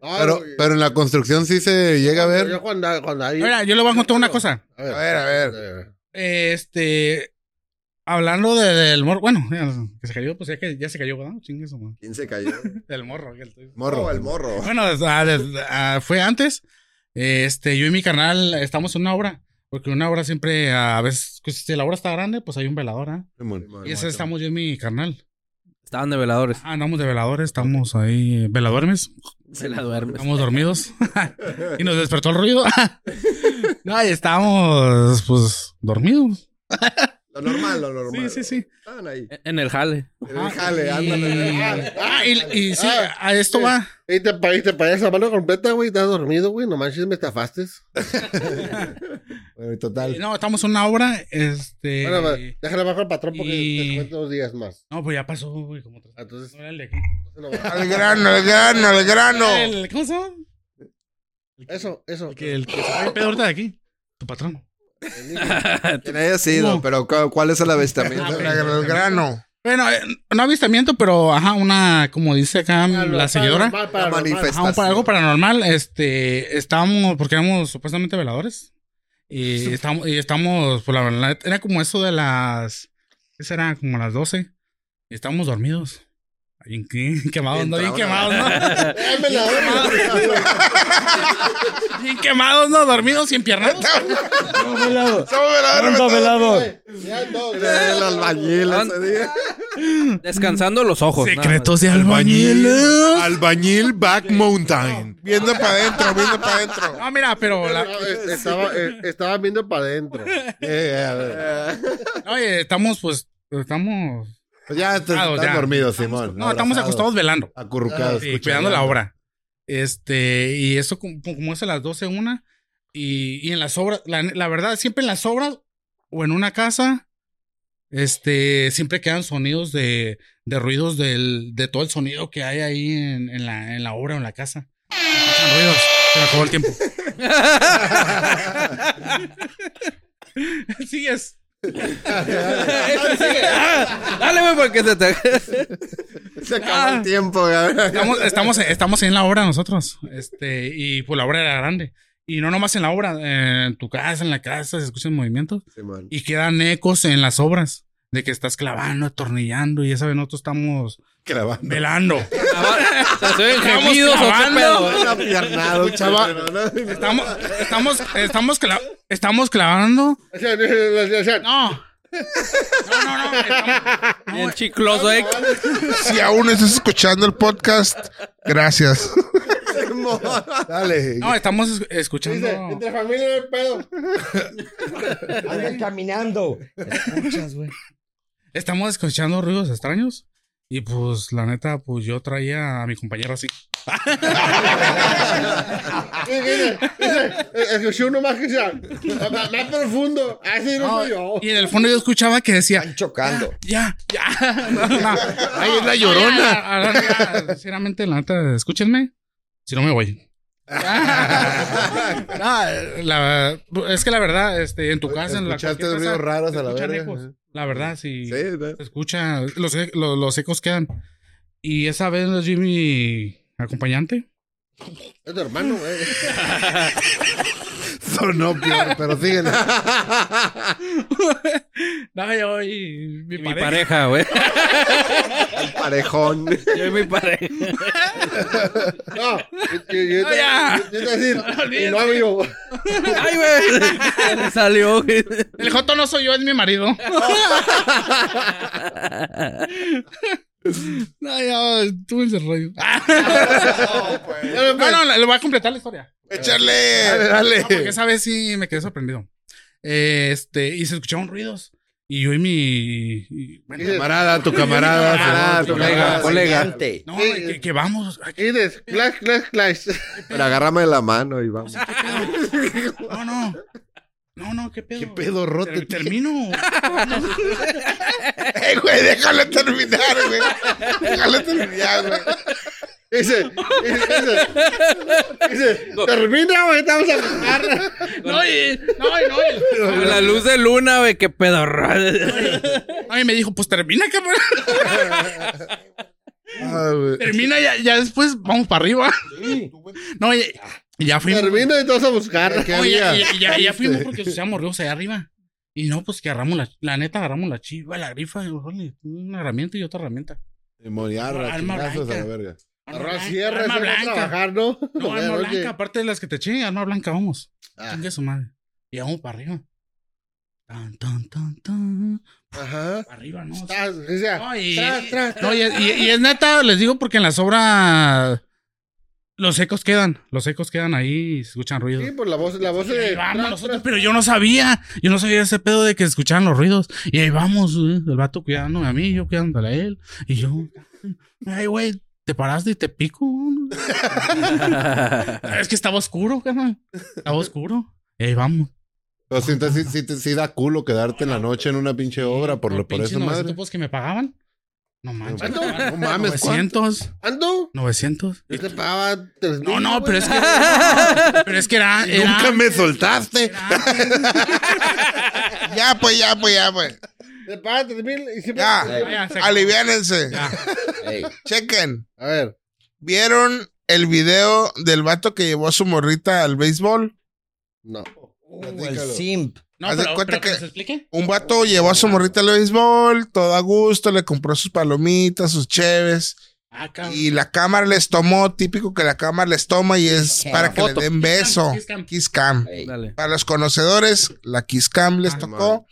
Ah,
Pero,
güey.
pero en la construcción sí se llega a ver.
Yo cuando, cuando hay...
Mira, yo le voy a contar una cosa.
a
A ver, a ver.
Este. Hablando de- del morro. Bueno, ya, que se cayó, pues ya, que, ya se cayó, ¿verdad? Chingue su madre.
¿Quién se cayó?
Del morro. que estoy-
Oh,
Morro.
el morro.
Bueno, des- ah, des- ah, fue antes. Este, yo y mi carnal estamos en una obra. Porque una obra siempre, a veces, pues, si la obra está grande, pues hay un velador, ¿ah? Y ese estamos yo y mi carnal.
Estaban de veladores.
Ah, andamos de veladores, estamos ahí. ¿Veladormes?
Se la duermes.
Estamos dormidos. *laughs* y nos despertó el ruido. *laughs* no, y estábamos, pues, dormidos.
Lo normal, lo normal.
Sí, sí, sí.
Estaban ahí.
En el jale.
Ah, Jale,
Y-
ándale.
Ah, y, y sí,
Ah,
a esto va.
Y te, pa- y te pagas la mano completa, güey. Estás dormido, güey. No manches, me estafaste.
Bueno, y total.
No, estamos en una obra, este...
Bueno, pues, déjale bajo al patrón porque
y-
te cuento dos días más.
No, pues ya pasó, güey, como tres-
Entonces-
no era el de aquí.
Entonces, no va.
Al grano, al grano, al grano.
Ah, El- ¿Cómo se llama?
Eso, eso.
El *laughs* que, el que se fue pedo ahorita de aquí. Tu patrón.
¿Quién haya sido?
No.
Pero cu- ¿cuál es el
Ah,
avistamiento? *laughs*
Al al grano.
Bueno, eh, no avistamiento, pero ajá, una, como dice acá Mm, la seguidora,
Paranormal,
La
paranormal.
ajá, un-
manifestación.
algo paranormal, este, estábamos, porque éramos supuestamente veladores, y estamos, y estamos, pues la verdad, era como eso de las, ¿qué será? Como las 12, y estábamos dormidos. Bien que- quemados, ¿no? Bien
Entraba
quemados, ¿no? Bien quemados, ¿no? Dormidos y empiernados.
Estamos velando,
Anda, velado.
El albañil ese día.
Descansando los ojos. nada más.
Secretos de albañiles.
Albañil Back Mountain.
Viendo para adentro, viendo para
*laughs*
adentro.
No, mira, pero la,
No, es- estaba, eh, estaba viendo para
*laughs*
adentro.
oye, estamos pues, estamos,
Pues ya te-
Ah, o
estás
sea,
dormido, Simón.
no, estamos
Abrazados,
acostados velando.
Acurrucados.
Sí, cuidando la obra. Este, y eso como, como es a las 12, una. Y, y en las obras, la, la verdad, siempre en las obras o en una casa, este, siempre quedan sonidos de, de ruidos del, de todo el sonido que hay ahí en, en la, en la obra o en la casa. Escuchan ruidos. Se me acabó el *laughs* tiempo.
*laughs*
Así es.
Dale, güey, porque se te. *laughs*
Se acabó
Ah.
el tiempo,
*laughs*
güey.
estamos, estamos, estamos ahí en la obra nosotros. Este, y pues la obra era grande. Y no nomás en la obra, eh, en tu casa, en la casa, se escuchan movimientos.
Simón.
Y quedan ecos en las obras de que estás clavando, atornillando. Y esa vez nosotros estamos
Clavando.
velando.
Se suben
Estamos
gemidos o qué
clavando.
pedo. güey?
Una piernado, chaval.
Estamos, estamos, estamos, cla- estamos clavando.
O sea, o sea,
No. No, no, no. estamos-
Bien chicloso, eh.
Si aún estás escuchando el podcast, gracias.
Dale.
no, estamos es-
dice,
escuchando.
entre familia no hay pedo.
Anda caminando. Escuchas, güey.
Estamos escuchando ruidos extraños. Y pues, la neta, pues yo traía a mi compañero así.
Dice, dice, dice, Escuché uno más que sea más más profundo. Así no soy yo.
Y en el fondo yo escuchaba que decía,
Están chocando.
ya, ya. *laughs* No, no, no. Ahí es la llorona. sinceramente, la neta, escúchenme. Si no me *laughs* voy. No, la- es que la verdad, este, en tu casa, en la
Escuchaste ruidos
cualquier casa,
raros a la
escuchan
verga.
ecos. La verdad, sí.
Sí, ¿verdad?
Se escucha, los, e- lo- los ecos quedan. Y esa vez Jimmy acompañante.
Es tu hermano, eh.
*laughs*
güey.
Sonó peor, pero siguen.
*laughs*
No, yo y mi,
Y Mi
pareja.
pareja, güey.
Parejón.
Yo y mi pareja.
No, y- y- y- yo
No,
te-
ya.
yo te iba a
*laughs*
decir,
olvídate.
y no amigo.
Ay, güey. Le *laughs* salió, güey.
El Joto no soy yo, es mi marido. no, ya, tú el rollo.
Bueno,
No,
pues,
no, le voy a completar la historia.
Échale.
No, porque esa vez sí me quedé sorprendido. Eh, este, y se escuchaban ruidos. Y yo y mi. y- bueno,
Dices,
Camarada, tu camarada.
Camarada,
Simón, tu
tu
Colega, colega.
Gigante.
no, de que, que vamos. ay,
y dices, clash, clash, clash.
Pero agárrame la mano y vamos.
No, no. No, no, qué pedo.
¿Qué pedo rote?
Ter- termino. *laughs*
Eh, güey, déjale terminar, güey. Déjale terminar, güey.
Dice, dice, dice, termina, güey, te vamos a pagar.
no, y, no, y, no. y-
Con la luz de luna, güey. Qué pedo.
no, y me dijo, pues termina, cabrón.
Ah, güey.
Termina ya, ya después vamos para arriba. *laughs* No, y, y ya fuimos.
Termina Este. y te vas a buscar.
No, y ya, y ya- y ya fuimos porque escuchamos ríos allá arriba. Y no, pues que agarramos la, la neta, agarramos la chiva, la grifa, y, órale, una herramienta y otra herramienta.
Simón, ya,
Alma
rachingazos a la
blanca.
verga.
Arma
Arroz
blanca,
cierra,
arma
se va a
blanca.
trabajar, ¿no?
No, arma
Oye,
blanca, aparte de las que te chingan, arma blanca, vamos.
Ah.
Chingue su madre. Y vamos para arriba. Tan, tan, tan, tan.
Ajá. Ah,
Para arriba, ¿no?
Tras, o sea,
No, y,
tras, tras,
no, y- y- y es neta, les digo porque en las obras los ecos quedan, los ecos quedan ahí y se escuchan ruidos.
Sí, pues la voz, la voz
Y ahí
de.
vamos
tras,
nosotros,
tras.
pero yo no sabía, yo no sabía ese pedo de que escuchaban los ruidos. Y ahí vamos, eh, el vato cuidándome a mí, yo cuidándole a él. Y yo, ay, güey, te paraste y te pico. *laughs* es que estaba oscuro, carnal. Estaba oscuro. Y ahí vamos.
Pero sí, entonces sí, sí te- sí da culo quedarte en la noche en una pinche obra por, lo, por
Pinches
eso,
900
madre.
pesos que me pagaban. No manches.
¿Cuánto?
No mames, ¿cuánto?
900,
¿Ando?
900.
Yo te pagaba tres
No,
mil,
no,
güey.
pero es que. no, *laughs* pero es que era. era-
Nunca me soltaste.
Ya, pues, ya, pues, ya, pues.
Te pagaba tres mil y siempre.
Ya.
Ah, Ya, se acabó.
Aliviánense. *laughs*
Ya.
Ey,
Chequen.
A ver.
¿Vieron el video del vato que llevó a su morrita al béisbol?
No.
el Oh, simp.
No,
Haz de
pero,
cuenta
pero que
que-
se explique.
Un vato llevó a su morrita al béisbol, todo a gusto, le compró sus palomitas, sus cheves.
Ah, cabrón.
Y la cámara les tomó, típico que la cámara les toma y es
Ok,
para
la
que le
foto.
den beso.
Kiss cam,
Kiss cam.
Ey,
Dale.
Para los conocedores, la Kiss Cam les
Ah,
tocó.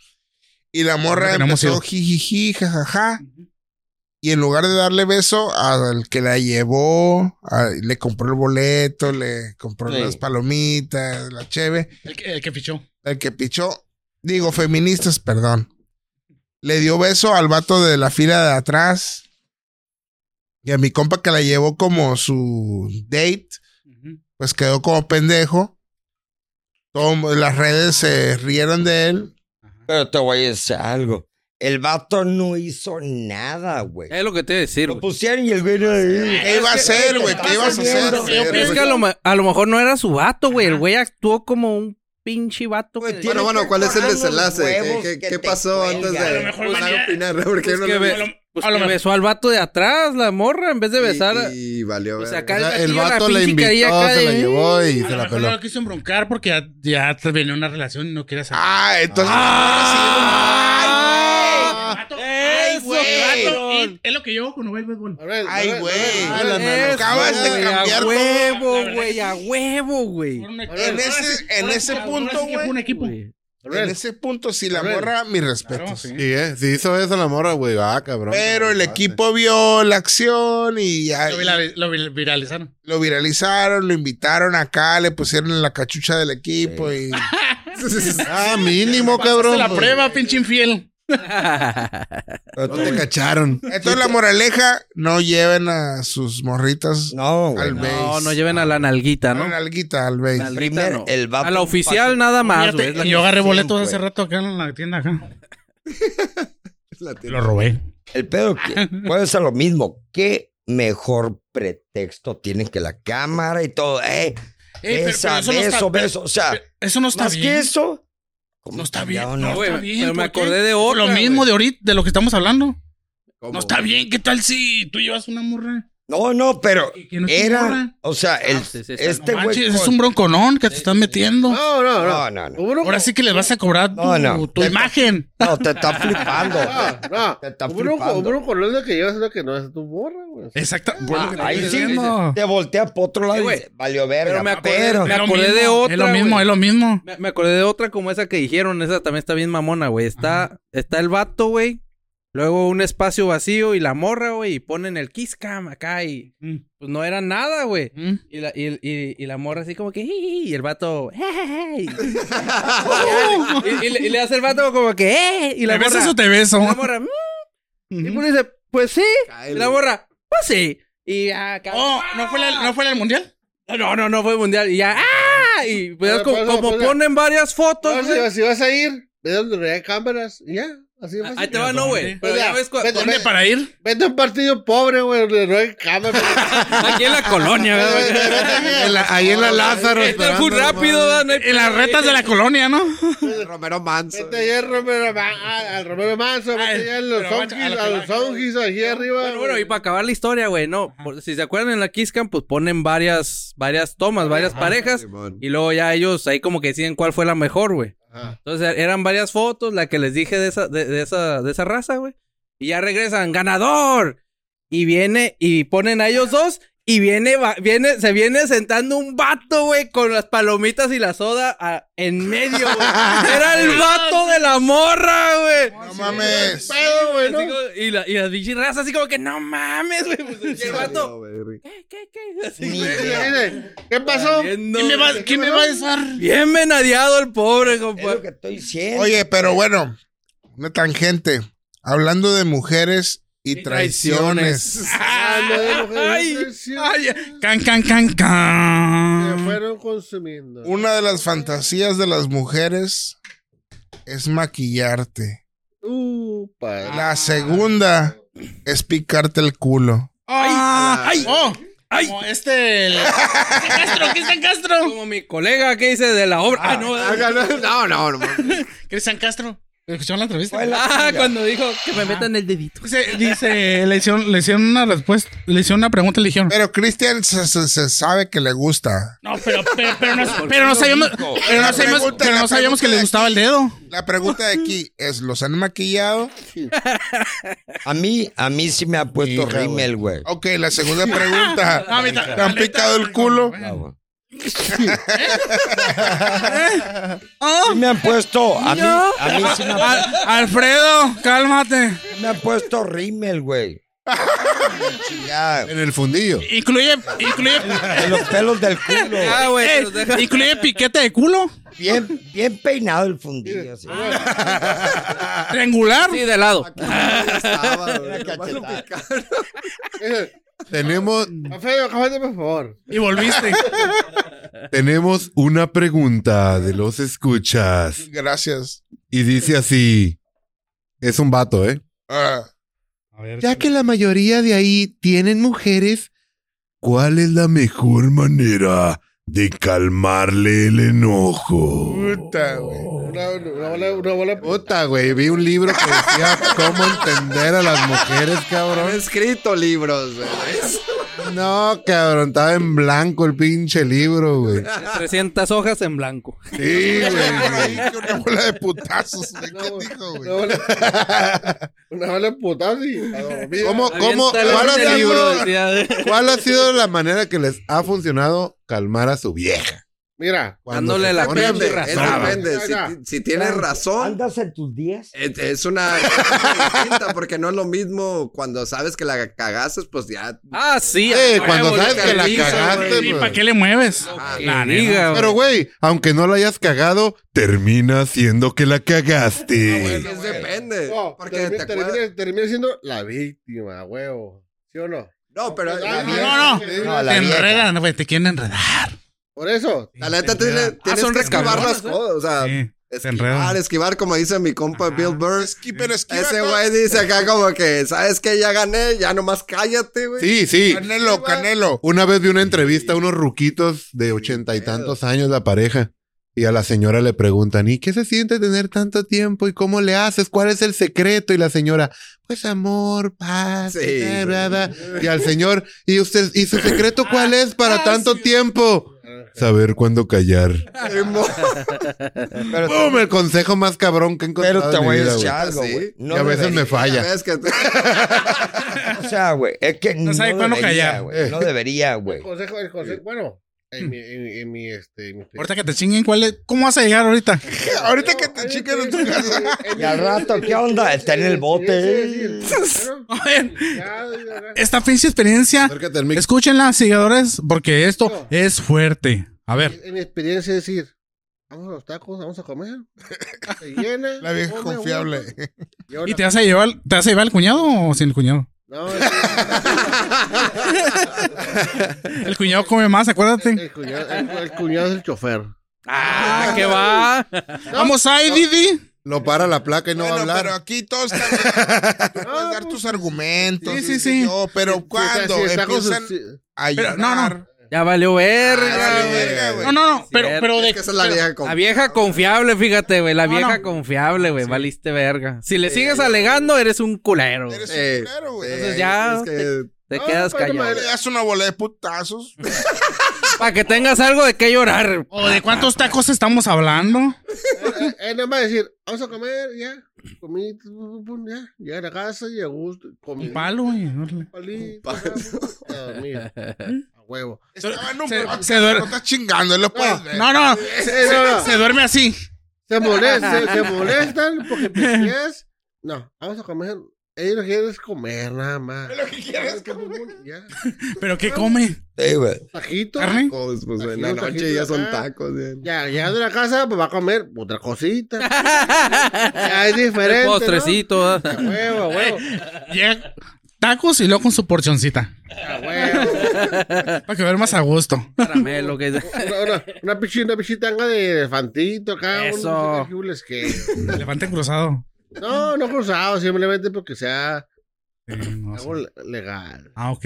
Y la morra
Creo que no hemos
empezó
ido.
jijiji, jajaja. Y en lugar de darle beso al que la llevó, a- le compró el boleto, le compró
Sí.
las palomitas, la cheve,
El que, el que fichó.
el que pichó, digo, feministas, perdón. Le dio beso al vato de la fila de atrás. Y a mi compa que la llevó como su date
Ujú.
pues quedó como pendejo. Todo- las redes se rieron de él.
Pero te voy a decir algo. El vato no hizo nada, güey.
Eh,
Es lo que te iba a decir,
Lo
güey.
pusieron y el güey no.
¿Qué iba a hacer, güey? ¿Qué ibas a hacer?
Pero
güey?
yo
Es que a lo, ma- a lo mejor no era su vato, güey. El
Ajá.
güey actuó como un pinche vato.
Güey,
que-
tiene-
Bueno, bueno, ¿cuál es el
Tienes que
desenlace?
cortar los
¿Qué,
huevos
qué-
que te
qué pasó
cuelgan.
antes
A
de
lo mejor venía-
para opinar? Porque
Pues
no
que
lo
ve-
A lo-
pues
a lo
que
mejor-
besó al vato de atrás, la morra, en vez de besar. a-
Y, y valió.
o sea,
verga.
acá
O sea,
el
el vato
vato
la
la pinche carilla
invitó,
acá
se la
de-
llevó y
¿Eh? A
se
lo
la
mejor
peló.
no lo quiso embroncar porque ya, ya te venía una relación y no quería salir.
Ah, entonces.
Ah.
¡Ay, güey!
Es lo que yo con el béisbol.
A ver,
Ay,
a ver,
güey.
a ver, a
Ah,
ver.
la
Eso,
acabas de
güey,
cambiar todo.
A
La
huevo,
verdad
güey,
que
a
sí.
huevo, güey.
En ese- en ese punto,
que fue un equipo.
Güey.
sí, En ese punto, si la
A ver.
morra, mis
Claro,
respetos.
sí.
Sí, eh, sí hizo eso la morra, güey. Ah, cabrón.
Pero el equipo vio la acción y ya
Lo, vira- lo vir- viralizaron.
lo viralizaron, lo invitaron acá, le pusieron la cachucha del equipo
*laughs*
y.
Ah, mínimo,
Se
cabrón.
la
pues.
prueba, pinche infiel.
No te cacharon.
Entonces, la moraleja, no lleven a sus morritas
No,
al
güey.
béis.
No, no lleven a la nalguita, ¿no?
A la nalguita, al béis. *laughs*
La nalguita,
Primer-
no.
el vato
a la oficial
pasó-
nada más, Ah, güey.
Fíjate,
es la-
yo agarré
sí,
boletos
güey.
hace rato acá en la tienda acá.
La tiene.
Lo robé.
El pedo
*laughs*
que puede ser lo mismo. ¿Qué mejor pretexto tienen que la cámara y todo? Eh, esa,
no
beso,
está,
beso. O sea,
eso no está
más
bien.
que eso. ¿cómo
No está
cambiaron,
bien.
no?
No
Güey,
está bien.
pero me
¿por qué?
acordé de
Por Lo
otra,
mismo
güey.
de ahorita, de lo que estamos hablando.
¿Cómo,
No está
güey?
bien. ¿Qué tal si tú llevas una morra?
No, no, pero
Que- que no te
era,
borra.
o sea, el,
Ah, sí, sí, está-
este
no
güey.
manches, es
con-
un bronconón que te están metiendo.
No, no,
No,
Ah, no.
no, no.
Hubo uno-
Ahora sí que le vas a cobrar tu,
No, no.
tu imagen.
No, te
*laughs*
está flipando.
No,
güey.
no.
Te está
Hubo uno-
flipando.
hubo uno con los de que llevas una que no es tu morra, güey.
Exacto.
Ah, ahí
te
sí
dicen.
te voltea por otro lado
Sí,
y
güey.
dice, valió verga.
Pero me acordé- me
Es lo
acordé de
mismo,
otra,
Es lo mismo,
güey.
es
*laughs*
lo mismo.
Me, me acordé de otra como esa que dijeron, esa también está bien mamona, güey. Está, está el vato, güey. Luego un espacio vacío y la morra, güey, y ponen el kiss cam acá y pues no era nada, güey.
Mm.
Y la, y, y- y la morra así como que, "Ji, ji, ji", y el vato, "Je, je, je", y, y le- y le hace el vato como que, "Eh", y la
¿Te besas
morra,
o te beso?
y la morra, "Mm", y uno dice, pues sí, y la morra, pues sí, y ya, ca-
Oh, ¿no fue, la, ¿no fue la del mundial?
no, no, no fue mundial, y ya, ¡ah! Y pues,
Pero,
como,
pero,
como
pero-
ponen varias fotos,
No,
güey.
si, si vas a ir, ve donde no hay cámaras. y Ya, así de fácil.
Ah, Ahí te va, no, güey. Pero
O sea,
ya ves cua-
vete-
¿dónde?
¿Dónde para ir?
Vete a un partido pobre, güey, donde no hay
*laughs*
cámaras.
Aquí en la colonia,
Vete-
¿verdad?
vete aquí a-
En la- ahí en la Lázaro.
Está
esperando,
muy rápido, ¿verdad? No hay-
En las retas de la colonia, ¿no?
Romero Manso.
Vete allá al Romero, Ma- a- al Romero Manso, vete
Ah, el-
allá a los
pero macho, a
Onkis,
la
a
que
los
va.
Onkis, aquí arriba.
Bueno, bueno, y para acabar la historia, güey, no. por- si se acuerdan en la Kiss Cam, pues ponen varias, varias tomas, varias parejas.
Simón.
Y luego ya ellos ahí como que deciden cuál fue la mejor, güey.
Ajá.
Entonces er-, eran varias fotos, la que les dije de esa, de, de esa, de esa raza, güey. Y ya regresan, ganador. Y viene, y ponen a ellos dos, y viene, va- viene, se viene sentando un vato, güey, con las palomitas y la soda a- en medio, güey. Era el vato de la morra, güey.
No mames.
Pedo, güey,
Así
¿no?
como- y, la, y las bichis razas así como que no mames, güey. Pues, y el vato. ¿Qué, qué, qué? Así,
Ni
güey,
idea.
Dice, ¿Qué pasó?
saliendo,
¿Quién me va,
güey.
quién me va a besar?
Bien menadeado el pobre,
Es lo que
compadre.
estoy diciendo.
Oye, pero bueno, una tangente. Hablando de mujeres y,
Y
traiciones.
Ah, no, de mujeres,
Ay,
de traiciones.
Ay, can, can, can,
Se
can.
fueron consumiendo.
Una de las fantasías de las mujeres es maquillarte.
Uh, padre.
La segunda es picarte el culo.
Ah,
Ay,
ay, oh, ay. Como este, el... Cristian Castro, Cristian Castro.
Como mi colega que dice de la obra. Ah, no,
Ah, no, no, no.
Cristian Castro. ¿Escucharon la entrevista?
Fue la
Ah,
chinga.
cuando dijo que me
Ajá.
metan el dedito.
*laughs* Dice, dice, le hicieron, le hicieron una respuesta, le hicieron una pregunta y le dijeron.
Pero Cristian se, se- se sabe que le gusta.
No, pero, pero, pero no, pero no sabíamos, pero
La
no sabíamos,
pregunta-
pero
la
no sabíamos que
pregunta
le
de
gustaba el dedo.
La pregunta de aquí es, ¿los han maquillado?
A mí, a mí sí me ha puesto
Hija, güey.
rímel, güey.
Ok, la segunda pregunta.
Ah, mira,
¿Te han picado el culo?
Ah, güey. Sí me han puesto, a mí, a mí sí me, ha-
Al- Alfredo, cálmate.
me han puesto rímel, güey. Ya,
En el fundillo.
Incluye, incluye,
en los pelos del culo.
Ah, güey.
eh,
se los deja.
incluye piquete de culo,
Bien, bien peinado el fundillo. así.
triangular.
Sí, de lado. *laughs*
Estaba,
Una
güey, nomás lo
cachetada.
picaba.
Tenemos,
Alfredo, cállate, Eh, por favor.
Y *laughs* volviste.
tenemos una pregunta de los escuchas.
Gracias.
Y dice así. Es un vato, ¿eh?
Ah,
Ya que la mayoría de ahí tienen mujeres, ¿cuál es la mejor manera de calmarle el enojo?
puta, güey.
Una, una bola, una bola.
Puta, güey, vi un libro que decía cómo entender a las mujeres,
Han
cabrón.
escrito libros, güey. Es-
No, cabrón, estaba en blanco el pinche libro, güey.
300 hojas en blanco.
Sí, güey.
Que *laughs* una bola de putazos. güey.
No,
¿Qué
güey.
dijo,
Una
güey?
bola, una bola putada y a dormir.
¿Cómo, cómo,
Aviéntale
cuál ha,
este libro,
sido,
eh.
decía,
cuál ha sido la manera que les ha funcionado calmar a su vieja?
Mira,
Cuando
Dándole
se
la
pone
Depende,
razón,
es
brava.
depende. Si,
Oiga.
si tienes razón,
¿Andas en tus días?
es, es una es distinta, porque no es lo mismo cuando sabes que la cagaste, pues ya.
Ah, sí.
Eh,
a
cuando
huevo,
sabes que la
hizo,
cagaste,
güey.
¿Y
güey.
para qué le mueves?
Ah,
La
neta.
diga,
Pero, güey, aunque no la hayas cagado, termina siendo que la
Ah,
es,
cagaste.
es depende.
no,
porque
oh, termina,
te acuerdas-
termina- termina siendo la víctima, huevo. ¿Sí o no?
No, pero
Ah,
la,
no,
neta-
no.
No, la
Te
vieja.
enredan, güey, te quieren enredar.
Por eso.
la neta tiene, tienes
son
que esquivar
rescabrones,
las cosas. O sea,
Ah, Sí, se
esquivar,
enredan.
esquivar, como dice mi compa
Ajá.
Bill Burr.
Esqui- pero esquiva
Ese
todo.
güey dice acá como que, ¿sabes qué? Ya gané, ya nomás cállate, güey.
Sí, sí.
Canelo, Canelo.
Una vez vi una entrevista a unos ruquitos de ochenta y tantos años, la pareja. Y a la señora le preguntan, ¿y qué se siente tener tanto tiempo? ¿Y cómo le haces? ¿Cuál es el secreto? Y la señora, pues amor, paz,
Sí.
bla, bla, bla". Y al señor, ¿y usted, y su secreto cuál es para tanto tiempo? Saber cuándo callar.
Pero,
¡Pum! El consejo más cabrón que he encontrado.
pero te
en mi
voy a
vida,
decir
güey.
algo,
Sí.
güey. No
y a veces me falla.
debería.
¿Sabes que te- *laughs*
O sea, güey, es que no,
sabe cuándo
debería,
callar.
güey, No debería, güey.
El consejo, el consejo. Bueno,
Hmm.
en mi, en, en mi, este. en mi-
Ahorita que te chinguen, ¿cuál es? ¿cómo vas a llegar ahorita?
Ahorita que
Ay,
te chiquen en
sí,
tu
sí,
casa.
sí,
*laughs*
en
Y al
mi-
rato,
en mi-
¿qué onda?
sí,
Está en
sí,
el
sí,
bote.
sí, sí, sí.
*laughs*
Bueno,
Oigan,
ya, ya, ya.
Esta pinche experiencia,
Acércate al mic.
escúchenla, seguidores, porque esto es fuerte. A ver,
En mi experiencia es decir, vamos a los tacos, vamos a
*laughs*
comer. Se llena.
La vieja
come
confiable.
uno, y ahora-
¿y te vas a llevar, te vas a llevar al cuñado o sin el cuñado?
No, es que-
El cuñado come más,
el,
*laughs*
acuérdate.
cuñado, el- el cuñado es el chofer.
Ah, ¿qué va?
Vamos ahí, Didi.
Lo para la placa y no
Bueno,
va a
pero
hablar.
aquí todos están. Tú
Ah,
puedes dar tus argumentos.
Sí, sí,
y
sí.
yo, pero cuando
Sí, pues, está con sus-
empiezan
sí.
a
Pero,
llorar.
no, no.
Ya valió verga,
Ah,
güey.
verga, güey.
No, no, no, pero, pero de
Es que esa es la vieja con-
La vieja confiable, fíjate, güey. La
No,
vieja
no.
confiable, güey. Valiste verga. Si le sigues alegando, eres un culero.
Eres
Eh,
un culero, güey.
eh,
Entonces ya
es que-
Te
No,
quedas
no, no,
callado.
Le das una bola de putazos.
Para que tengas algo de qué llorar.
¿O de cuántos tacos estamos hablando?
Eh, eh, nada más decir, vamos a comer, ya. Comí, pum, pum, pum, ya. Llegué a la casa y a gusto. Comí.
Un palo, güey. órale.
palito, ya, a
*laughs*
dormir. A huevo.
Estaba en un
se-
brote,
se duerme.
No estás chingando, él lo puedes ver.
No, no,
Eh, no, no.
se duerme así. *laughs*
Se molestan, se molestan porque pisteas. No, vamos a comer. Ellos lo que quieren es comer nada más.
Lo que quieras, cabrón.
Ya.
¿Pero qué come?
Sí, güey.
Tajito.
¿Carne?
Tacos, pues
Aquí
en la
los
noche
taquitos
ya son
acá.
tacos. eh.
Ya, ya de la casa, pues va a comer otra
*laughs*
cosita. Ya es diferente.
El
¿no?
postrecito.
A huevo, a huevo.
Llega tacos y luego con su porcioncita.
A huevo.
Para que duermas a gusto.
Caramelo, que
Una, una, una pichi- una pichitanga de elefantito acá. unos
Eso.
chilaquiles que-
Elefante cruzado.
No, no cruzado, simplemente porque sea
Sí, Eh, no sé.
algo le- legal.
Ah, ok.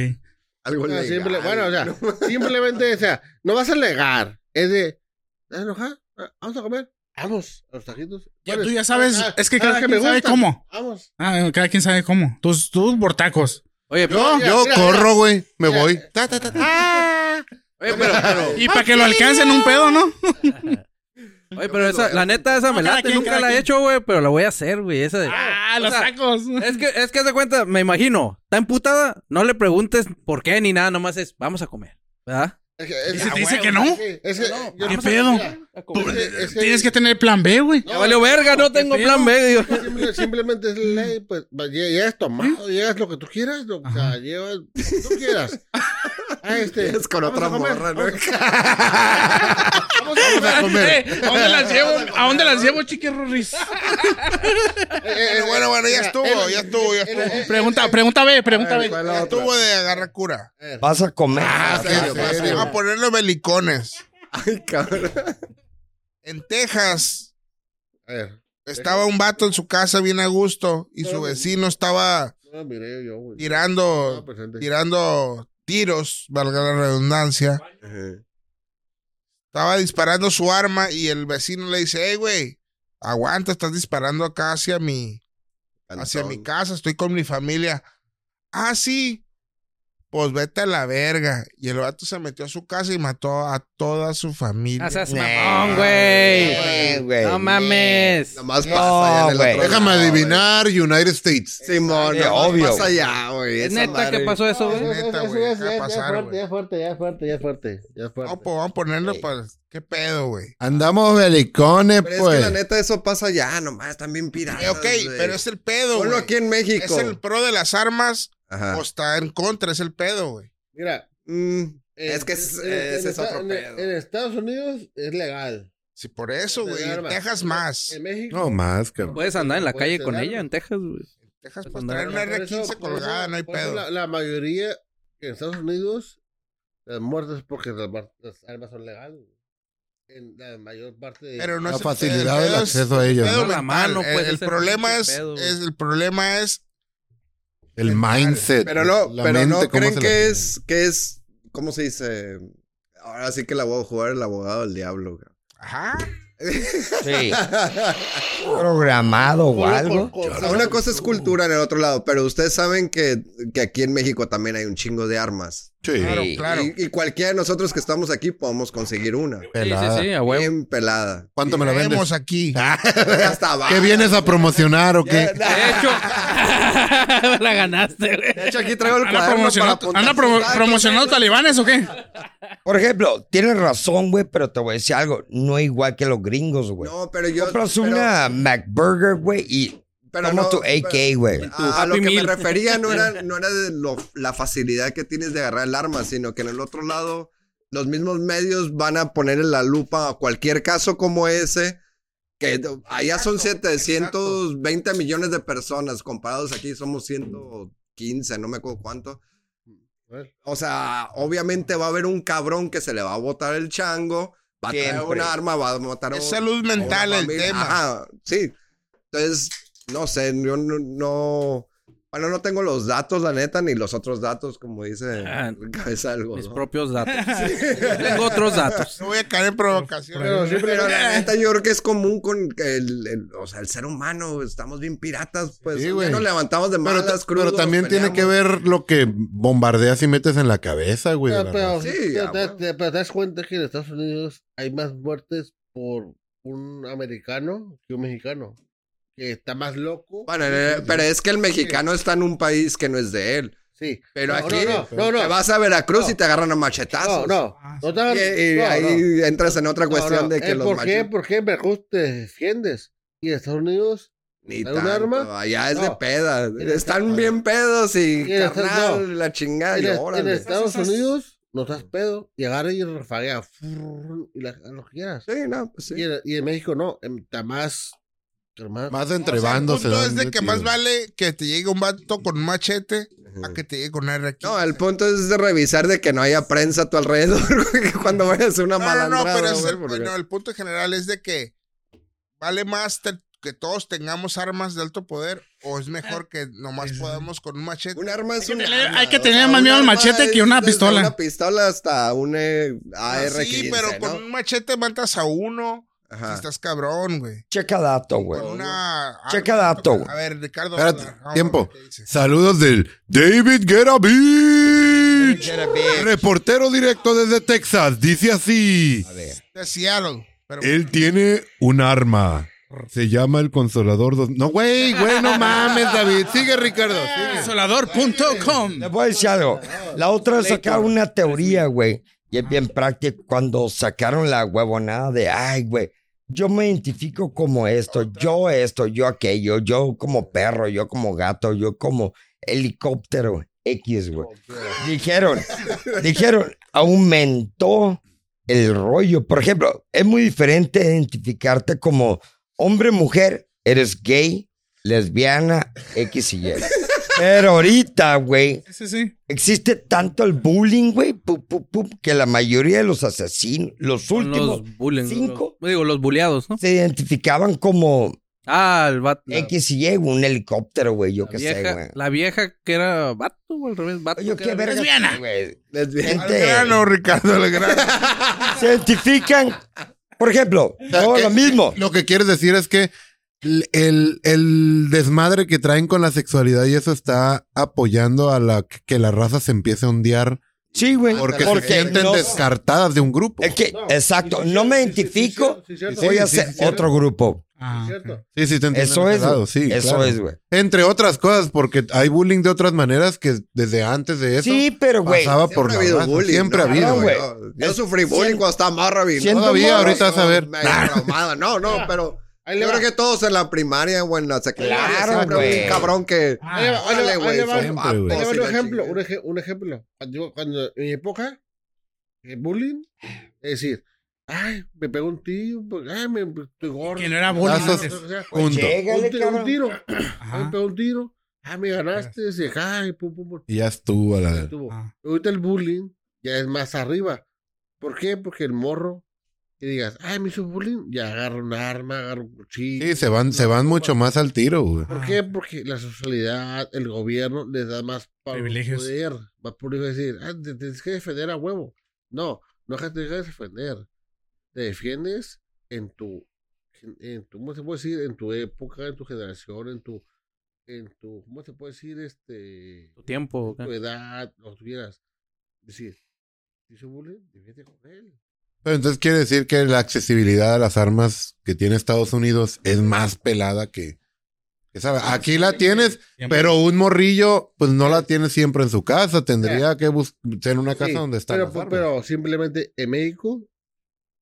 Algo
O sea,
legal.
simple- bueno, o *laughs* sea, simplemente, o sea, no vas a alegar. Es de, ¿estás enojada? Ah, Vamos a comer. Vamos, a los taquitos.
Ya,
¿Cuáles?
tú ya sabes,
Ah,
es que
ah,
cada
que
quien
me
sabe
gustan.
cómo.
Vamos.
Ah, cada quien sabe cómo. Tus, tus bortacos.
Oye, pero,
Yo,
Yo
mira,
corro, güey. Me
mira.
voy. Ta, ta, ta, ta.
oye, pero, pero-
Y para que lo alcancen un pedo, ¿no?
oye, pero esa, la neta, esa me
cada
late,
quien,
nunca
cada
la he
quien.
hecho, güey, pero la voy a hacer, güey. Esa de-
Ah,
o
los
sea,
tacos.
Es que, es que se cuenta, me imagino, está emputada, no le preguntes por qué ni nada, nomás es, vamos a comer, ¿verdad?
Es que- es-
¿Y si te
ah,
dice
güey,
que no?
es que- Es que
No,
yo
¿qué
no-
pedo?
mira, es que- es que-
Tienes que tener plan B, güey.
no,
Ya valió verga, no tengo
pedo?
plan B, digo.
simple- Simplemente es ley, pues va- lle- llegas tomado,
¿Eh?
llegas lo que tú quieras, lo, o sea, llevas lo que tú
*laughs*
quieras. Ah, este,
Es con
vamos
otra
a comer,
morra, ¿no?
Vamos vamos a comer.
*laughs*
Eh, ¿A dónde las llevo? ¿A dónde las llevo, chiquis rurris?
Eh, eh,
Bueno, bueno, ya
mira,
estuvo,
el-
ya estuvo, ya
el-
estuvo.
el-
Pregunta, pregunta B, pregunta B.
¿Cuál
Ya
eh,
la otra?
estuvo de agarrar cura.
Vas a comer.
Ah,
¿en
sí,
serio?
sí, Vamos a poner los belicones.
Ay, cabrón.
En Texas
A ver,
estaba un vato en su casa bien a gusto y su vecino estaba
no lo miré yo, güey. Estaba
tirando,
presente.
tirando tiros, valga la redundancia. Estaba disparando su arma y el vecino le dice, hey, güey, aguanta, estás disparando acá hacia mi, hacia mi casa, estoy con mi familia. Ah, sí. Pues vete a la verga. Y el vato se metió a su casa y mató a toda su familia.
Ah, seas
Nah,
mamón, güey.
eh, güey,
No
nah.
mames.
Nada más
No,
pasa allá en el
güey.
otro
Déjame
lado, güey.
adivinar, United States.
Simón,
Sí,
nada más
obvio.
pasa allá, güey.
Es
esa
neta que
madre.
pasó eso, güey.
No, neta,
Eso
güey,
ya-
deja
ya- ya es
pasar,
fuerte,
güey.
ya es fuerte, ya es fuerte, ya es fuerte, ya es fuerte.
No, pues vamos a ponerlo
Sí.
para... ¿Qué pedo, güey?
Andamos belicones,
Pero es que
pues.
la neta eso pasa allá, nomás, también piratas,
Eh, ok,
güey.
pero es el pedo,
Ponlo
güey.
aquí Ah. en México.
¿Es el pro de las armas
Ajá.
o está en contra? Es el pedo, güey.
Mira,
Mm,
en-
es que es,
en-
eh,
en
ese es
Esta-
otro
en-
pedo.
En Estados Unidos es legal.
Sí, por eso,
Tener
güey. En
armas.
Texas
En-
más.
En México.
No más, cabrón.
Puedes andar en la
Puedes
calle con
tener-
ella en Texas, güey.
Texas
Pues
pues
andar
traer
en
una
Por eso-
R15
por eso-
colgada, no hay
por eso
pedo.
La, eh, la mayoría en Estados Unidos, las muertes es porque las, mar- las armas son legales. güey. En la mayor parte de.
Pero
La
no es el pedo, el
facilidad
pedo
del
es-
acceso a
el
ellos.
pedo
¿no?
la
mental.
mano, pues,
el, el
es el
problema
pinche
es,
pedo, güey.
es- el problema es
El mindset.
Pero no,
la
pero
mente,
no
cómo
creen
se la-
que es, que es, ¿cómo se dice? Ahora sí que la voy a jugar el abogado del diablo. güey.
ajá,
Sí. Programado o
Por-
algo.
por- por-
O sea, una cosa es cultura en el otro lado, pero ustedes saben que, que aquí en México también hay un chingo de armas.
Sí,
claro,
Sí.
claro.
Y, y cualquiera de nosotros que estamos aquí podemos conseguir una.
pelada.
Sí, sí, sí, a huevo.
Bien pelada.
¿Cuánto me la vendes?
Vemos aquí.
*laughs*
Hasta abajo.
¿Qué vienes a promocionar o qué?
De hecho,
*laughs*
me la ganaste, güey.
De hecho, aquí traigo el
¿Anda,
cuaderno para
promocionando,
apuntar.
anda promo- promocionando talibanes o qué?
Por ejemplo, tienes razón, güey, pero te voy a decir algo. No igual que los gringos, güey.
No, pero yo...
Compras
pero-
una McBurger, güey, y
pero
tomas
no,
tu
pero-
AK, güey.
A lo
Happy
que
Meal.
me refería no
*laughs*
era, no era de lo- la facilidad que tienes de agarrar el arma, sino que en el otro lado los mismos medios van a poner en la lupa a cualquier caso como ese, que do- allá son
Exacto,
720 millones de personas, comparados aquí somos 115, no me acuerdo cuánto. O sea, obviamente va a haber un cabrón que se le va a botar el chango, va a traer
Siempre.
un arma, va a botar
Es
un-
salud
a una
mental el
familia.
tema.
Ajá, sí. Entonces, no sé, yo no, no- Bueno, no tengo los datos, la neta, ni los otros datos, como dice
Ah,
Cabeza algo.
Mis propios datos. Tengo otros datos.
No voy a caer en provocación.
Pero siempre *laughs*
Pero la neta, yo creo que es común con el, el- o sea, el ser humano. Estamos bien piratas, pues.
Sí,
ya
güey.
nos levantamos de
Pero,
malas,
ta- pero
crudos,
también tiene que
peleamos.
ver lo que bombardeas y metes en la cabeza, güey. de
pero,
verdad.
pero-
Sí,
pero
ah,
te,
bueno.
te- pero te das cuenta que en Estados Unidos hay más muertes por un americano que un mexicano. Que está más loco.
Bueno, eh, pero es que el mexicano está en un país que no es de él.
Sí.
Pero
No,
aquí
no, no, no,
te vas a Veracruz
No.
y te agarran a machetazos.
No, no. no te-
Y, y
no,
ahí
no.
entras en otra
No,
cuestión
no.
de que
Eh,
los
¿Por qué?
machetes.
¿Por qué en Veracruz te defiendes? Y en Estados Unidos,
Ni
¿Algún
tanto,
arma?
Allá es
No.
de peda.
Mira,
Están
está-
bien pedos y
Mira, está-
carnal,
no.
la chingada
en,
ah, y Mm.
en
lloran.
Estados
Esas- esas-
Unidos no estás pedo y agarra y refaguea furr, y la, lo que quieras.
Sí, no, pues sí.
Y, en, y en México no, en- está más, está más-
Más
O
entre
sea, el
bandos. se
punto
dan
es de que
tiro.
más vale que te llegue un vato con un machete a
Ajá.
que te llegue con una R15.
No, el punto es de revisar de que no haya prensa a tu alrededor *laughs* güey, cuando vayas a hacer una
No, no, no,
malandrada,
pero es
güey,
el,
porque-
no, el punto en general es de que vale más te- que todos tengamos armas de alto poder o es mejor que nomás podamos con un machete.
Un arma es
Hay que
un
tener-
arma,
hay que
o
tener
sea,
más
un
miedo al
arma
machete
es
que una
desde
pistola.
Una pistola hasta un eh,
Ah,
AR-15.
sí, pero con
¿no?
un machete matas a uno, Si
Ajá.
estás cabrón, güey.
Checa dato, güey.
Con una.
Checa dato, güey.
A ver, Ricardo.
Espérate,
vamos a ver
tiempo.
qué dice.
Saludos del David Guerra Beach.
Get a bitch.
Reportero directo desde Texas. Dice así.
A ver.
De Seattle. Pero
Él tiene un arma. Se llama el Consolador dos- No, güey, güey, no mames, David. Sigue, Ricardo. sigue.
Solador.com.
Les voy a decir algo. La otra es sacar una teoría, güey. Y es bien práctico. Cuando sacaron la huevonada de, ay, güey, yo me identifico como esto, yo esto, yo aquello, yo como perro, yo como gato, yo como helicóptero X, güey. Dijeron, dijeron, aumentó el rollo. Por ejemplo, es muy diferente identificarte como hombre, mujer, eres gay, lesbiana, X y Y. Pero ahorita, güey,
Sí, sí, sí.
existe tanto el bullying, güey, pu- pu- pu, que la mayoría de los asesinos, los
Son
últimos,
los bullying,
cinco.
los- digo, los buleados, ¿no?
se identificaban como
Ah, el vato. la-
X y Y, un helicóptero, güey, yo
la
qué sé,
vieja,
güey.
la vieja que era vato, o al revés, vato.
Oye,
que
qué
era-
verga,
lesbiana.
*laughs*
güey.
Lesbiana.
Al
Gente,
grano, Ricardo, al grano.
se identifican, por ejemplo, todo
que- *laughs*
lo mismo.
Lo que quieres decir es que el, el- el desmadre que traen con la sexualidad y eso está apoyando a la que la raza se empiece a ondear
Sí, güey.
porque, se sienten
no-
descartadas de un grupo.
es que,
No,
exacto,
sí, sí,
no me
sí, sí, sí,
identifico,
sí, sí, cierto.
voy a
sí, sí,
hacer
sí, cierto.
otro grupo.
Ah,
Sí,
ok.
cierto.
Sí, sí, te entiendo
Eso
ese
es, güey.
lado, sí,
Eso
claro.
es, güey.
Entre otras cosas, porque hay bullying de otras maneras que desde antes de eso
Sí, pero, güey,
pasaba
Siempre
por
ha
la
habido
raza.
bullying,
Siempre
¿no?
ha habido,
Claro,
güey.
No, Yo sufrí bullying
Siendo-
cuando estaba más rabino.
siendo
Todavía,
morro,
ahorita vas a ver.
medio traumado. No, no, pero
Ahí le
yo
va.
creo que todos en la primaria o en la secundaria
Claro,
siempre
güey.
hubo un cabrón que...
Ah, Ahí le va, ahí le va,
Órale, güey,
ahí le va.
son
siempre,
guapos
güey.
Ahí le va
y
un
la
ejemplo,
chingada.
un, eje- un ejemplo. Cuando, yo- cuando- en mi época, el bullying, es decir, ay, me pegó un tío, pues, ay, me estoy gordo.
Que no era
Ah,
bullying
no,
antes.
o sea,
Punto.
Llégale,
un, ti- un
cabrón.
tiro, ay, me
Ajá.
pegó un tiro, ay, me ganaste, y ay, pum, pum, pum.
Y ya estuvo a la...
Estuvo.
Ah.
Ahorita el bullying ya es más arriba. ¿Por qué? Porque el morro, que digas, ay, me hizo bullying, ya agarra un arma, agarra un cuchillo.
Sí, se van, se van mucho más al tiro, güey.
¿Por qué? Porque la sociedad, el gobierno les da más pa-
Privilegios.
poder, más público decir, ah, te tienes que defender a huevo. No, no es que te dejes defender. Te defiendes en tu, en, en tu, ¿cómo se puede decir? En tu época, en tu generación, en tu, en tu, ¿cómo se puede decir? Este,
Tu tiempo.
tu
acá.
edad, lo que tú quieras. Es decir, si se bullying, defiende con él.
Pero entonces quiere decir que la accesibilidad a las armas que tiene Estados Unidos es más pelada que... que esa- Aquí la tienes,
Siempre.
pero un morrillo, pues no la tiene siempre en su casa. Tendría que bus- tener una casa
Sí,
donde está.
Pero, pues, pero simplemente en México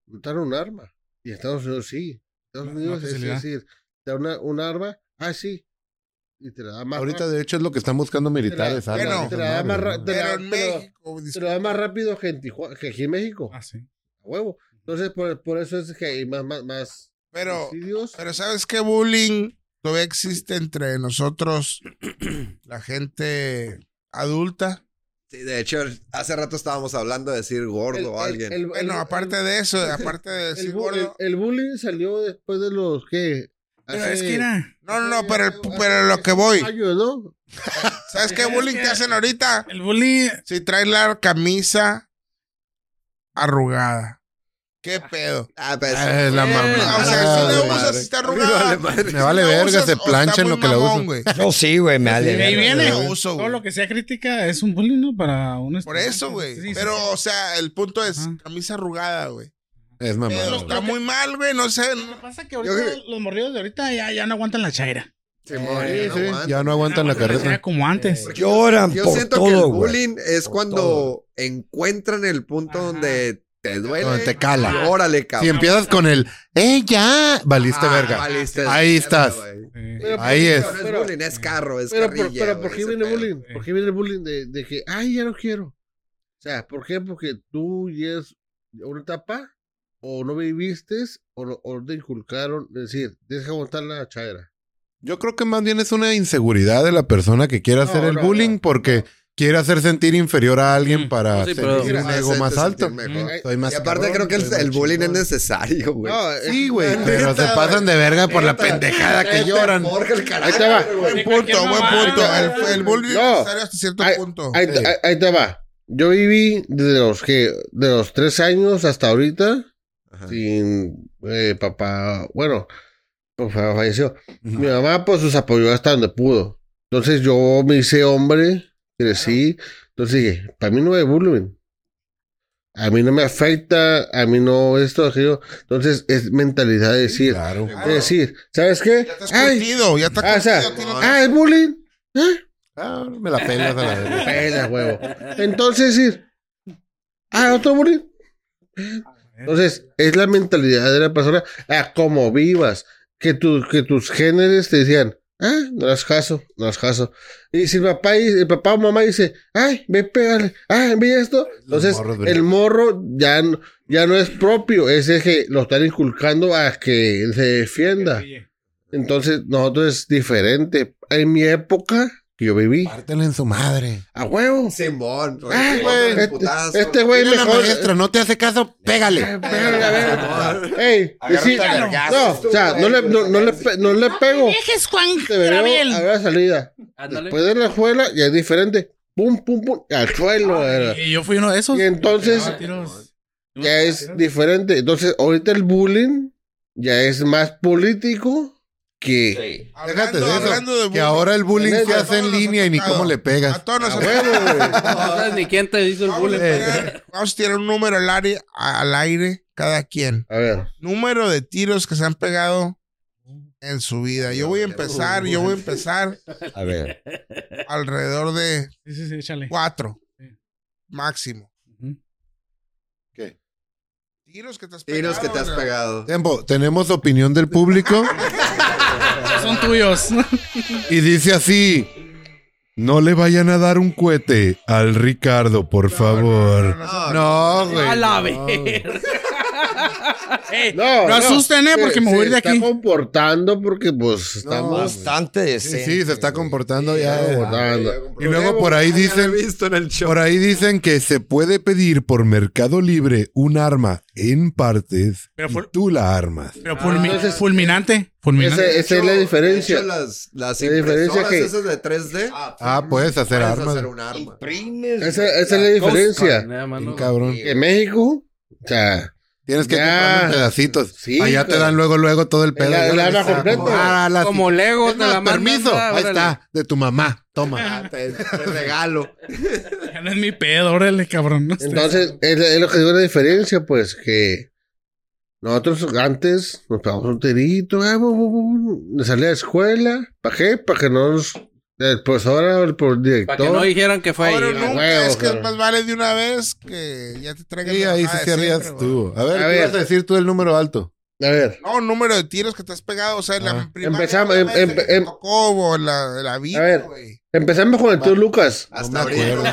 no te dan un arma. Y en Estados Unidos sí. Estados
Ah,
La- la
Unidos es
facilidad.
decir, te dan una- un arma, ah, sí. Y te la da más
Ahorita,
rápido.
de hecho, es lo que están buscando militares.
Bueno,
armas,
te la da
madre,
más
¿no?
ra- te
Pero en
Te la-
México.
Te lo da más rápido que en, Tijuana, que aquí en México.
Ah, sí.
A huevo. Entonces, por, por eso es que hay más, más, más
Pero,
homicidios.
pero ¿sabes qué bullying todavía existe entre nosotros, *clears throat* la gente adulta?
Sí, de hecho, hace rato estábamos hablando de decir
El-
gordo o
el-
alguien.
el-
Bueno,
el-
aparte de eso, aparte de
el,
decir
bu-
gordo.
el- el bullying salió después de los que.
Pero
hace-
es que era.
No, no, no,
*laughs*
pero, el-
hace-
pero lo que voy.
años, ¿no?
¿Sabes
*laughs*
qué bullying te hacen ahorita?
El bullying.
Si traes la camisa arrugada. ¿Qué pedo?
Ah, pues,
Ah, Es la
Eh,
mamada.
O sea,
Ah,
si la
vale,
usas,
madre.
está
Me
arrugada.
vale madre.
Si
Me vale
la
verga,
usas,
se
o está
plancha en
muy
lo que la
mamón,
usan.
güey.
yo sí, güey, me
Pues, Y
vale.
ahí
verga,
viene.
Yo
güey.
uso,
Todo
güey.
lo que sea crítica es un bullying, ¿no? Para un
Por
estudiante.
eso, güey.
Sí, sí,
Pero,
sí.
o sea, el punto es
Ajá.
camisa arrugada, güey.
Es
Pero
mamada.
está muy mal, güey. No sé.
Lo que pasa es que ahorita
Yo creo-
los morridos de ahorita ya, ya no aguantan la chaira.
Simón,
Sí,
no
sí,
aguanto.
ya no aguantan la carreta.
chaira como antes.
Porque
Lloran
Yo
por
siento que el
todo, güey.
bullying es
Por
cuando
todo.
encuentran el punto
Ajá.
donde te duele.
Donde te cala.
Y órale,
Si
cabrón.
empiezas con el, ¡eh, ya! Valiste
Ah,
verga.
valiste
Ahí
verga,
estás.
güey.
Eh,
Pero-
Ahí
No,
es.
no es
Pero-
bullying, es carro, es
Pero, por-
carrilla.
pero ¿por
güey,
qué
ese
viene el
pedo.
bullying? ¿Por qué viene el bullying de, de que, ay, ya no quiero? O sea, ¿por qué? Porque tú ya es una etapa o no viviste o, no- o no te inculcaron, es decir, tienes que aguantar la chaira.
Yo creo que más bien es una inseguridad de la persona que quiere hacer
No,
el
no,
bullying
no.
porque quiere hacer sentir inferior a alguien
Mm.
para
No, sí, pero-
sentir un
Ah,
ego
se-
más
te
alto.
sentir mejor.
Mm.
Soy más
Y aparte
cabrón,
creo que el,
soy más
el bullying es
chingón.
necesario, güey.
No, es-
Sí, güey,
La
pero se
neta,
pasan de verga por la
Neta.
pendejada que lloran.
Porque el
Ahí te va.
carácter, güey.
Buen punto, buen punto. El, el bullying
No.
es necesario hasta cierto
Ay,
punto.
ahí, te-
Sí.
ahí- ahí te va. Yo viví desde los que de los tres años hasta ahorita
Ajá.
sin eh, papá, bueno, pues, fa- falleció. Mi mamá pues nos apoyó hasta donde pudo. Entonces yo me hice hombre, crecí, entonces dije, para mí no hay bullying. A mí no me afecta, a mí no esto, aquello. Entonces es mentalidad de decir,
Claro.
es decir, ¿sabes qué?
Ya estás
Ay,
curtido, ya estás
ah, o sea,
curtido, tiene-
ah, es bullying. ¿Eh?
Ah, me la pelas a la verga.
*laughs* Pela, huevo. Entonces, decir, ah, otro morir. Entonces, es la mentalidad de la persona a cómo vivas. Que, tu- que tus géneros te decían, ah, no las caso, no las caso. Y si el papá, y- el papá o mamá dice, ay, ve pégale, ah, ve esto. Entonces,
morros brillan.
el morro ya, no- ya no es propio, es el que lo están inculcando a que se defienda. Entonces, nosotros es diferente. En mi época, que yo viví,
Pártela en su madre.
a huevo.
Simón.
Eh,
Ah,
güey,
güey,
el
este-
putazo.
Este güey
Dile a la
mejor. Ah,
maestra, no te hace caso, pégale.
Verga, verga. Ey, sí,
a
no,
vergazos,
o sea, no le, no, no le, pe- no le pego.
Dejes Juan
Debería haber salida.
Ándale.
Después de la escuela ya es diferente. Pum, pum, pum, al suelo. era.
Y yo fui uno de esos.
Y entonces-
Ah, tiros.
Ya es diferente. Entonces, ahorita el bullying ya es más político que.
Déjate
Hablando,
de
hablando de
eso. Que
bullying,
ahora el bullying se
Neta,
hace en
todos nos
línea y ni
ha tocado.
cómo le
a
pegas.
todos nos
A huevo, güey.
No sabes ni quién te hizo el
Vamos a,
bullying.
tirar- vamos a tirar un número al aire, al aire cada quien.
A ver.
Número de tiros que se han pegado en su vida. Yo voy a empezar, yo voy a empezar
A
*laughs*
ver,
alrededor de
Sí, sí, sí, échale.
cuatro
Sí.
máximo.
Ujú.
¿Qué?
Tiros que te has pegado.
Tiros que te has
¿no?
pegado.
Tiempo, tenemos opinión del público
Son tuyos.
y dice así: No le vayan a dar un cohete al Ricardo, por favor.
No,
No, güey.
A la
no, güey.
vez.
No,
No asusten, eh, porque me voy a ir de
Se
aquí.
está comportando porque, pues, estamos.
bastante
Sí,
decente.
sí, se está comportando ya.
comportando.
Ah, Y luego por ahí
Ya lo he
dicen
visto en el show.
Por ahí dicen que se puede pedir por Mercado Libre un arma en partes
Pero
y
por-
tú la armas.
Pero fulmi-
Entonces-
fulminante. Fulminante.
Ese- Esa es la
De hecho,
diferencia.
de hecho, las las
La diferencia
impresoras
que-
esas de 3D.
Ah, puedes hacer
puedes
armas.
hacer un arma.
Imprimes.
Esa, esa es la diferencia.
Nada más,
Bien
no.
cabrón.
Que México, o sea,
Tienes que
Ya.
comprar en pedacitos.
Sí,
Allá te
pero-
dan luego, luego todo el pedo.
El- el
Ya
arma
está.
completa.
Ah, la-
Como Lego,
Es
te
más,
la mandan,
permiso.
ah,
Ahí
órale.
está, de tu mamá.
*laughs*
Toma.
Ah, Te, te
*laughs*
regalo.
Ya no es mi pedo, órale, cabrón.
Este,
No estés-
entonces es, es lo que digo la diferencia, pues, que nosotros antes nos pegamos un tirito, ah, bu, bu, bu, bu, le salía a la escuela, ¿para qué? Para que no nos, el profesor o el pro-
Para que no
director,
dijeran que fue ahí.
Ahora
güey.
nunca
huevo,
es que
cabrón.
más vale de una vez que ya te traigan.
Y
la
ahí sí
mamada de
se rías
siempre, güey.
tú. A ver,
A
¿qué
ver.
vas a decir tú el número alto?
a ver,
No, número de tiros que te has pegado. O sea, en la
Ah.
primaria
Empezamos,
una vez
em-
que te
em-
tocó, o en la, en la
A
vida,
ver.
güey.
empezamos con el tío Lucas,
Hasta
me
ahorita.
acuerdo.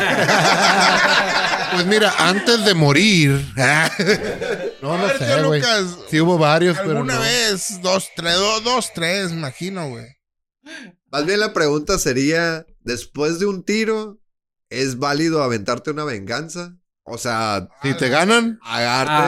Pues mira, antes de morir. *laughs* no,
A
no
ver,
sé,
tío
güey.
Lucas,
Sí hubo varios, pero
alguna
no.
vez, dos, tres, dos, dos, tres, imagino, güey.
*laughs* Más bien la pregunta sería, después de un tiro, ¿es válido aventarte una venganza? O sea,
Si te ganan, Ah,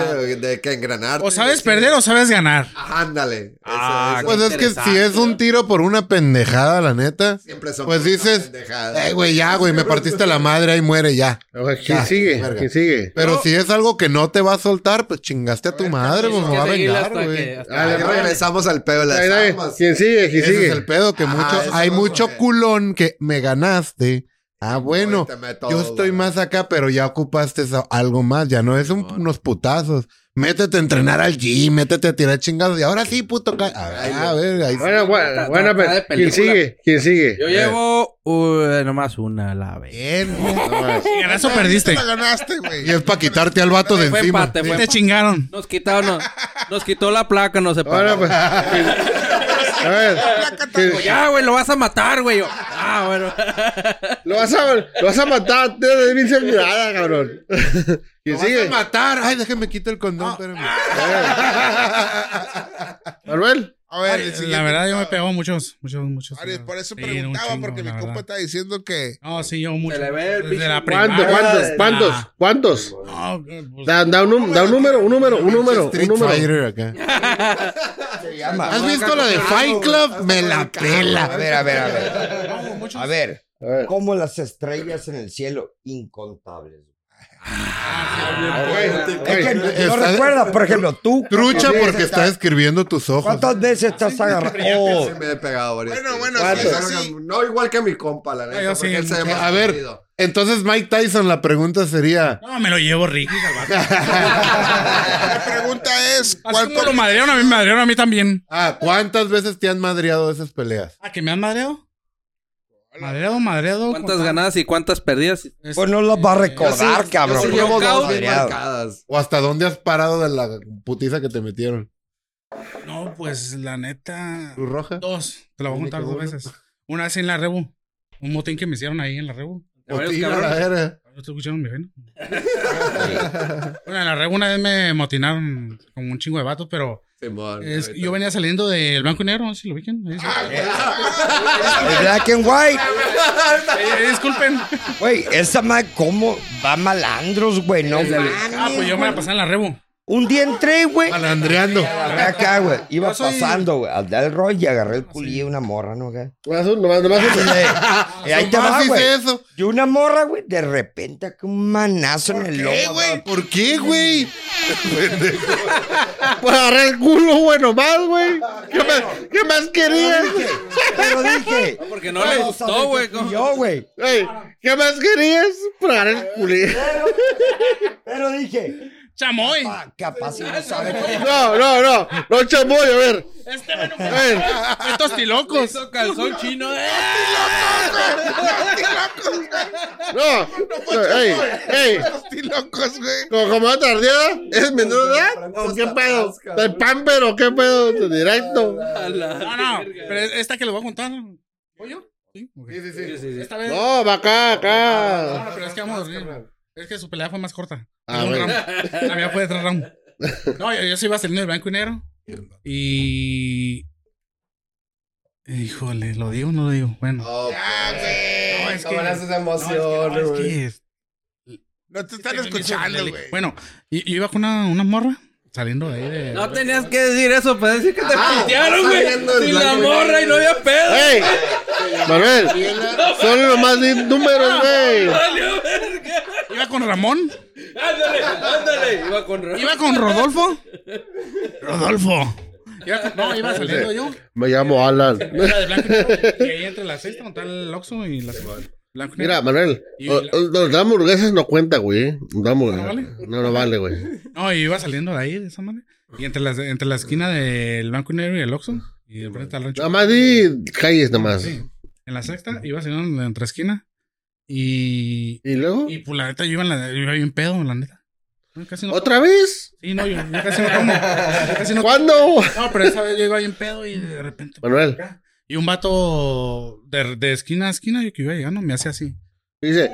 agarte de que engranarte.
o sabes
decir,
perder o sabes ganar.
"Ah, Ándale. Eso-
Ah,
eso-
pues es que si
interesante,
es un tiro por una pendejada, la neta.
siempre son
pues
puras
dices,
pendejadas.
Eh, güey, ya, güey, me partiste la madre, ahí muere, ya.
A ver, ¿quién
Ya,
sigue?
verga.
¿Quién sigue?
Pero si es algo que no te va a soltar, pues chingaste a tu madre, pues
Tienes
me va a
que seguirle
vengar,
hasta
güey.
que- hasta
Ah,
Ya
que-
regresamos al pedo de las
Ahí, ahí,
armas.
¿Quién sigue? ¿Quién
Ese
sigue?
es el pedo, que
Ah,
mucho,
eso
hay
no
mucho
sé.
culón que me ganaste. Ah, bueno,
Ahorita meto
yo
todo,
estoy
güey.
más acá, pero ya ocupaste eso- algo más, ya no es un- unos putazos. Métete a entrenar al gym, métete a tirar chingados y ahora sí, puto. ca- A ver, a ver, ahí sí.
Bueno, bueno,
Está-
bueno,
está de
pero, ¿quién
película.
sigue? ¿Quién sigue?
Yo llevo uh, nomás una a la vez.
Bien,
Si ganaste o perdiste.
la ganaste,
Y
güey.
es para quitarte al vato de
Fue
encima.
empate, fue
Te
empate.
chingaron.
Nos quitaron, nos, nos quitó la placa, no se
Ahora, pues,
paró.
a ver, ¿quién-
Ya, güey, lo vas a matar, güey. Yo, Ah, bueno.
Lo vas a, lo vas a matar, te de mil
*laughs*
mirada, cabrón. ¿Quién
Lo vas a
sigue?
matar. Ay, déjeme quitar el condón, espérame.
Manuel.
A
Eh, La
ver, el siguiente
verdad, yo me
invitado.
pegó muchos, muchos, muchos.
Varios, por eso
Sí,
preguntaba,
un chingo,
porque mi
la
compa
verdad.
está diciendo que.
*laughs* No, sí, yo mucho.
le ve el
Desde
pinche-
la
¿Cuántos?
primaria.
¿Cuántos? ¿Cuántos? ¿Cuántos?
No, pues,
Da, da un, num- da un número, un número, un número, un
Street
número.
Fighter acá. ¿Has visto la de Fight Club? Me la
A
pela.
ver, a ver, a ver.
no, muchos.
A ver,
A ver,
como las estrellas en el cielo, incontables.
Ah,
Es que no,
Está-
recuerda, por ejemplo, tú.
Trucha
¿cuántas
porque
veces
está
estás-
escribiendo tus ojos.
¿Cuántas veces estás agarrado?
Sí me he pegado varias
Bueno,
veces.
bueno,
Sí,
sí,
es
sí.
una- No igual que mi compa, la neta.
yo
porque
sí.
él se ve
Eh,
más
a ver.
atrevido.
Entonces, Mike Tyson, la pregunta sería:
No, me lo
*laughs*
llevo Ricky, salvaje.
La pregunta es,
Así
¿cuál
como lo madrearon a mí, me madrearon a mí también.
ah, ¿cuántas veces te han madreado esas peleas?
¿A Ah, que me han madreado? Madreado, madreado.
¿Cuántas
con-
ganadas y cuántas perdidas?
Este,
Pues no las va a
Yo sí-
recordar, cabrón.
Yo sí
Los
llevo dos bien
madreados.
marcadas.
¿O hasta dónde has parado de la putiza que te metieron?
No, pues la neta.
¿Cruz Roja?
Dos. Te la voy a
Tiene
juntar
que
dos
uno.
veces. Una vez en la Rebu. Un motín que me hicieron ahí en la Rebu.
Varios
Putina, la
cabrones.
verga.
¿No te escucharon,
*laughs*
mi reina? bueno, en la Rebu una vez me motinaron como un chingo de vatos, pero
Simón,
es-
ahorita.
yo venía saliendo del Blanco y Negro, no sé si lo ubiquen. Ahí sí.
Ah,
El black and white.
Eh, eh, disculpen.
Güey, esa madre, ¿cómo? Va malandros, güey. No
Ah, pues
mames.
yo me la pasé en la Rebu.
Un día entré, güey.
Malandreando.
Agarré acá, güey. Iba
Yo soy-
pasando, güey. Al dar el rollo y agarré el culillo de una morra, ¿no? Acá.
Nomás un, nomás, nomás un.
Y ahí te va,
Nomás
güey.
hice eso.
Y una morra, güey, de repente acá un manazo en el
¿Qué,
lomo.
güey? ¿Por qué, güey?
Pues agarré el culo, güey, nomás, güey. ¿Qué más, qué más querías?
Pero dije, pero dije.
Porque no le gustó, güey. ¿cómo?
Yo, güey.
Ey, ¿Qué más querías? Pues agarré el culo.
Pero dije,
¡Chamoy!
ah, capaz si no sabe qué.
No, no, no. No chamoy, a ver.
Este bueno
A ver.
fue tostilocos.
Hizo calzón
*laughs*
chino, eh.
No. Ey, ey.
Estoy locos, güey.
Como, como tardía, ¿es menor de edad? ¿O qué pedo? ¿De pamper o qué pedo? ¿De directo?
A la
No, no,
verga.
pero es- esta que les voy a contar. ¿Voy yo? Sí, ok.
Sí, sí, sí.
Esta vez.
No, va acá, acá.
No, pero es que vamos a dormir. Es que su pelea fue más corta.
Ah,
Fue un
bueno.
round. La mía fue de tres rounds. No, yo, yo sí iba saliendo del blanco y negro. Y. Híjole, ¿lo digo o no lo digo? Bueno.
Oh, güey.
No, es que-
Cómo le
No, es
haces
que- no,
emoción,
es
güey.
que-
No te están escuchando, güey.
Bueno, y- yo iba con una, una morra saliendo de ahí de.
No tenías que decir eso para decir que te
Ah,
pintearon,
está
güey.
viendo el
Sin
blanco
la
y
morra y no había pedo.
¡Ey! Manuel, son los más lindos números, güey.
Valió verga.
Iba con Ramón.
Ándale, ándale. Iba con Ra-
Iba con Rodolfo. Rodolfo. Iba con- no, iba saliendo yo.
Me llamo Alan.
Era de blanco y negro. Y ahí entre las seis donde está el Oxxo y las blanco y
Mira,
negro.
Manuel,
Y-
o- o- nos da hamburguesas no cuenta, güey. ¿eh? Nos da hamburguesas.
vale?
No, no vale, güey.
No, y iba saliendo de ahí de esa manera. Y entre las entre la esquina del blanco y negro y el Oxxo y de frente está el rancho.
Nada más di calles, nada más.
Sí. En la sexta iba saliendo entre la esquina y
¿Y luego?
y pues la neta yo iba en la yo iba bien pedo, la neta. No, Casi no.
¿Otra vez?
Sí, no, yo, yo casi no tomo. Yo casi no
¿Cuándo?
No, pero esa vez yo iba bien pedo y de repente
Manuel,
y un vato de, de esquina a esquina yo que iba llegando me hace así.
dice,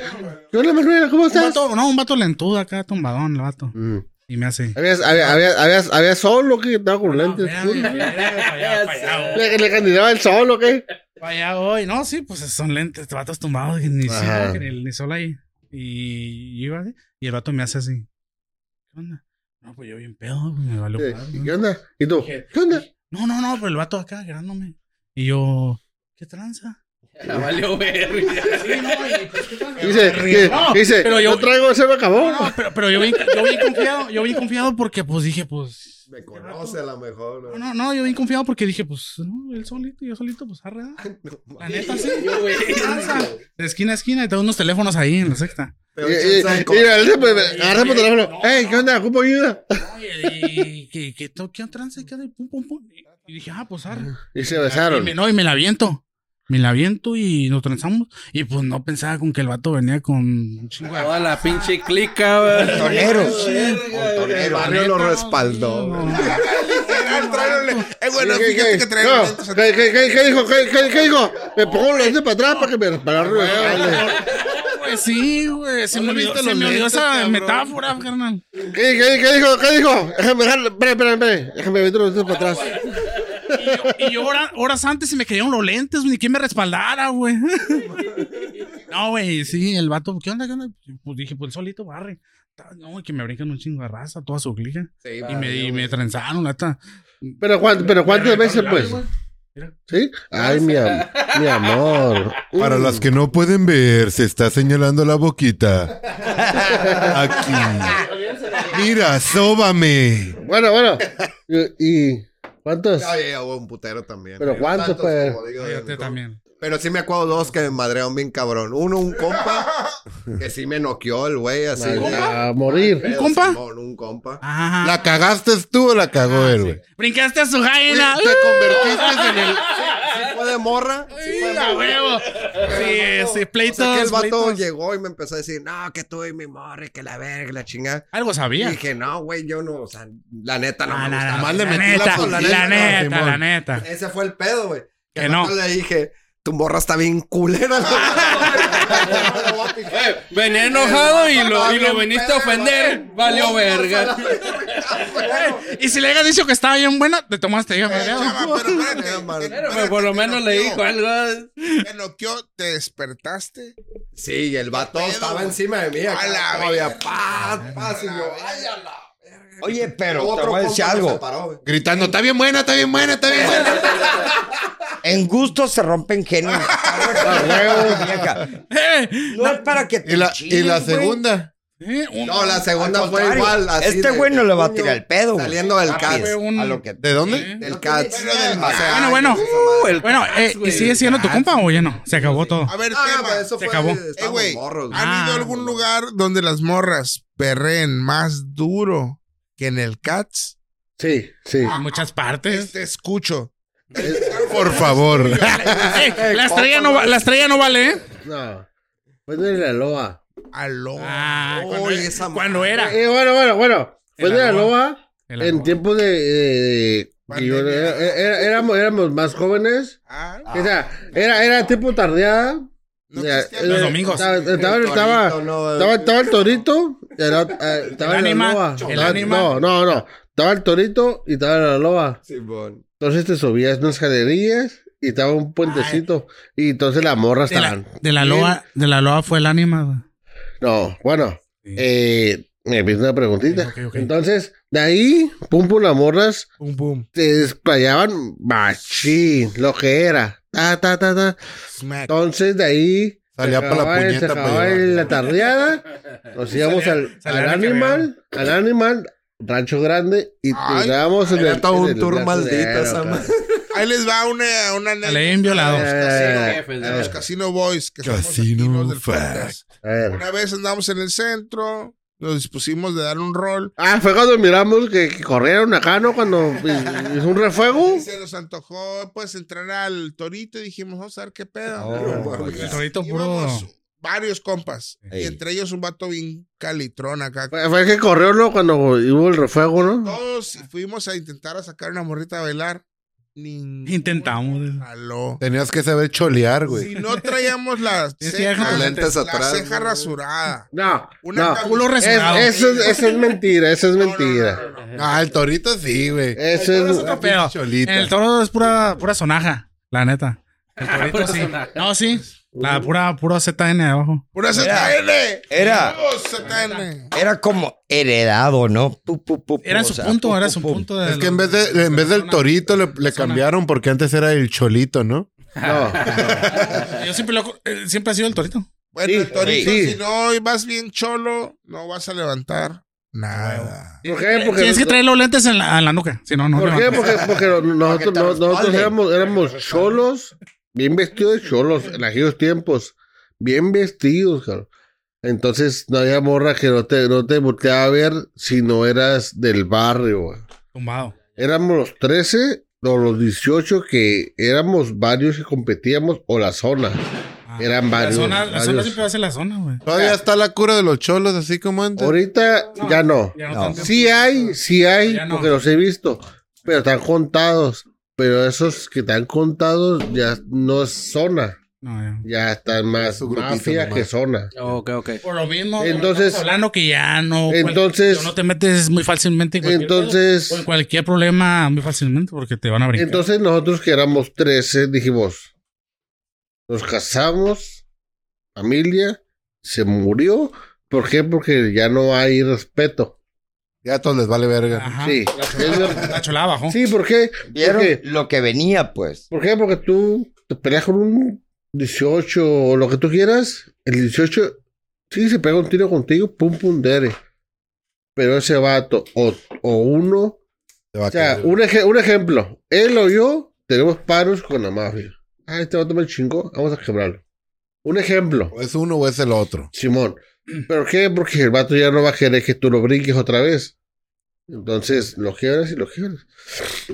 ¿qué hola, Manuel? ¿Cómo
Un
estás?
vato, no, un vato lentudo acá, tumbadón, el vato.
Mm.
Y me hace.
¿Habías, había, había, habías, había sol o qué? ¿Estaba con lentes? *laughs* ¿Le, le candidaba el sol o qué?
Vaya hoy, no, sí, pues son lentes, vatos tumbados, que ni,
Ajá.
sol, ni, ni sol ahí. Y yo iba así, y el vato me hace así. ¿Qué onda? No, pues yo bien pedo, güey, me valió
Eh,
madre,
¿y
¿no?
¿Qué onda? ¿Y tú? ¿Qué onda?
No, no, no, pero el vato acá agarrándome. Y yo, ¿qué tranza?
Valió verga.
Sí, no, y pues, ¿qué tranza?
Dice, que-
No,
dice,
pero yo-
yo traigo, se me acabó.
No, no, pero, pero yo, bien, yo bien confiado, yo bien confiado porque pues dije, pues...
Me conoce a lo
No,
mejor.
no, no, yo bien confiado porque dije, pues, no, él solito, yo solito, pues, arre. ah. La neta, sí. ¿Qué tranza? De esquina a esquina y tengo unos teléfonos ahí en la sexta.
Pero
Y- y-
quién sabe
y-
cómo-
y agarra por- agarra por teléfono. ¡Ey, qué onda! ¿Cómo ayuda?
Y que, que, to- que trance, que de pum, pum, pum. Y dije, ah, pues arre.
Y se
Y
besaron.
me, no, y me la aviento. Me la aviento y nos transamos. Y pues no pensaba con que el vato venía con un chingo de-
Ah,
Toda la pinche clica, güey.
Toneros.
El barrio lo respaldó.
No,
güey.
no.
Ah, tráelo, le- Eh, bueno,
¿Qué,
fíjate que
qué,
traigo
no,
lentes.
¿qué- qué- qué- qué dijo? ¿Qué- qué- qué dijo? Me pongo los lentes para atrás para Ah, que me respaldaran.
Pues sí, güey. Se me olvidó, se me olvidó esa metáfora, carnal.
¿Qué, qué, qué dijo? ¿Qué dijo? Déjame dejar, espera, espera, espera. Déjame meter los lentes para atrás.
Y yo, y yo hora- horas antes se me cayeron los lentes, güey, ni quien me respaldara, *laughs* güey. No, güey, sí, el vato, ¿qué onda? ¿Qué onda? Pues dije, pues solito barre. Ta- No, güey, que me brincan un chingo de raza, toda su clica.
Sí,
Y me, y me trenzaron, lata.
Pero, ¿cuán- pero ¿cuántas veces, pues? ¿Sí? Ay, mi, am- mi amor.
*laughs* Para las que no pueden ver, se está señalando la *laughs* boquita. Aquí. Mira, sóbame.
Bueno, bueno. ¿Y y cuántos?
Ay, ya hubo un putero también.
Pero
eh.
¿cuántos,
Tantos,
pues?
como digo,
Yo
eh,
te
como-
también.
Pero sí me acuerdo dos que me madrearon bien cabrón. Uno,
*laughs*
un compa, que sí me noqueó el güey, así.
A morir.
Pero
compa?
Simón, un compa.
Ajá.
¿La cagaste tú o la cagó él, güey?
Brincaste a su jaina.
Te convertiste en
*laughs*
el.
Fue de morra. Sí, fue
*laughs*
de
¡A
morra.
huevo! Sí, sí,
O sea, que el
pleitos.
vato
pleitos.
llegó y me empezó a decir, no, que tú y mi morra, y que la verga, la chingada.
Algo
Y
sabía.
dije, no, güey, yo no, o sea, la neta no
Ah,
me
la-
gustaba.
la-
Nomás le
la
metí la
neta,
putiza,
la neta,
Simón.
la neta.
Ese fue el pedo, güey. Que,
Que
no.
no.
le dije, tu morra está bien *laughs* culera. *laughs*
Venía enojado y lo, y
Está
lo
bien
viniste
pedo,
a ofender.
güey.
Valió verga.
Y si le hubieras dicho que estaba bien buena, te tomaste yo,
Eh, chava,
*laughs*
pero espérate,
madre.
te-
Pero,
espérate,
por lo
te
menos le
noqueó,
¿eh?
dijo algo.
Te noqueó, te despertaste.
Sí, y el vato
Pedo,
estaba
güey.
encima de mí.
A la
Acá, todavía,
verga.
pa, pa, y yo,
verga.
ay, a la verga.
Oye, pero
Otro
te voy a decir
compa me
algo.
separó, güey.
Gritando, está bien buena, está bien buena, está bien buena.
En gusto se rompen genios. vieja.
Eh,
No es para que te
Y la, y la
chilles, güey.
segunda.
No, la segunda
Al
fue
contrario,
igual. así
este
de-
güey no
de
le va a
puño,
tirar el pedo, güey.
Saliendo
Ah,
del
Rápido,
cats.
un-
a lo que
¿De dónde?
Del cats.
Pero del
Hace
Cats.
años,
Bueno, bueno.
esa madre.
el
Bueno, eh, ¿y
güey.
sigue siendo tu compa o ya no? Se acabó todo.
A ver,
Ah,
tema.
pues eso
Se
fue-
acabó.
Eh,
estábamos
güey,
morros, güey.
¿Han
Ah.
ido a algún lugar donde las morras perreen más duro que en el Cats?
Sí, sí.
En muchas partes.
Te escucho.
Por favor.
Eh, la, estrella no va- la estrella no vale, ¿eh?
No. Fue de la loa.
Aló.
Ah, cuando,
Oye, esa
cuando era.
Eh, bueno, bueno, bueno. Fue
El
de la
amor.
loa
El
en
amor.
tiempo de. de- de- que yo
Pandemia.
era- era- éramos, éramos más jóvenes.
Ah,
O sea, era, era tipo tardeada.
no
O sea,
existía-
Los
eh,
domingos.
Estaba, estaba,
El
estaba,
torito, no, el-
estaba, estaba el torito. Era, eh, estaba
El
la
ánima,
loba.
el
Estaba-
ánima.
No, no, no. Estaba el torito y estaba la loba.
Simón.
Entonces te subías unas galerías y estaba un puentecito. Y entonces la morra
Ah. De
estaban.
la, de la loa, de la loa fue el ánima. güey.
No, bueno.
Sí.
Eh, me pides una preguntita.
Ok, ok, ok.
Entonces, de ahí, pum pum las morras
Boom, boom.
te desplayaban machín, lo que era. Ta, ta, ta, ta.
Smack.
Entonces, de ahí.
Salía
se
pa' la
acababa- se
puñeta pa'
acababa
llevar.
la tardeada. Nos íbamos al,
salía
al
recargado.
animal, al animal, rancho grande, y
Ay,
llegábamos en
era
el.
todo
en
un
el
tour
brazo
maldito
de
esa
aero,
madre.
Ahí les va una, una anécdota
Leí en violado.
de los
Eh,
casinos- de los
eh.
Casino Boys. Que
Casino
somos aquí los del
fact.
podcast.
A ver.
Una vez andamos en el centro, nos dispusimos de dar un rol.
Ah, fue cuando miramos que, que corrieron acá, ¿no? Cuando *laughs* hizo un refuego. *laughs*
Y se nos antojó, pues, entrar al torito y dijimos, vamos a ver qué pedo. pues,
Oh,
El torito puro.
Íbamos varios compas.
Ey.
Y entre ellos un vato bien calitrón acá.
Fue, fue que corrió, ¿no? Cuando hubo el refuego, ¿no?
Todos fuimos a intentar a sacar una morrita a bailar. Ninguna
Intentamos.
jaló.
Tenías que saber cholear, güey.
Si no traíamos la
Tienes que
ceja,
dejar tus
lentes
la
atrás,
ceja
¿no?
rasurada.
No,
Una
no.
camiseta-
Culo
Es-
rasurado.
eso, es, eso es mentira, eso es
No, no, no,
mentira.
no, no, no.
Ah, el torito sí, güey.
Eso
El toro es
es.
otro pedo.
Cholita.
El toro es pura, pura sonaja, la neta. El torito sí. No, sí. La pura, puro ZN abajo.
¡Pura ZN!
Era,
¡Puro ZN!
era como heredado, ¿no? Pu, pu, pu, pu,
Era
o
su
sea,
punto,
pu,
era
pu,
su
pu.
punto de.
Es que en vez, de, en vez del torito le, le cambiaron porque antes era el cholito, ¿no?
No.
Yo siempre lo. eh, Siempre ha sido el torito.
Bueno,
Sí,
el Torito,
sí.
si no vas bien cholo, no vas a levantar nada.
¿Por qué? Porque.
Tienes que traer los lentes en la, en la nuca. Si no, no.
¿Por qué?
levantas.
Porque, porque nosotros,
te
no- nosotros
respalden.
éramos, éramos cholos, bien vestidos de cholos en aquellos tiempos. Bien vestidos, cabrón. Entonces no había morra que no te, no te volteaba a ver si no eras del barrio, güey.
Tumbado.
éramos los 13 o los 18 que éramos varios que competíamos o la zona.
Ah.
Eran
La
varios.
zona, la zona
varios.
siempre hace la zona, güey.
Todavía está la cura de los cholos, así como antes.
Ahorita
No,
ya no.
Ya no
No.
tanto.
Sí hay, sí hay,
Ya no.
porque los he visto, pero están contados. Pero esos que están contados ya no es zona,
No, ya.
ya están más
Su grupito
mafia
nomás.
que zona.
Oh, Ok, ok.
Por lo mismo,
Entonces-
estamos hablando que ya no. cual-
entonces-
no te metes muy fácilmente en cualquier,
Entonces-
pedo, o en cualquier problema muy fácilmente porque te van a brincar.
Entonces nosotros que éramos 13 dijimos, nos casamos, familia, se murió. ¿Por qué? Porque ya no hay respeto.
Ya a todos les vale verga.
Ajá.
Sí. Es ver-
La cholada bajó.
Sí, ¿por qué?
Vieron
Porque-
lo que venía, pues.
¿Por qué? Porque tú te peleas con un 18 o lo que tú quieras. El 18, sí, se pega un tiro contigo, pum, pum, dere. Pero ese vato, o, o uno.
Te va a
O sea,
caer.
un, eje- un ejemplo. Él o yo tenemos paros con la mafia. Ah, este vato me chingó, vamos a quebrarlo. Un ejemplo,
O es uno o es el otro.
Simón. ¿Pero qué? Porque el vato ya no va a querer que tú lo brinques otra vez. Entonces, lo quiebras y lo quiebras.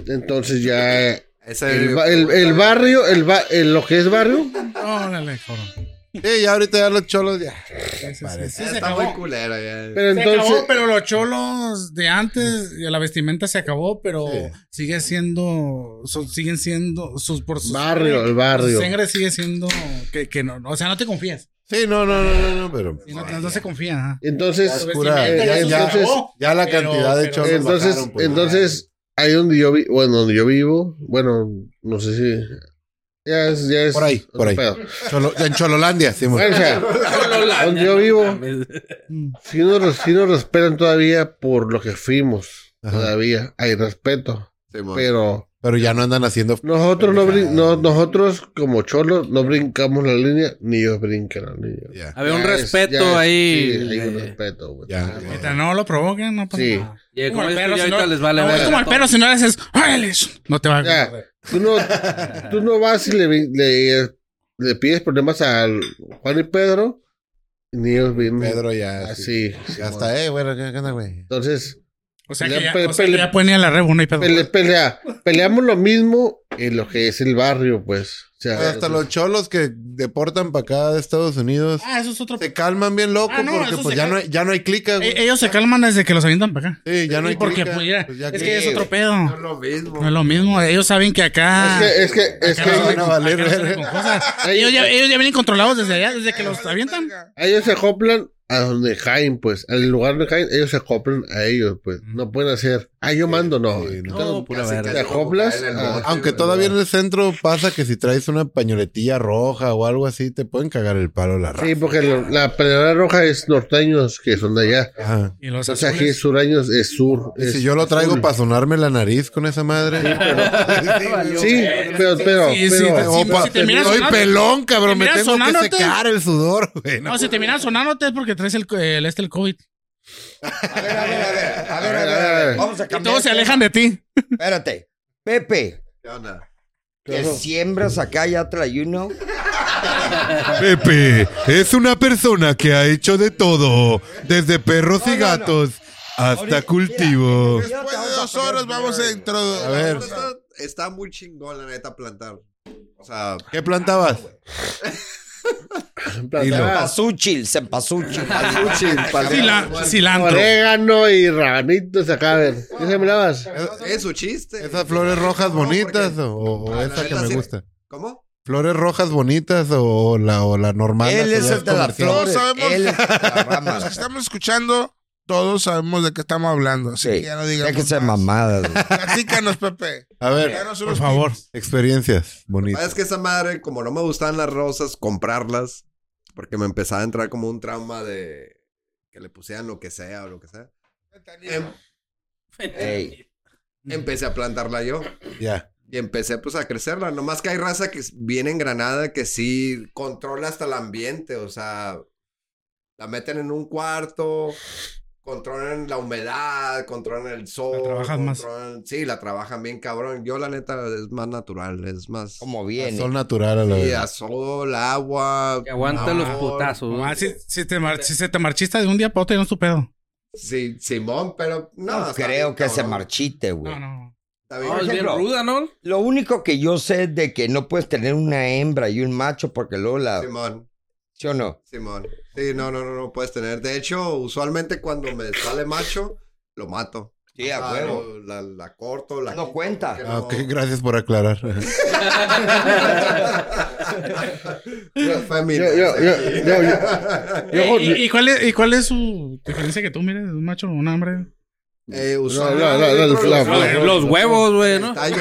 Entonces ya
Ese-
el, ba- el- el barrio, el ba- el- lo que es barrio,
Órale, cabrón.
Sí, ya ahorita ya los cholos ya.
Sí, sí,
Parece.
sí, se
Está
acabó.
muy culero ya.
pero
Se acabó,
entonces
pero los cholos de antes, la vestimenta se acabó, pero sigue siendo, son- siguen siendo sus por sus-
barrio, el
su
barrio.
sangre sigue siendo que, que no, no, o sea, no te confías,
Sí, no, no, no, no, no, pero.
Sí, no, no se confía. ajá.
pues, Entonces,
Su
oscura,
vestimenta
ya-
se
ya-
acabó.
Ya la
Pero-
cantidad de
pero-
cholos.
entonces,
bajaron, pues,
entonces ahí donde yo vi, bueno, donde yo vivo, bueno, no sé si ya es, ya es
Por ahí, por ahí.
pedo.
ya. Cholo- en Chololandia, sí,
*laughs* Bueno, o *laughs* sea, donde yo vivo,
Mm.
si nos, res- sí nos respetan todavía por lo que fuimos,
Ajá.
todavía hay respeto,
Simón.
pero
pero ya no andan haciendo.
nosotros no, brin- no- nosotros como cholos no brincamos la línea, ni ellos brincan la línea.
Ya.
Había un
Ya es-
respeto
ya es-
ahí.
Sí, hay un
eh,
respeto, güey.
Ya.
Mientras no lo provoquen, no pasa
Sí.
nada.
y como
Como el
es que
perro,
ya
si no-
ahorita les vale
no, es
verga
como el
todo.
perro, si no le haces, órale, sh- no te va a
Ya, tú no, tú no vas y le, vi- le, le pides problemas al Juan y Pedro, ni ellos vienen
Pedro ya. Ah, sí.
así.
Ya está, eh, bueno, ¿qué qué onda, güey?
Entonces,
O sea,
Ya
que ya,
pe-
o sea, que
pele-
ya pueden ir a la rebu, no hay pedo.
pele- pelea, peleamos lo mismo en lo que es el barrio, pues. O sea,
Hasta los cholos que deportan para acá de Estados Unidos
Ah, eso es otro.
se calman bien loco
Ah, no,
porque
eso
pues
se
ya
cal-
no, hay, ya no hay clica, güey.
E- ellos se calman desde que los avientan para acá.
Sí, ya no hay
Sí, porque
clica.
pues, mira,
Pues ya
es
que-
que es otro
No
pedo.
es lo mismo.
No es lo mismo. Ellos saben que acá.
es que, es que, es
Ah,
acá no
que
van a valer
acá no salen
verga.
con cosas. ellos, ya, ellos ya vienen controlados desde allá, desde que los avientan.
ellos se acoplan a donde caen, pues. Al lugar donde caen, ellos se acoplan a ellos, pues. No pueden hacer, ah, yo mando, no.
Sí, no.
No, pues, pura
Casi,
verga.
casi como
acoplas,
caer en el
ah,
bote,
Aunque
güey.
todavía en el centro pasa que si traes una pañoletilla roja o algo así, te pueden cagar el palo la raza.
Sí, porque lo- la peleadora roja es norteños, que son de allá.
Ajá.
Y los
Entonces aquí
azules,
suraños es sur.
Y
es
si yo lo traigo
azul.
para sonarme la nariz con esa madre.
Sí, pero, pero,
Sí, sí,
pero-
sí, pues,
O pa-
si terminas
soy
sonando-
pelón, cabrón. Me
terminas
tengo que
sonándote.
secar el sudor, *laughs* güey.
No, si te miran sonándote es porque traes el, el- este, el COVID.
A ver, a ver, a ver, a ver,
a ver, a ver.
Vamos a
Y
cambiar.
todos se alejan de ti.
Espérate. Pepe,
¿Qué onda?
te siembras acá ya trayuno.
Pepe es una persona que ha hecho de todo, desde perros y
No, no, no.
gatos hasta
Ahorita,
cultivo.
mira.
Después de dos horas vamos a introducir.
A ver.
Está, está muy chingón, la neta, plantar. O sea,
¿Qué plantabas?
Plantar
Pasuchil, sempasuchil.
Cila- cilantro.
Orégano y rabanitos acá, a ver. ¿Qué se me lavas?
es su chiste.
¿Esas flores rojas
No,
bonitas
porque-
o, o
Ah, la
esa que
neta
me
sí.
gusta?
¿Cómo?
¿Flores rojas bonitas o la, o la normal?
Él
la
es
que ya
el de las
comercial?
flores.
No sabemos.
Él es el de las
Los que
ramas.
Pues, estamos escuchando, todos sabemos de qué estamos hablando. Así que
Sí,
ya no digamos.
déjense
más.
mamadas.
Platícanos, Pepe.
A ver,
Danos
Por
unos
favor.
experiencias bonitas.
Ah, Es que esa madre, como no me gustaban las rosas, comprarlas, porque me empezaba a entrar como un trauma de que le pusieran lo que sea o lo que sea. Em-
Ey.
empecé a plantarla yo.
Ya.
Y empecé pues a crecerla. Nomás que hay raza que s- viene en Granada que sí controla hasta el ambiente. O sea, la meten en un cuarto, controlan la humedad, controlan el sol.
La trabajan más.
controlan- Sí, la trabajan bien cabrón. Yo la neta es más natural, es más...
Como
al
viene.
Sol natural a la
Sí,
vez.
a sol, agua.
Que aguanta los
amor.
putazos.
Ah,
güey.
si, si te mar- si se te marchista de un día para otro, ya no es tu pedo.
Sí, Simón, pero no.
No,
está
creo
bien,
que se
cabrón.
marchite, güey.
No, no.
Está
No, es
bien.
bien
ejemplo,
ruda, ¿no?
Lo único que yo sé es de que no puedes tener una hembra y un macho porque luego la...
Simón.
¿Sí o no?
Simón. Sí, no, no, no, no puedes tener. De hecho, usualmente cuando me sale macho, lo mato.
Sí, a
Ah,
huevo.
lo- La, la corto, la.
No
quito,
cuenta.
porque
Ah, ok,
no-
gracias por aclarar. *laughs*
*laughs* No,
Yo,
fémina,
yo, yo,
sí.
yo, yo- yo-
¿Y, y- y cuál es, ¿Y cuál es su diferencia que tú mires? ¿Un macho o una hambre?
*laughs* Eh,
No, no, no, no,
usualmente
la-
entro
la-
los-
Los huevos, güey, ¿no?
el tallo.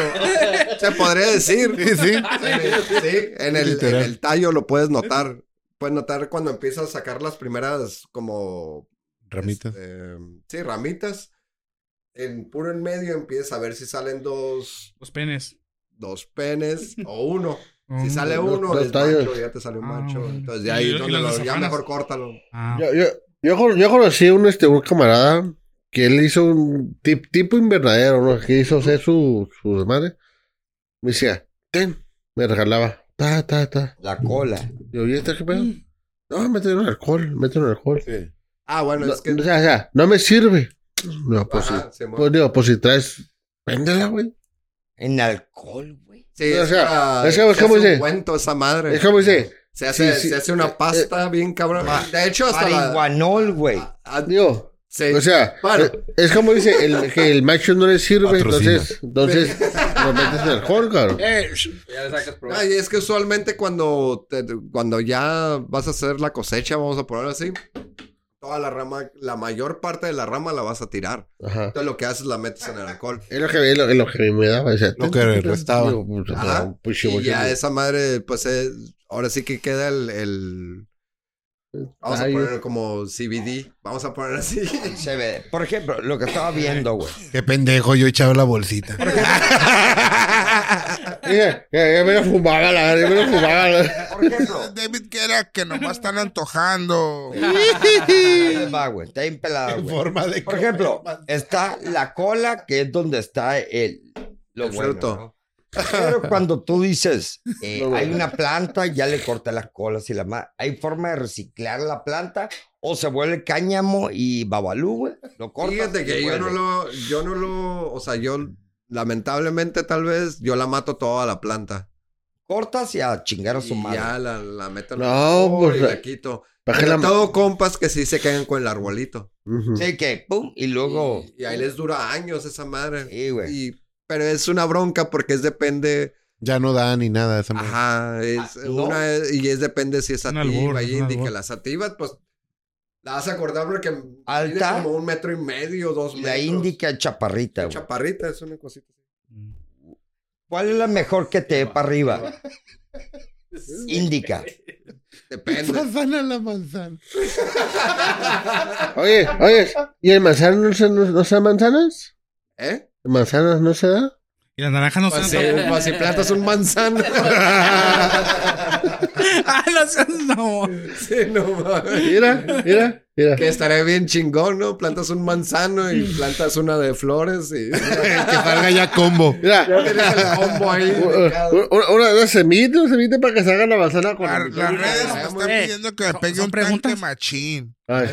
Se podría decir.
Sí, sí.
En el- sí, en el, en
Literal.
el tallo lo puedes notar. Puedes notar cuando empiezas a sacar las primeras como
Ramitas.
este, sí, ramitas. en puro en medio empiezas a ver si salen dos,
Los penes.
dos penes
*laughs*
o uno. Si
Mm.
sale uno,
los
es macho,
tallos.
ya te sale un
Ah,
macho.
bueno.
Entonces, de ahí
Y-
es
y
donde
las
lo- ya
zafanas.
mejor córtalo.
Ah.
Yo, yo, yo, con- yo conocí a un, este, un camarada que él hizo un tip- tipo invernadero, ¿no? Que hizo hacer su, su desmadre. Me decía, ten, me regalaba. Ta, ta, ta.
La cola.
Yo, ¿y este qué pedo? No, mételo en alcohol, mételo en alcohol.
Ah, bueno,
No,
es que.
o sea, o sea, no me sirve. No, pues sí.
Ajá, Simón.
Pues digo, pues si traes, véndela, güey.
En alcohol, güey.
Sí,
o
es
sea,
para-
es que,
se
¿cómo
hace un
dice?
cuento esa madre.
Es como dice,
se, hace,
sí, eh, sí.
se hace una pasta bien cabrón. De hecho, hasta la... Ah.
Marihuanol, güey.
a- a-
digo,
se-
o sea,
Bueno.
eh, es como dice, el, que el macho no le sirve,
Patrocina.
entonces, entonces,
*laughs*
lo metes en alcohol, cabrón.
Eh, sh-
Ya le sacas provecho.
Ay, es que usualmente cuando, te- cuando ya vas a hacer la cosecha, vamos a ponerlo así, toda la rama, la mayor parte de la rama la vas a tirar.
Ajá.
Entonces lo que haces la metes en el alcohol.
Es lo que, es lo, es lo que me daba. O sea,
Lo que restaba.
Digo, puta,
Ajá.
no, pues,
y
yo,
ya
yo,
esa madre, pues es- ahora sí que queda el... el- vamos a
Ay,
poner como CBD, vamos a poner así.
Se
*laughs*
ve. Por ejemplo, lo que estaba viendo, güey.
Qué pendejo, yo echaba la bolsita.
Mira, ya, ya me lo fumaba, la verdad, ya me lo fumaba.
*laughs*
la-
Por ejemplo.
David que era que nomás están antojando.
ahí va, güey. Está bien pelada,
En
güey.
forma de
Por ejemplo, está la cola, que es donde está el, lo
El
bueno,
fruto.
¿no? Pero cuando tú dices, eh,
Lo bueno.
hay una planta, ya le corté las colas y la más. ¿Hay forma de reciclar la planta? ¿O se vuelve cáñamo y babalú, güey? Lo cortas
Fíjate
y
que yo no
vuelve.
lo, yo no lo, o sea, yo lamentablemente tal vez yo la mato toda la planta.
Cortas y a chingar a su
Y
madre.
ya la, la meto en el
No,
árbol y
pues,
la quito.
Bajé
Pero
la-
tengo compas que sí se quedan con el arbolito.
Ujú.
Sí, que pum, y luego.
Y, y ahí les dura años esa madre.
Sí, güey.
Y- pero es una bronca porque es depende,
Ya no da ni nada esa madre.
ajá, es
Ah, ¿no?
una y es depende si es
Un
sativa
albur,
y
un
indica
albur.
las sativas, pues la vas a acordar porque mide
Alta.
como un metro y medio, dos metros.
La índica chaparrita, güey.
chaparrita es una cosita. *laughs*
¿Cuál es la mejor que te dé para arriba? Índica.
Depende.
Manzana a la manzana.
Oye, oye, ¿y el manzano no se, no, no se da manzanas?
¿Eh?
¿Manzanas no se da?
y las naranjas no se
Pues,
dan
sí, *laughs* pues, si plantas un manzano.
*laughs* Ah, no seas- no.
*laughs* sí, no mames.
Mira, mira, mira.
Que estaría bien chingón, ¿no? Plantas un manzano y plantas una de flores y
Que salga ya
*laughs*
combo.
Mira,
tienes el combo ahí.
u- u- u- una, una semita, una semita para que salga la manzana con
La- las redes me
Vamos,
están
eh.
pidiendo que me
¿Son-
pegue
son
un tanque
preguntas? *laughs*
machín.
Ay,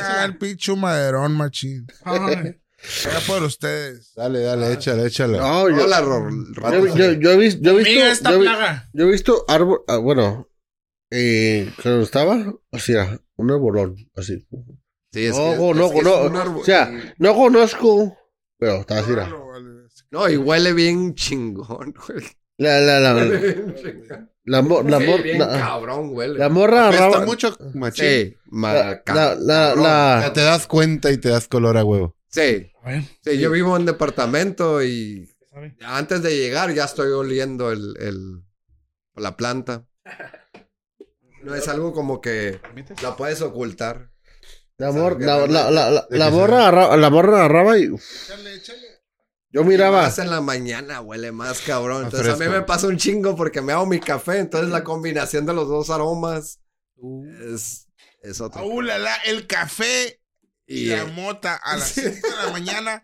Acá el pinche maderón machín.
Ay.
Era por ustedes.
Dale, dale, échale, échale.
no, yo,
Hola, Rol-
yo,
Rol-
yo- yo he visto, yo he visto,
Mira esta
yo he vi-
plaga.
yo he visto árbol, ah, bueno, eh, cuando estaba, así era, un arbolón, así.
Sí, es
No,
que-
no,
es que
no,
es un árbol-
o sea, No conozco, pero estaba así, era.
No, y huele bien chingón,
*laughs*
güey.
La, la, la,
Huele
la,
bien chingón.
la, mo- la,
Sí,
mor-
bien
la, la
cabrón huele.
morra
Está
agarraba-
mucho machín.
Sí, ma-
La, la, la,
cabrón.
Ya
la,
te das cuenta y te das color a huevo.
Sí,
A ver.
sí, yo vivo en departamento y antes de llegar ya estoy oliendo el, el- la planta. No es algo como que la puedes ocultar.
la, mor-
Sabe,
la, la, la, la,
que
la
sabe.
morra agarraba, la morra agarraba y uf, yo miraba.
Más en la mañana huele más cabrón.
Más
Entonces a mí
fresco.
me pasa un chingo porque me hago mi café. Entonces la combinación de los dos aromas
Uh.
es, es otro.
Uh, la, la, el café y
Y,
la
eh,
mota a las
Sí.
5 de la mañana.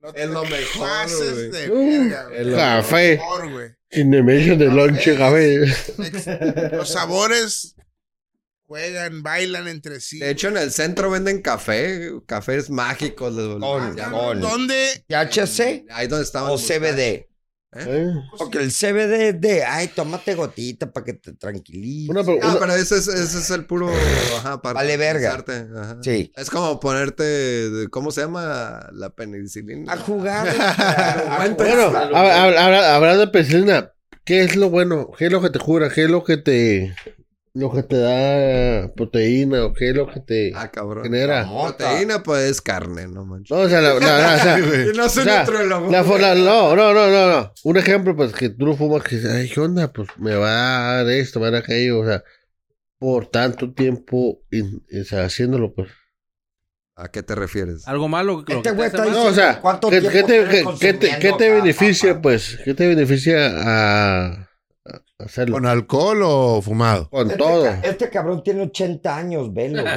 No
Es lo mejor,
pases
güey.
de
Uh,
verga, güey.
es lo Café.
mejor, güey.
Cinemation
Ah,
de
eh.
lonche, café.
Ex- Los sabores juegan, bailan entre sí.
de hecho, en el centro venden café. Cafés mágicos. los-
Con-
ya-
con-
¿Dónde?
THC
Ahí donde
Ah,
estaban.
o
los-
CBD.
¿Eh?
Porque el CBD es de, ay, tómate gotita para que te tranquilice.
Una, pre-
Ah,
una-
pero ese es, ese es el puro. Ajá, para
Vale verga.
pensarte, ajá.
Sí.
Es como ponerte. de- ¿Cómo se llama? La penicilina.
A jugar. a
Buen
jugar.
bueno, hab- hab- habla- hablando de penicilina, ¿qué es lo bueno? ¿Qué es lo que te jura? ¿Qué es lo que te, lo que te da proteína o qué es lo que te
Ah, cabrón.
genera? No,
Mota.
Proteína, pues es carne, no manches.
o sea, la, la- la- o
*laughs*
sea,
Yo no soy
o sea,
nutriólogo.
La, fo- la- no, no, no, no, no. Un ejemplo, pues, que tú no fumas, que dices, ay, ¿qué onda? Pues me va a dar esto, me va a dar aquello, o sea, por tanto tiempo in- o sea, haciéndolo, pues.
¿A qué te *laughs* refieres?
Algo malo. que- lo
Este
que te
güey
hace
está
mal.
No, o sea,
¿Cuánto
¿qué,
tiempo
qué te,
tienes
qué- qué te, qué
consumiendo
te
acá,
beneficia,
papá?
pues? ¿Qué te beneficia a, a hacerlo?
¿Con alcohol o fumado?
Con
Este
todo.
ca- Este cabrón tiene 80 años, velo. güey.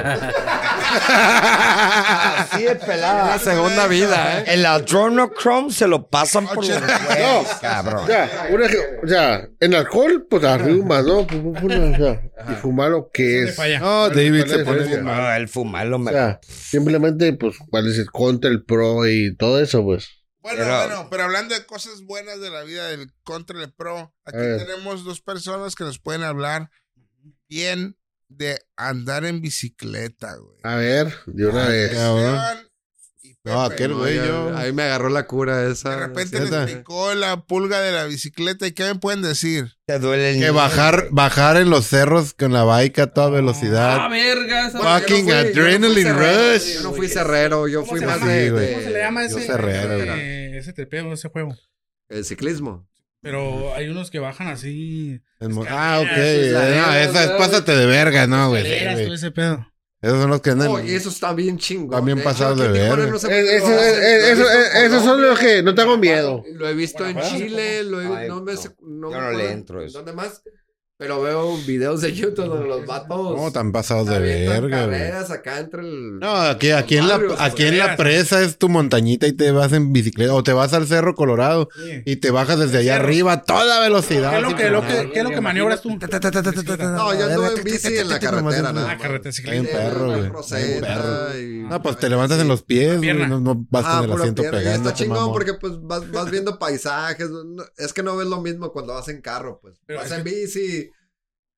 Así de pelada.
segunda vida, eh.
El adrenochrome se lo pasan por los huevos,
No.
cabrón.
Ya, una que- o sea, en alcohol, pues arriba, ¿no? Fu- fu- fu- o sea, Y fumar lo que es.
Para allá.
No, David se pone bien mal.
No, el fumar lo
O
mejor.
sea, simplemente, pues, cuál es el contra, el pro y todo eso, pues.
Bueno,
Pero-
bueno, pero hablando de cosas buenas de la vida del contra el pro, aquí
A ver.
tenemos dos personas que nos pueden hablar bien de andar en bicicleta, güey. Ah,
A ver, de una vez.
Esteban y Pepe.
No, aquel güey, yo.
Ahí me agarró la cura esa.
De repente
Neta.
les picó la pulga de la bicicleta y ¿qué me pueden decir?
Te duele el
Que
niño.
bajar, bajar en los cerros con la bike a toda
Ah,
velocidad.
verga. esa-
Fuck. Fucking
Yo no fui- yo no fui
adrenaline
cerrero,
rush.
Yo no fui cerrero, yo fui
se
más
llama?
de,
Sí, güey.
¿Cómo se le llama
yo
ese?
Herrera,
ese-
güey.
ese trepeo, ese juego.
El ciclismo.
Pero hay unos que bajan así.
En mo- Ah, ok.
Es
la
No,
verga,
esa es
güey.
pásate de verga, no, güey. sí,
escaleras,
Pues, güey.
todo ese pedo.
Esos son los que andan.
Oh, y eso está bien eh. chingo.
También pasados de verga.
Eso,
Eh, eso- eh, eso- eh, Esos son los que no tengo miedo.
Ah,
Lo he visto en Chile, lo he-
Ay,
no me,
no.
sé-
Yo
no me
no le
acuerdo
entro eso.
¿Dónde más? Pero veo videos de YouTube donde los vatos.
No, tan pasados de
avientan
verga, güey.
carreras acá entre el.
No, aquí, aquí, en la,
Mario,
aquí en la
carreras.
presa es tu montañita y te vas en bicicleta o te vas al Cerro Colorado
Sí.
y te bajas desde allá arriba a toda velocidad.
¿Qué es lo
sin
que, lo
frenar.
que, qué es lo que maniobras tú?
No, yo ando en bici en la carretera, nada
Ah,
más.
carretera,
Hay un
ciclista.
perro,
Una
güey. Hay un perro.
roseta y-
No, pues te levantas en los pies, güey,
Pierna.
no, no vas
Ah,
con el
pura
asiento
pierna. Y
pegando.
Está chingón porque pues vas, vas viendo paisajes. no- Es que no ves lo mismo cuando vas en carro, pues.
Pero
vas
es
en
que-
bici,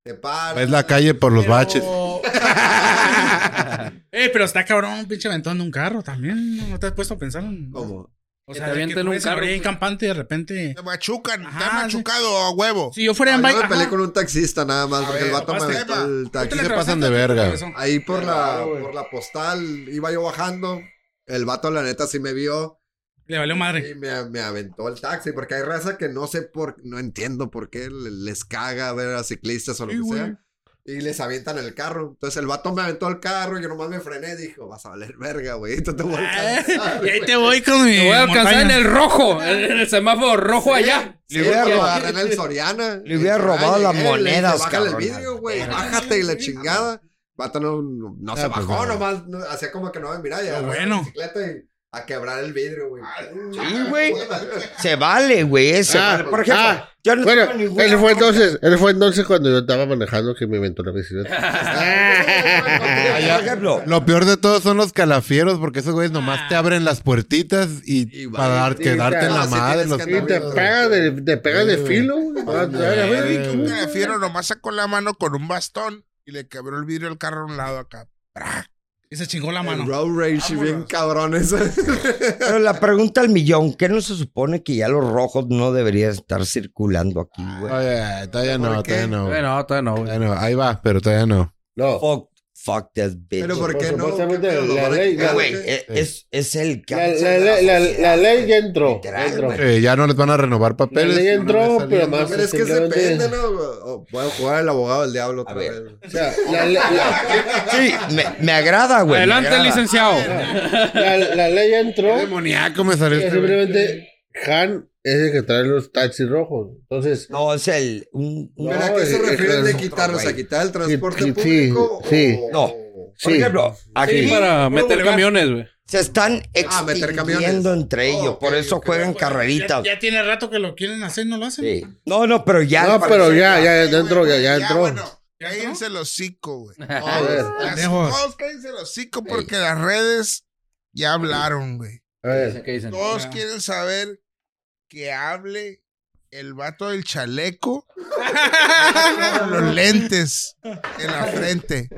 te paras.
Es la calle por los
Pero-
baches.
*laughs* Eh, pero está cabrón, pinche aventón de un carro también. ¿No no te has puesto a pensar? en-
Como,
O
Que
sea,
te
de que
avienten
tú
un
ves
carro,
abrir en
güey.
campante y de repente.
Ah,
Te machucan, te
Ajá,
han machucado a huevo.
Si yo fuera
yo
en bike.
me peleé
ajá.
con un taxista nada más, porque el vato me
papás,
aventó
tema.
el
Tú te
taxi.
la
se pasan
atravesaste,
de
tú te
verga.
atravesó.
Ahí por la, por la postal iba yo bajando. El vato, la neta, sí me vio
Le valió
*laughs*
madre. *laughs*
y me, me aventó el taxi. Porque hay raza que no sé por, no entiendo por qué le- les caga ver a ciclistas o lo
Sí,
que
güey.
sea. Y les avientan el carro. Entonces el vato me aventó el carro. Yo nomás me frené. Dijo, vas a valer verga, güey. Te, te voy a alcanzar,
Ah, *laughs* Y ahí
güey".
te voy con mi.
Te voy a alcanzar en
montaña.
el rojo, en el semáforo rojo allá.
Sí, porque
hubiera
lo
robado-
agarré en el Soriana.
*laughs* le hubiera robado
Ah,
las
llegué, le dije,
monedas,
Bájale el
cabrón.
vidrio, güey. Bájate y la chingada. Vato no, no, no
Ah,
se
pues,
bajó,
no.
nomás no, hacía como que no me miraba. y agarró
bueno. Ah,
la bicicleta y a quebrar el vidrio, güey.
Sí,
*laughs*
güey. Se vale, güey. Eso.
Ah,
Por ejemplo,
ah,
yo no
Bueno,
tengo ninguna
él fue
bronca.
entonces, él fue entonces cuando yo estaba manejando que me inventó la
Ah,
bicicleta.
Ah,
*laughs*
Por ejemplo,
Lo peor de todo son los calafieros, porque esos güeyes
Ah.
nomás te abren las puertitas y,
Y va-
para dar-
y-
que
y-
darte en
ah,
la
sí
madre.
tienes
Los
que
Y te
güey.
pega de, te pega de
Sí, güey.
filo, güey. Ah,
Ay,
a ver,
güey.
¿qué
Un
onda?
refiero nomás sacó la mano con un bastón y le quebró el vidrio al carro a un lado acá.
Y se chingó la
El
mano.
road rage, bien cabrones.
pero la pregunta al millón, ¿qué no se supone que ya los rojos no deberían estar circulando aquí, güey?
Oye, todavía no,
¿Por qué?
todavía no. güey.
Bueno, todavía no, güey.
Todavía no. Ahí va, pero todavía no.
No.
Fuck, fuck this bitch.
*laughs* Pero ¿por
Por
qué no?
supuestamente
¿Qué pedo,
la
lo van a
ley- la-
quitar,
claro
Güey,
güey?
eh, es, es el
La,
cáncer
la-
de
la- la-
sociedad,
la ley
güey.
ya entró.
Literal,
entró.
güey.
Eh, ya no les van a renovar papeles.
La ley
y van a
entró,
salir.
pero más- este,
Pero es que se
Simplemente-
depende, ¿no? O Puedo jugar el abogado del diablo otra
A ver.
vez.
O sea, la, la- la-
Sí, me, me agrada, güey. me
Adelante,
agrada.
licenciado.
la- la ley ya entró.
Qué demoníaco me salió
y
este güey.
Simplemente Han es el que trae los taxis rojos. Entonces,
No, es el. un- un-
¿Pero a qué
No,
se
es-
refieren de
es-
quitarlos? ¿A quitar el transporte
eh, Sí, sí,
público?
sí.
o-
No. Por
sí.
ejemplo, aquí
Sí, para meter camiones, güey.
se están
Ah, meter camiones.
extinguiendo entre
Oh,
ellos.
ok,
por eso
ok.
juegan
Pues, Ya,
carreritas.
ya tiene rato que lo quieren hacer, no lo hacen.
Sí. No, no, pero ya.
no,
al
pero
parecer-
ya, ya, ya entró, ya, ya
Ya,
entró.
bueno,
¿Ya
cállense el hocico, güey.
A ver,
Las-
Pendejos.
Todos cállense el hocico porque las redes ya hablaron, güey.
a ver.
¿Qué dicen? Ah.
Todos
Ya.
quieren saber que hable el vato del chaleco con los lentes en la frente.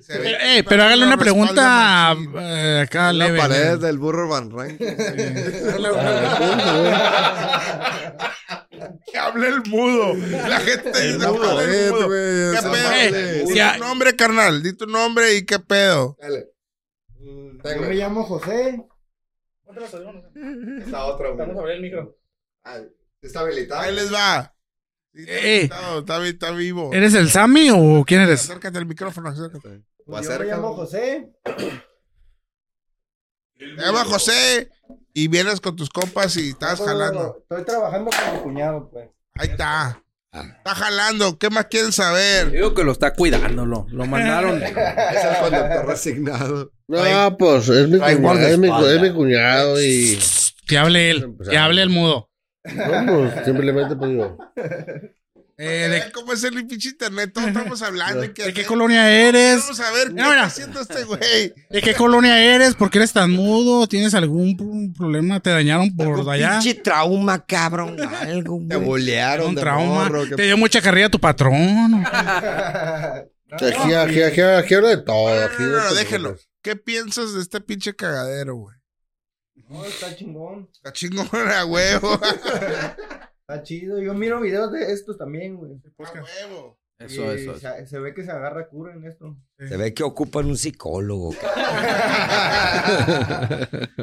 Se ve que
Eh, eh, pero hágale una
respalda
pregunta
machín.
eh, acá
La
leve. Ah,
pared
güey.
del burro Van
*laughs*
Ranking.
Que *laughs* hable el mudo. La gente dice
La
que hable
pared,
eh,
el mudo.
güey.
pues,
¿Qué
esa
pedo?
madre.
Eh,
Di
ya-
tu nombre, carnal. Di tu nombre y qué pedo.
Dale.
Yo me llamo José.
Está otra, güey. Ay, Está habilitado.
Ahí les va. Sí, está
Eh.
habilitado, está, vi- está vivo.
¿Eres el Sammy o quién eres?
Acércate al micrófono, acércate.
Yo me llamo José.
Eva José, y vienes con tus compas y estás jalando.
Estoy trabajando con mi cuñado, pues.
Ahí está.
Ah.
Está jalando. ¿Qué más quieren saber?
Digo que lo está cuidando, lo, lo mandaron. *laughs*
Es el
*laughs*
conductor resignado.
No, pues es mi
trae
cuñado, es mi, cu-
guardaespaldas.
es mi cuñado y.
Que hable él, que hable el mudo.
*laughs*
No, pues simplemente pues digo.
Eh,
Vean
de,
¿Cómo es el pinche internet? Todos estamos hablando.
*laughs*
¿y
de qué
hacemos?
colonia eres?
Vamos a ver qué
No,
está
mira.
haciendo este
*laughs*
güey.
¿De qué colonia eres? ¿Por qué eres tan mudo? ¿Tienes algún pr- problema? ¿Te dañaron por allá?
Pinche trauma, cabrón. Algo,
Te
güey.
bolearon.
¿Un
de
trauma?
morro, que-
¿Te dio mucha carrilla tu patrón?
Ah,
Aquí, aquí, aquí, aquí habla de todo.
Ah,
No, no,
aquí
no,
de
no,
todo.
déjenlo. ¿Qué piensas de este pinche cagadero, güey?
No, está chingón.
La chingona,
*laughs*
huevo.
Está chido. Yo miro videos de estos también, güey.
pues Ah, huevo.
Eso,
Y
eso. eso.
Se, se ve que se agarra cura en esto.
Se ve que ocupan un psicólogo, cabrón.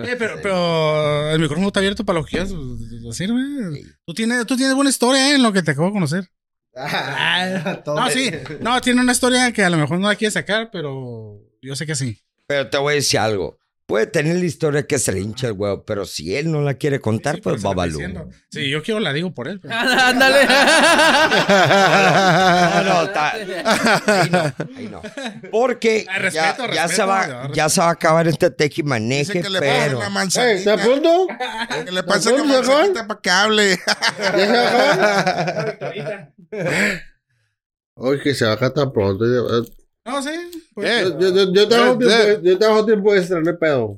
Eh, pero, pero el micrófono está abierto para lo que quieras decir, güey. Tú tienes, tú tienes buena historia eh, en lo que te acabo de conocer.
Ah,
*laughs* Todo.
Ah, *laughs* No, sí. No, tiene una historia que a lo mejor no la quieres sacar, pero yo sé que sí.
Pero te voy a decir algo. Puede tener la historia que se le hincha el huevo, pero si él no la quiere contar,
Sí, por
pues
eso la estoy
babalú.
diciendo. Sí, yo quiero la digo
*laughs*
por él.
*laughs*
pero-
Ándale.
No, no,
*laughs*
está- ahí no, ahí no. Porque
Ah,
ya, ya
respeto, respeto,
se va,
ya,
ya se va a acabar este
Eh,
tejimaneje,
Dice que le pasen
pero
la
Ey, ¿Está
manzanita.
a punto?
que le pasen la
¿Está punto,
manzanita para que hable.
¿Ya se bajó? Oye, que se baja tan pronto. Yo,
No, sí. pues,
Eh,
yo, yo, yo trabajo
Eh, eh.
tiempo, yo trabajo tiempo extra, no hay pedo.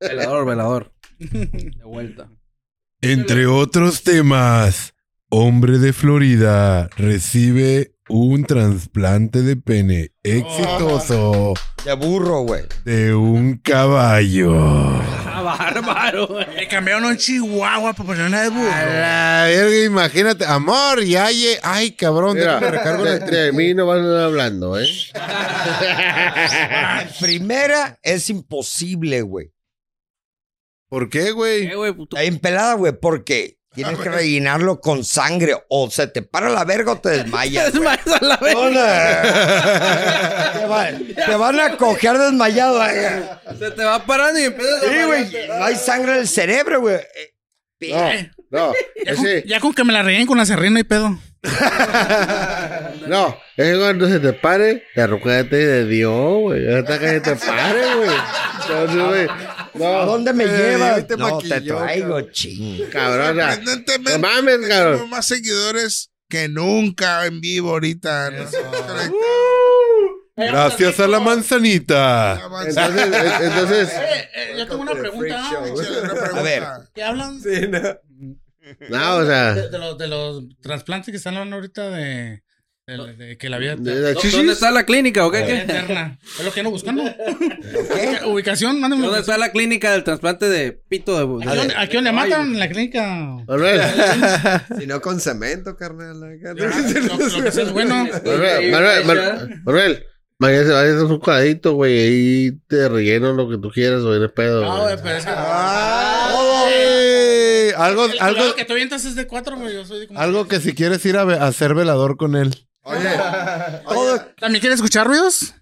Velador, velador. De vuelta.
Entre otros temas, hombre de Florida recibe un trasplante de pene exitoso
de burro, güey.
de un caballo.
Ah, bárbaro,
Le
Eh.
güey.
cambiaron un chihuahua para poner una de
A
burro.
la verga, imagínate. Amor, ya lle- Ay, cabrón,
Mira,
déjame recargo
Eh, de,
la
de mí no van a estar hablando, ¿eh?
En primera es imposible, güey.
¿Por qué, güey?
Eh, güey, tú-
Está bien pelada, güey, porque tienes que rellenarlo con sangre o se te para la verga o te desmayas.
*laughs* Es más a la vez.
te, va- te van a coger desmayado. güey.
Se te va parando y empiezas a.
Sí, güey, no hay sangre en el cerebro, güey. Eh,
No, no.
Ya con,
Ese,
ya con que me la rellen con la serrina y pedo.
no, ese cuando se te pare, te arrojate de Dios, güey. Hasta que se te pare, güey. Entonces, güey.
¿A
No,
dónde me llevas?
te
No, te
maquilló,
traigo, ching.
cabrona. No
Sorprendentemente,
mames,
tenemos
cabrón.
más seguidores que nunca en vivo ahorita. Nos
Uh.
conectamos
Gracias a la manzanita.
a la manzanita.
Entonces, en- entonces,
Eh, yo tengo una pregunta.
Una pregunta.
A ver.
¿Qué hablan de,
Sí, no.
no, Ah, o sea.
de los, de los trasplantes que están hablando ahorita de, de- de que la vida
de la
¿Dó-
chichis,
¿Dónde está la clínica o qué?
vida
qué?
eterna? Es lo que ando buscando. Ubicación, mándame.
¿Dónde
ubicación.
está la clínica del trasplante de pito de...
¿Aquí
de-
donde, aquí donde matan? En la clínica.
Manuel,
Si no con cemento, carnal. acá,
Lo, lo que sí es bueno.
Manuel,
Sí,
Manuel,
sí,
Manuel, Manuel, mañana se va a hacer un cuadrito, güey, ahí te relleno lo que tú quieras, güey, no es pedo.
No,
güey.
güey, pero es que.
Oh,
Ay, algo,
el
algo,
algo que tú vientas es de cuatro, güey. Yo soy de como.
algo que si quieres ir a, ve- a ser velador con él.
Oye,
Todo,
¿También quieres escuchar ruidos?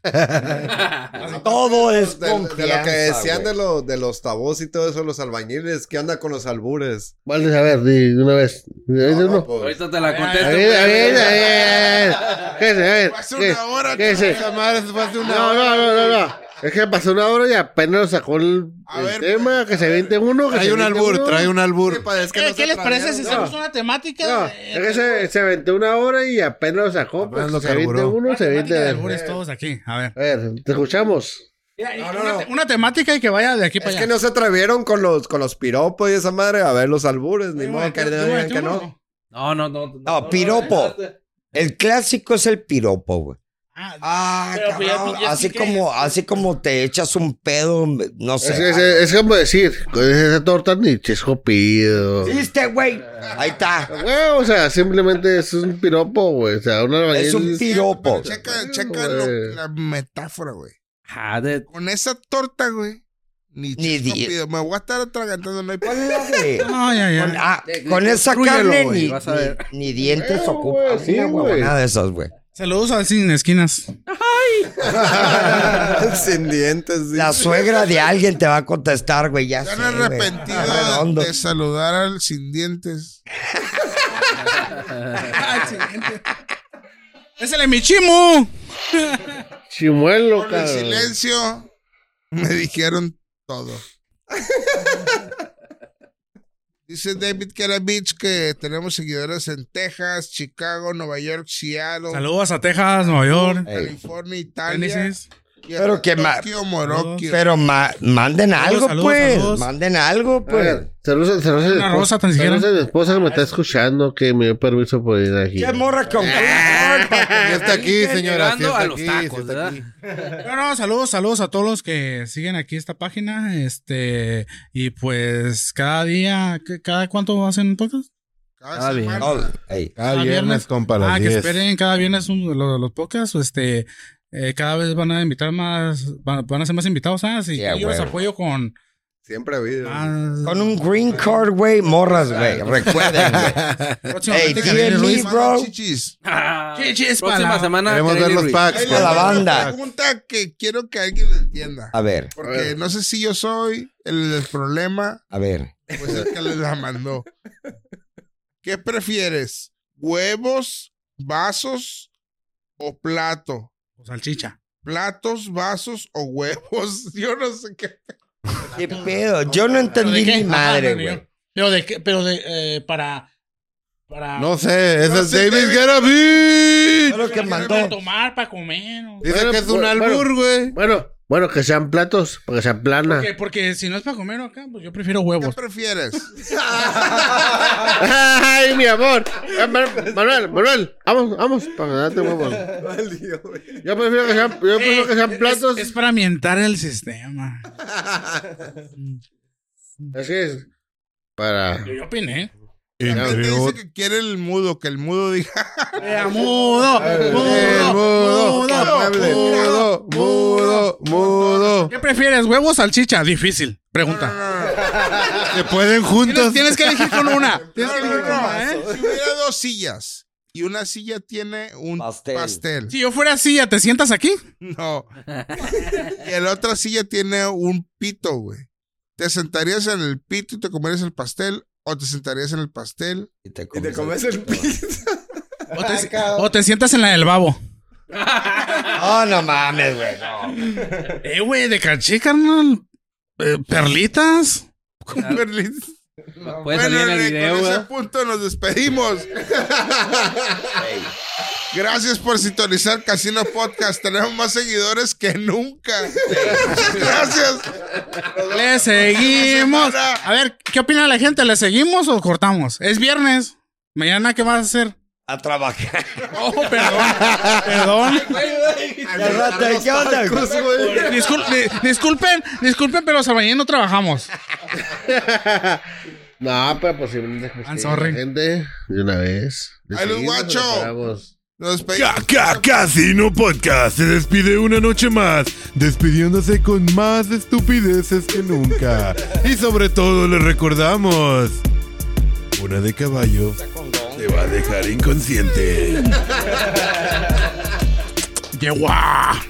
todo es
de, de lo que decían
confianza,
de, lo- de los tabús y todo eso, los albañiles, ¿qué anda con los albures?
Vale, a ver, di de una vez. Di
No,
uno.
no, pues,
Ahorita te la
A
contesto.
ver, a ver, a
güey.
ver, a ver. ¿Qué es? A ver.
Hace
¿Qué es?
una hora.
¿Qué es?
Esa madre se fue hace una
No,
hora.
no, no, no, no. Es que pasó una hora y apenas nos sacó el,
A
el
ver,
tema, que se vente uno, que
Trae
se
un
aviente
albur,
uno.
trae un
¿qué
albur.
pa- pues, es que
¿Qué,
no
Eh, qué
se
les parece si
planearon?
hacemos una temática?
No,
de-
es que se, se aventó una hora y apenas nos sacó,
Apenas
pues,
lo
se aviente
carburó.
uno, se
Temática
aviente
de
dos.
albures todos aquí. A ver.
A ver, te escuchamos.
No, no,
una,
no.
te- una temática y que vaya de aquí para
Es
allá.
que no se atrevieron con los, con los piropos y esa madre a ver los albures, ni
Yo
modo
me-
que
yo me-
digan
yo
que
me-
no.
No, no, no.
No, piropo. El clásico es el piropo, güey.
Ah,
Ah,
Pero, pues, ya-
cabrón,
ya
así
expliqué.
como, así como te echas un pedo, no
Es, es,
sé.
es como decir, con esa torta ni chisco pido.
¿Viste, güey? Ahí está.
Güey, o sea, simplemente es un piropo, güey. O sea, una
Es un piropo.
Checa, checa lo-
Güey.
la metáfora, güey.
Ah, de...
Con esa torta, güey. Ni,
Ni
chisco
diez.
pido. Me voy a estar atragantando. No hay
¿Cuál es la de-
no, ya,
Con,
ya.
ah, con esa
Destrúyelo,
carne
Eh, güey,
ni,
vas a ver.
ni- ni dientes
Güey,
ocupa.
güey, sí,
Una
güey.
huevonada de esas, güey.
Saludos al Sin Esquinas.
*laughs* Sin dientes. sí.
La suegra de alguien te va a contestar, güey. Ya
Se
sé,
han
güey.
arrepentido
Redondo.
de saludar al sin dientes.
Ah, siguiente. ¡Es el Emichimu!
Chimuelo,
Por el
cabrón.
silencio me dijeron todo. Dice David Karavich que tenemos seguidores en Texas, Chicago, Nueva York, Seattle,
Saludos a Texas, Nueva York.
California, Italia.
Tennessee.
y
Pero
hasta
qué mal.
Tokio, Morocchio.
Pero ma- manden algo,
saludos,
pues.
saludos.
Manden algo,
A
pues.
ver, Saludos a saludos a
Una
la
rosa
esposa.
tan siquiera.
Saludos a la esposa que me está escuchando, que me dio permiso por ir aquí.
¿Qué morra con
Ya está aquí, señora. sí
Llegando
está
a los
aquí,
tacos,
sí está
¿verdad?
aquí.
No, no, saludos, saludos a todos los que siguen aquí esta página. Este, y pues cada día, ¿qué- ¿cada cuánto hacen un podcast?
Cada
Ah, bien.
semana.
Oh, ey.
Cada
Ah,
viernes,
viernes.
compa, a las
Ah, que
10.
esperen cada viernes un- lo- los, podcasts. Este, eh, cada vez van a invitar más, van, van a ser más invitados. Ah, sí,
Sí, a
yo los
huevo.
apoyo con
Siempre ha habido.
más-
Con un green card, güey, morras, güey. Recuerden, güey. Ey,
próximamente Kareli
TNE,
Ruiz.
bro.
Chichis.
Ah,
Chichis
próxima
para-
semana.
Queremos ver
Kareli
los
Ruiz.
packs.
A la banda.
Pregunta que quiero que alguien entienda.
A ver,
Porque no sé si yo soy el del problema,
a ver.
pues el que les la mandó. ¿Qué prefieres? ¿Huevos, vasos o plato?
O Salchicha.
¿Platos, vasos o huevos? *laughs* Yo no sé qué.
¿Qué pedo? Yo no entendí
¿De qué?
ni madre,
Ajá, no,
güey.
yo- Pero de qué, pero de, eh, para, para.
No sé, ese
No
Eh, es
sé,
David
David.
Garabit.
Fue lo que
Para
mandó.
tomar, para comer. o-
Dice
Bueno,
que es un
bueno,
albur, güey.
Bueno, bueno, que sean platos, para que sean plana.
Porque, porque si no es para comer acá, pues yo prefiero
¿Qué
*laughs*
huevos.
prefieres?
*laughs* ¡Ay, mi amor! Eh, Ma- Manuel, Manuel, vamos, vamos, para ganarte huevos.
Valió, güey.
Yo prefiero que sean, yo prefiero que
Eh,
sean
es-
platos.
Es, para ambientar el sistema.
Así es. Para. *laughs*
Yo, yo opiné.
La gente
Entre
dice
otros.
que quiere el mudo, que el mudo diga.
Eh, mudo,
El mudo, mudo, mudo, mudo, mudo.
¿Qué prefieres, huevos o salchicha? Difícil. Pregunta.
Se pueden juntos.
Tienes, tienes que elegir con una. Tienes que
No, no,
elegir con
no.
una, ¿eh?
Si hubiera dos sillas y una silla tiene un
Pastel.
pastel,
Si yo fuera así, ¿ya te sientas aquí?
no, y la otra silla tiene un pito, güey, ¿te sentarías en el pito y te comerías el pastel o te sentarías en el
*laughs*
pastel?
Y te
Y te comes el pito.
*laughs* O te, o te sientas en la del babo.
*laughs* Oh, no mames, güey. no.
Eh, güey, de caché, carnal. Eh, perlitas.
Pues
Con Berlín.
Puede salir en
Bueno,
el video,
con ese
güey.
punto nos despedimos. Gracias por sintonizar Casino Podcast. Tenemos más seguidores que nunca. Gracias.
Le seguimos. A ver, ¿qué opina la gente? ¿Le seguimos o cortamos? Es viernes. Mañana, ¿qué vas a hacer?
A trabajar.
Oh, perdón.
*laughs*
Perdón.
Al rato, ¿qué onda?
Discul- di- disculpen, disculpen, pero hasta mañana no trabajamos.
No, pero posiblemente. pues,
I'm
que
sorry.
la Gente, de una vez. De
Ahí los
seguido
guacho.
nos separamos.
Nos despedimos.
KK Casino Podcast se despide una noche más, despidiéndose con más estupideces que nunca. Y sobre todo le recordamos, una de caballo te va a dejar inconsciente.
Yegua.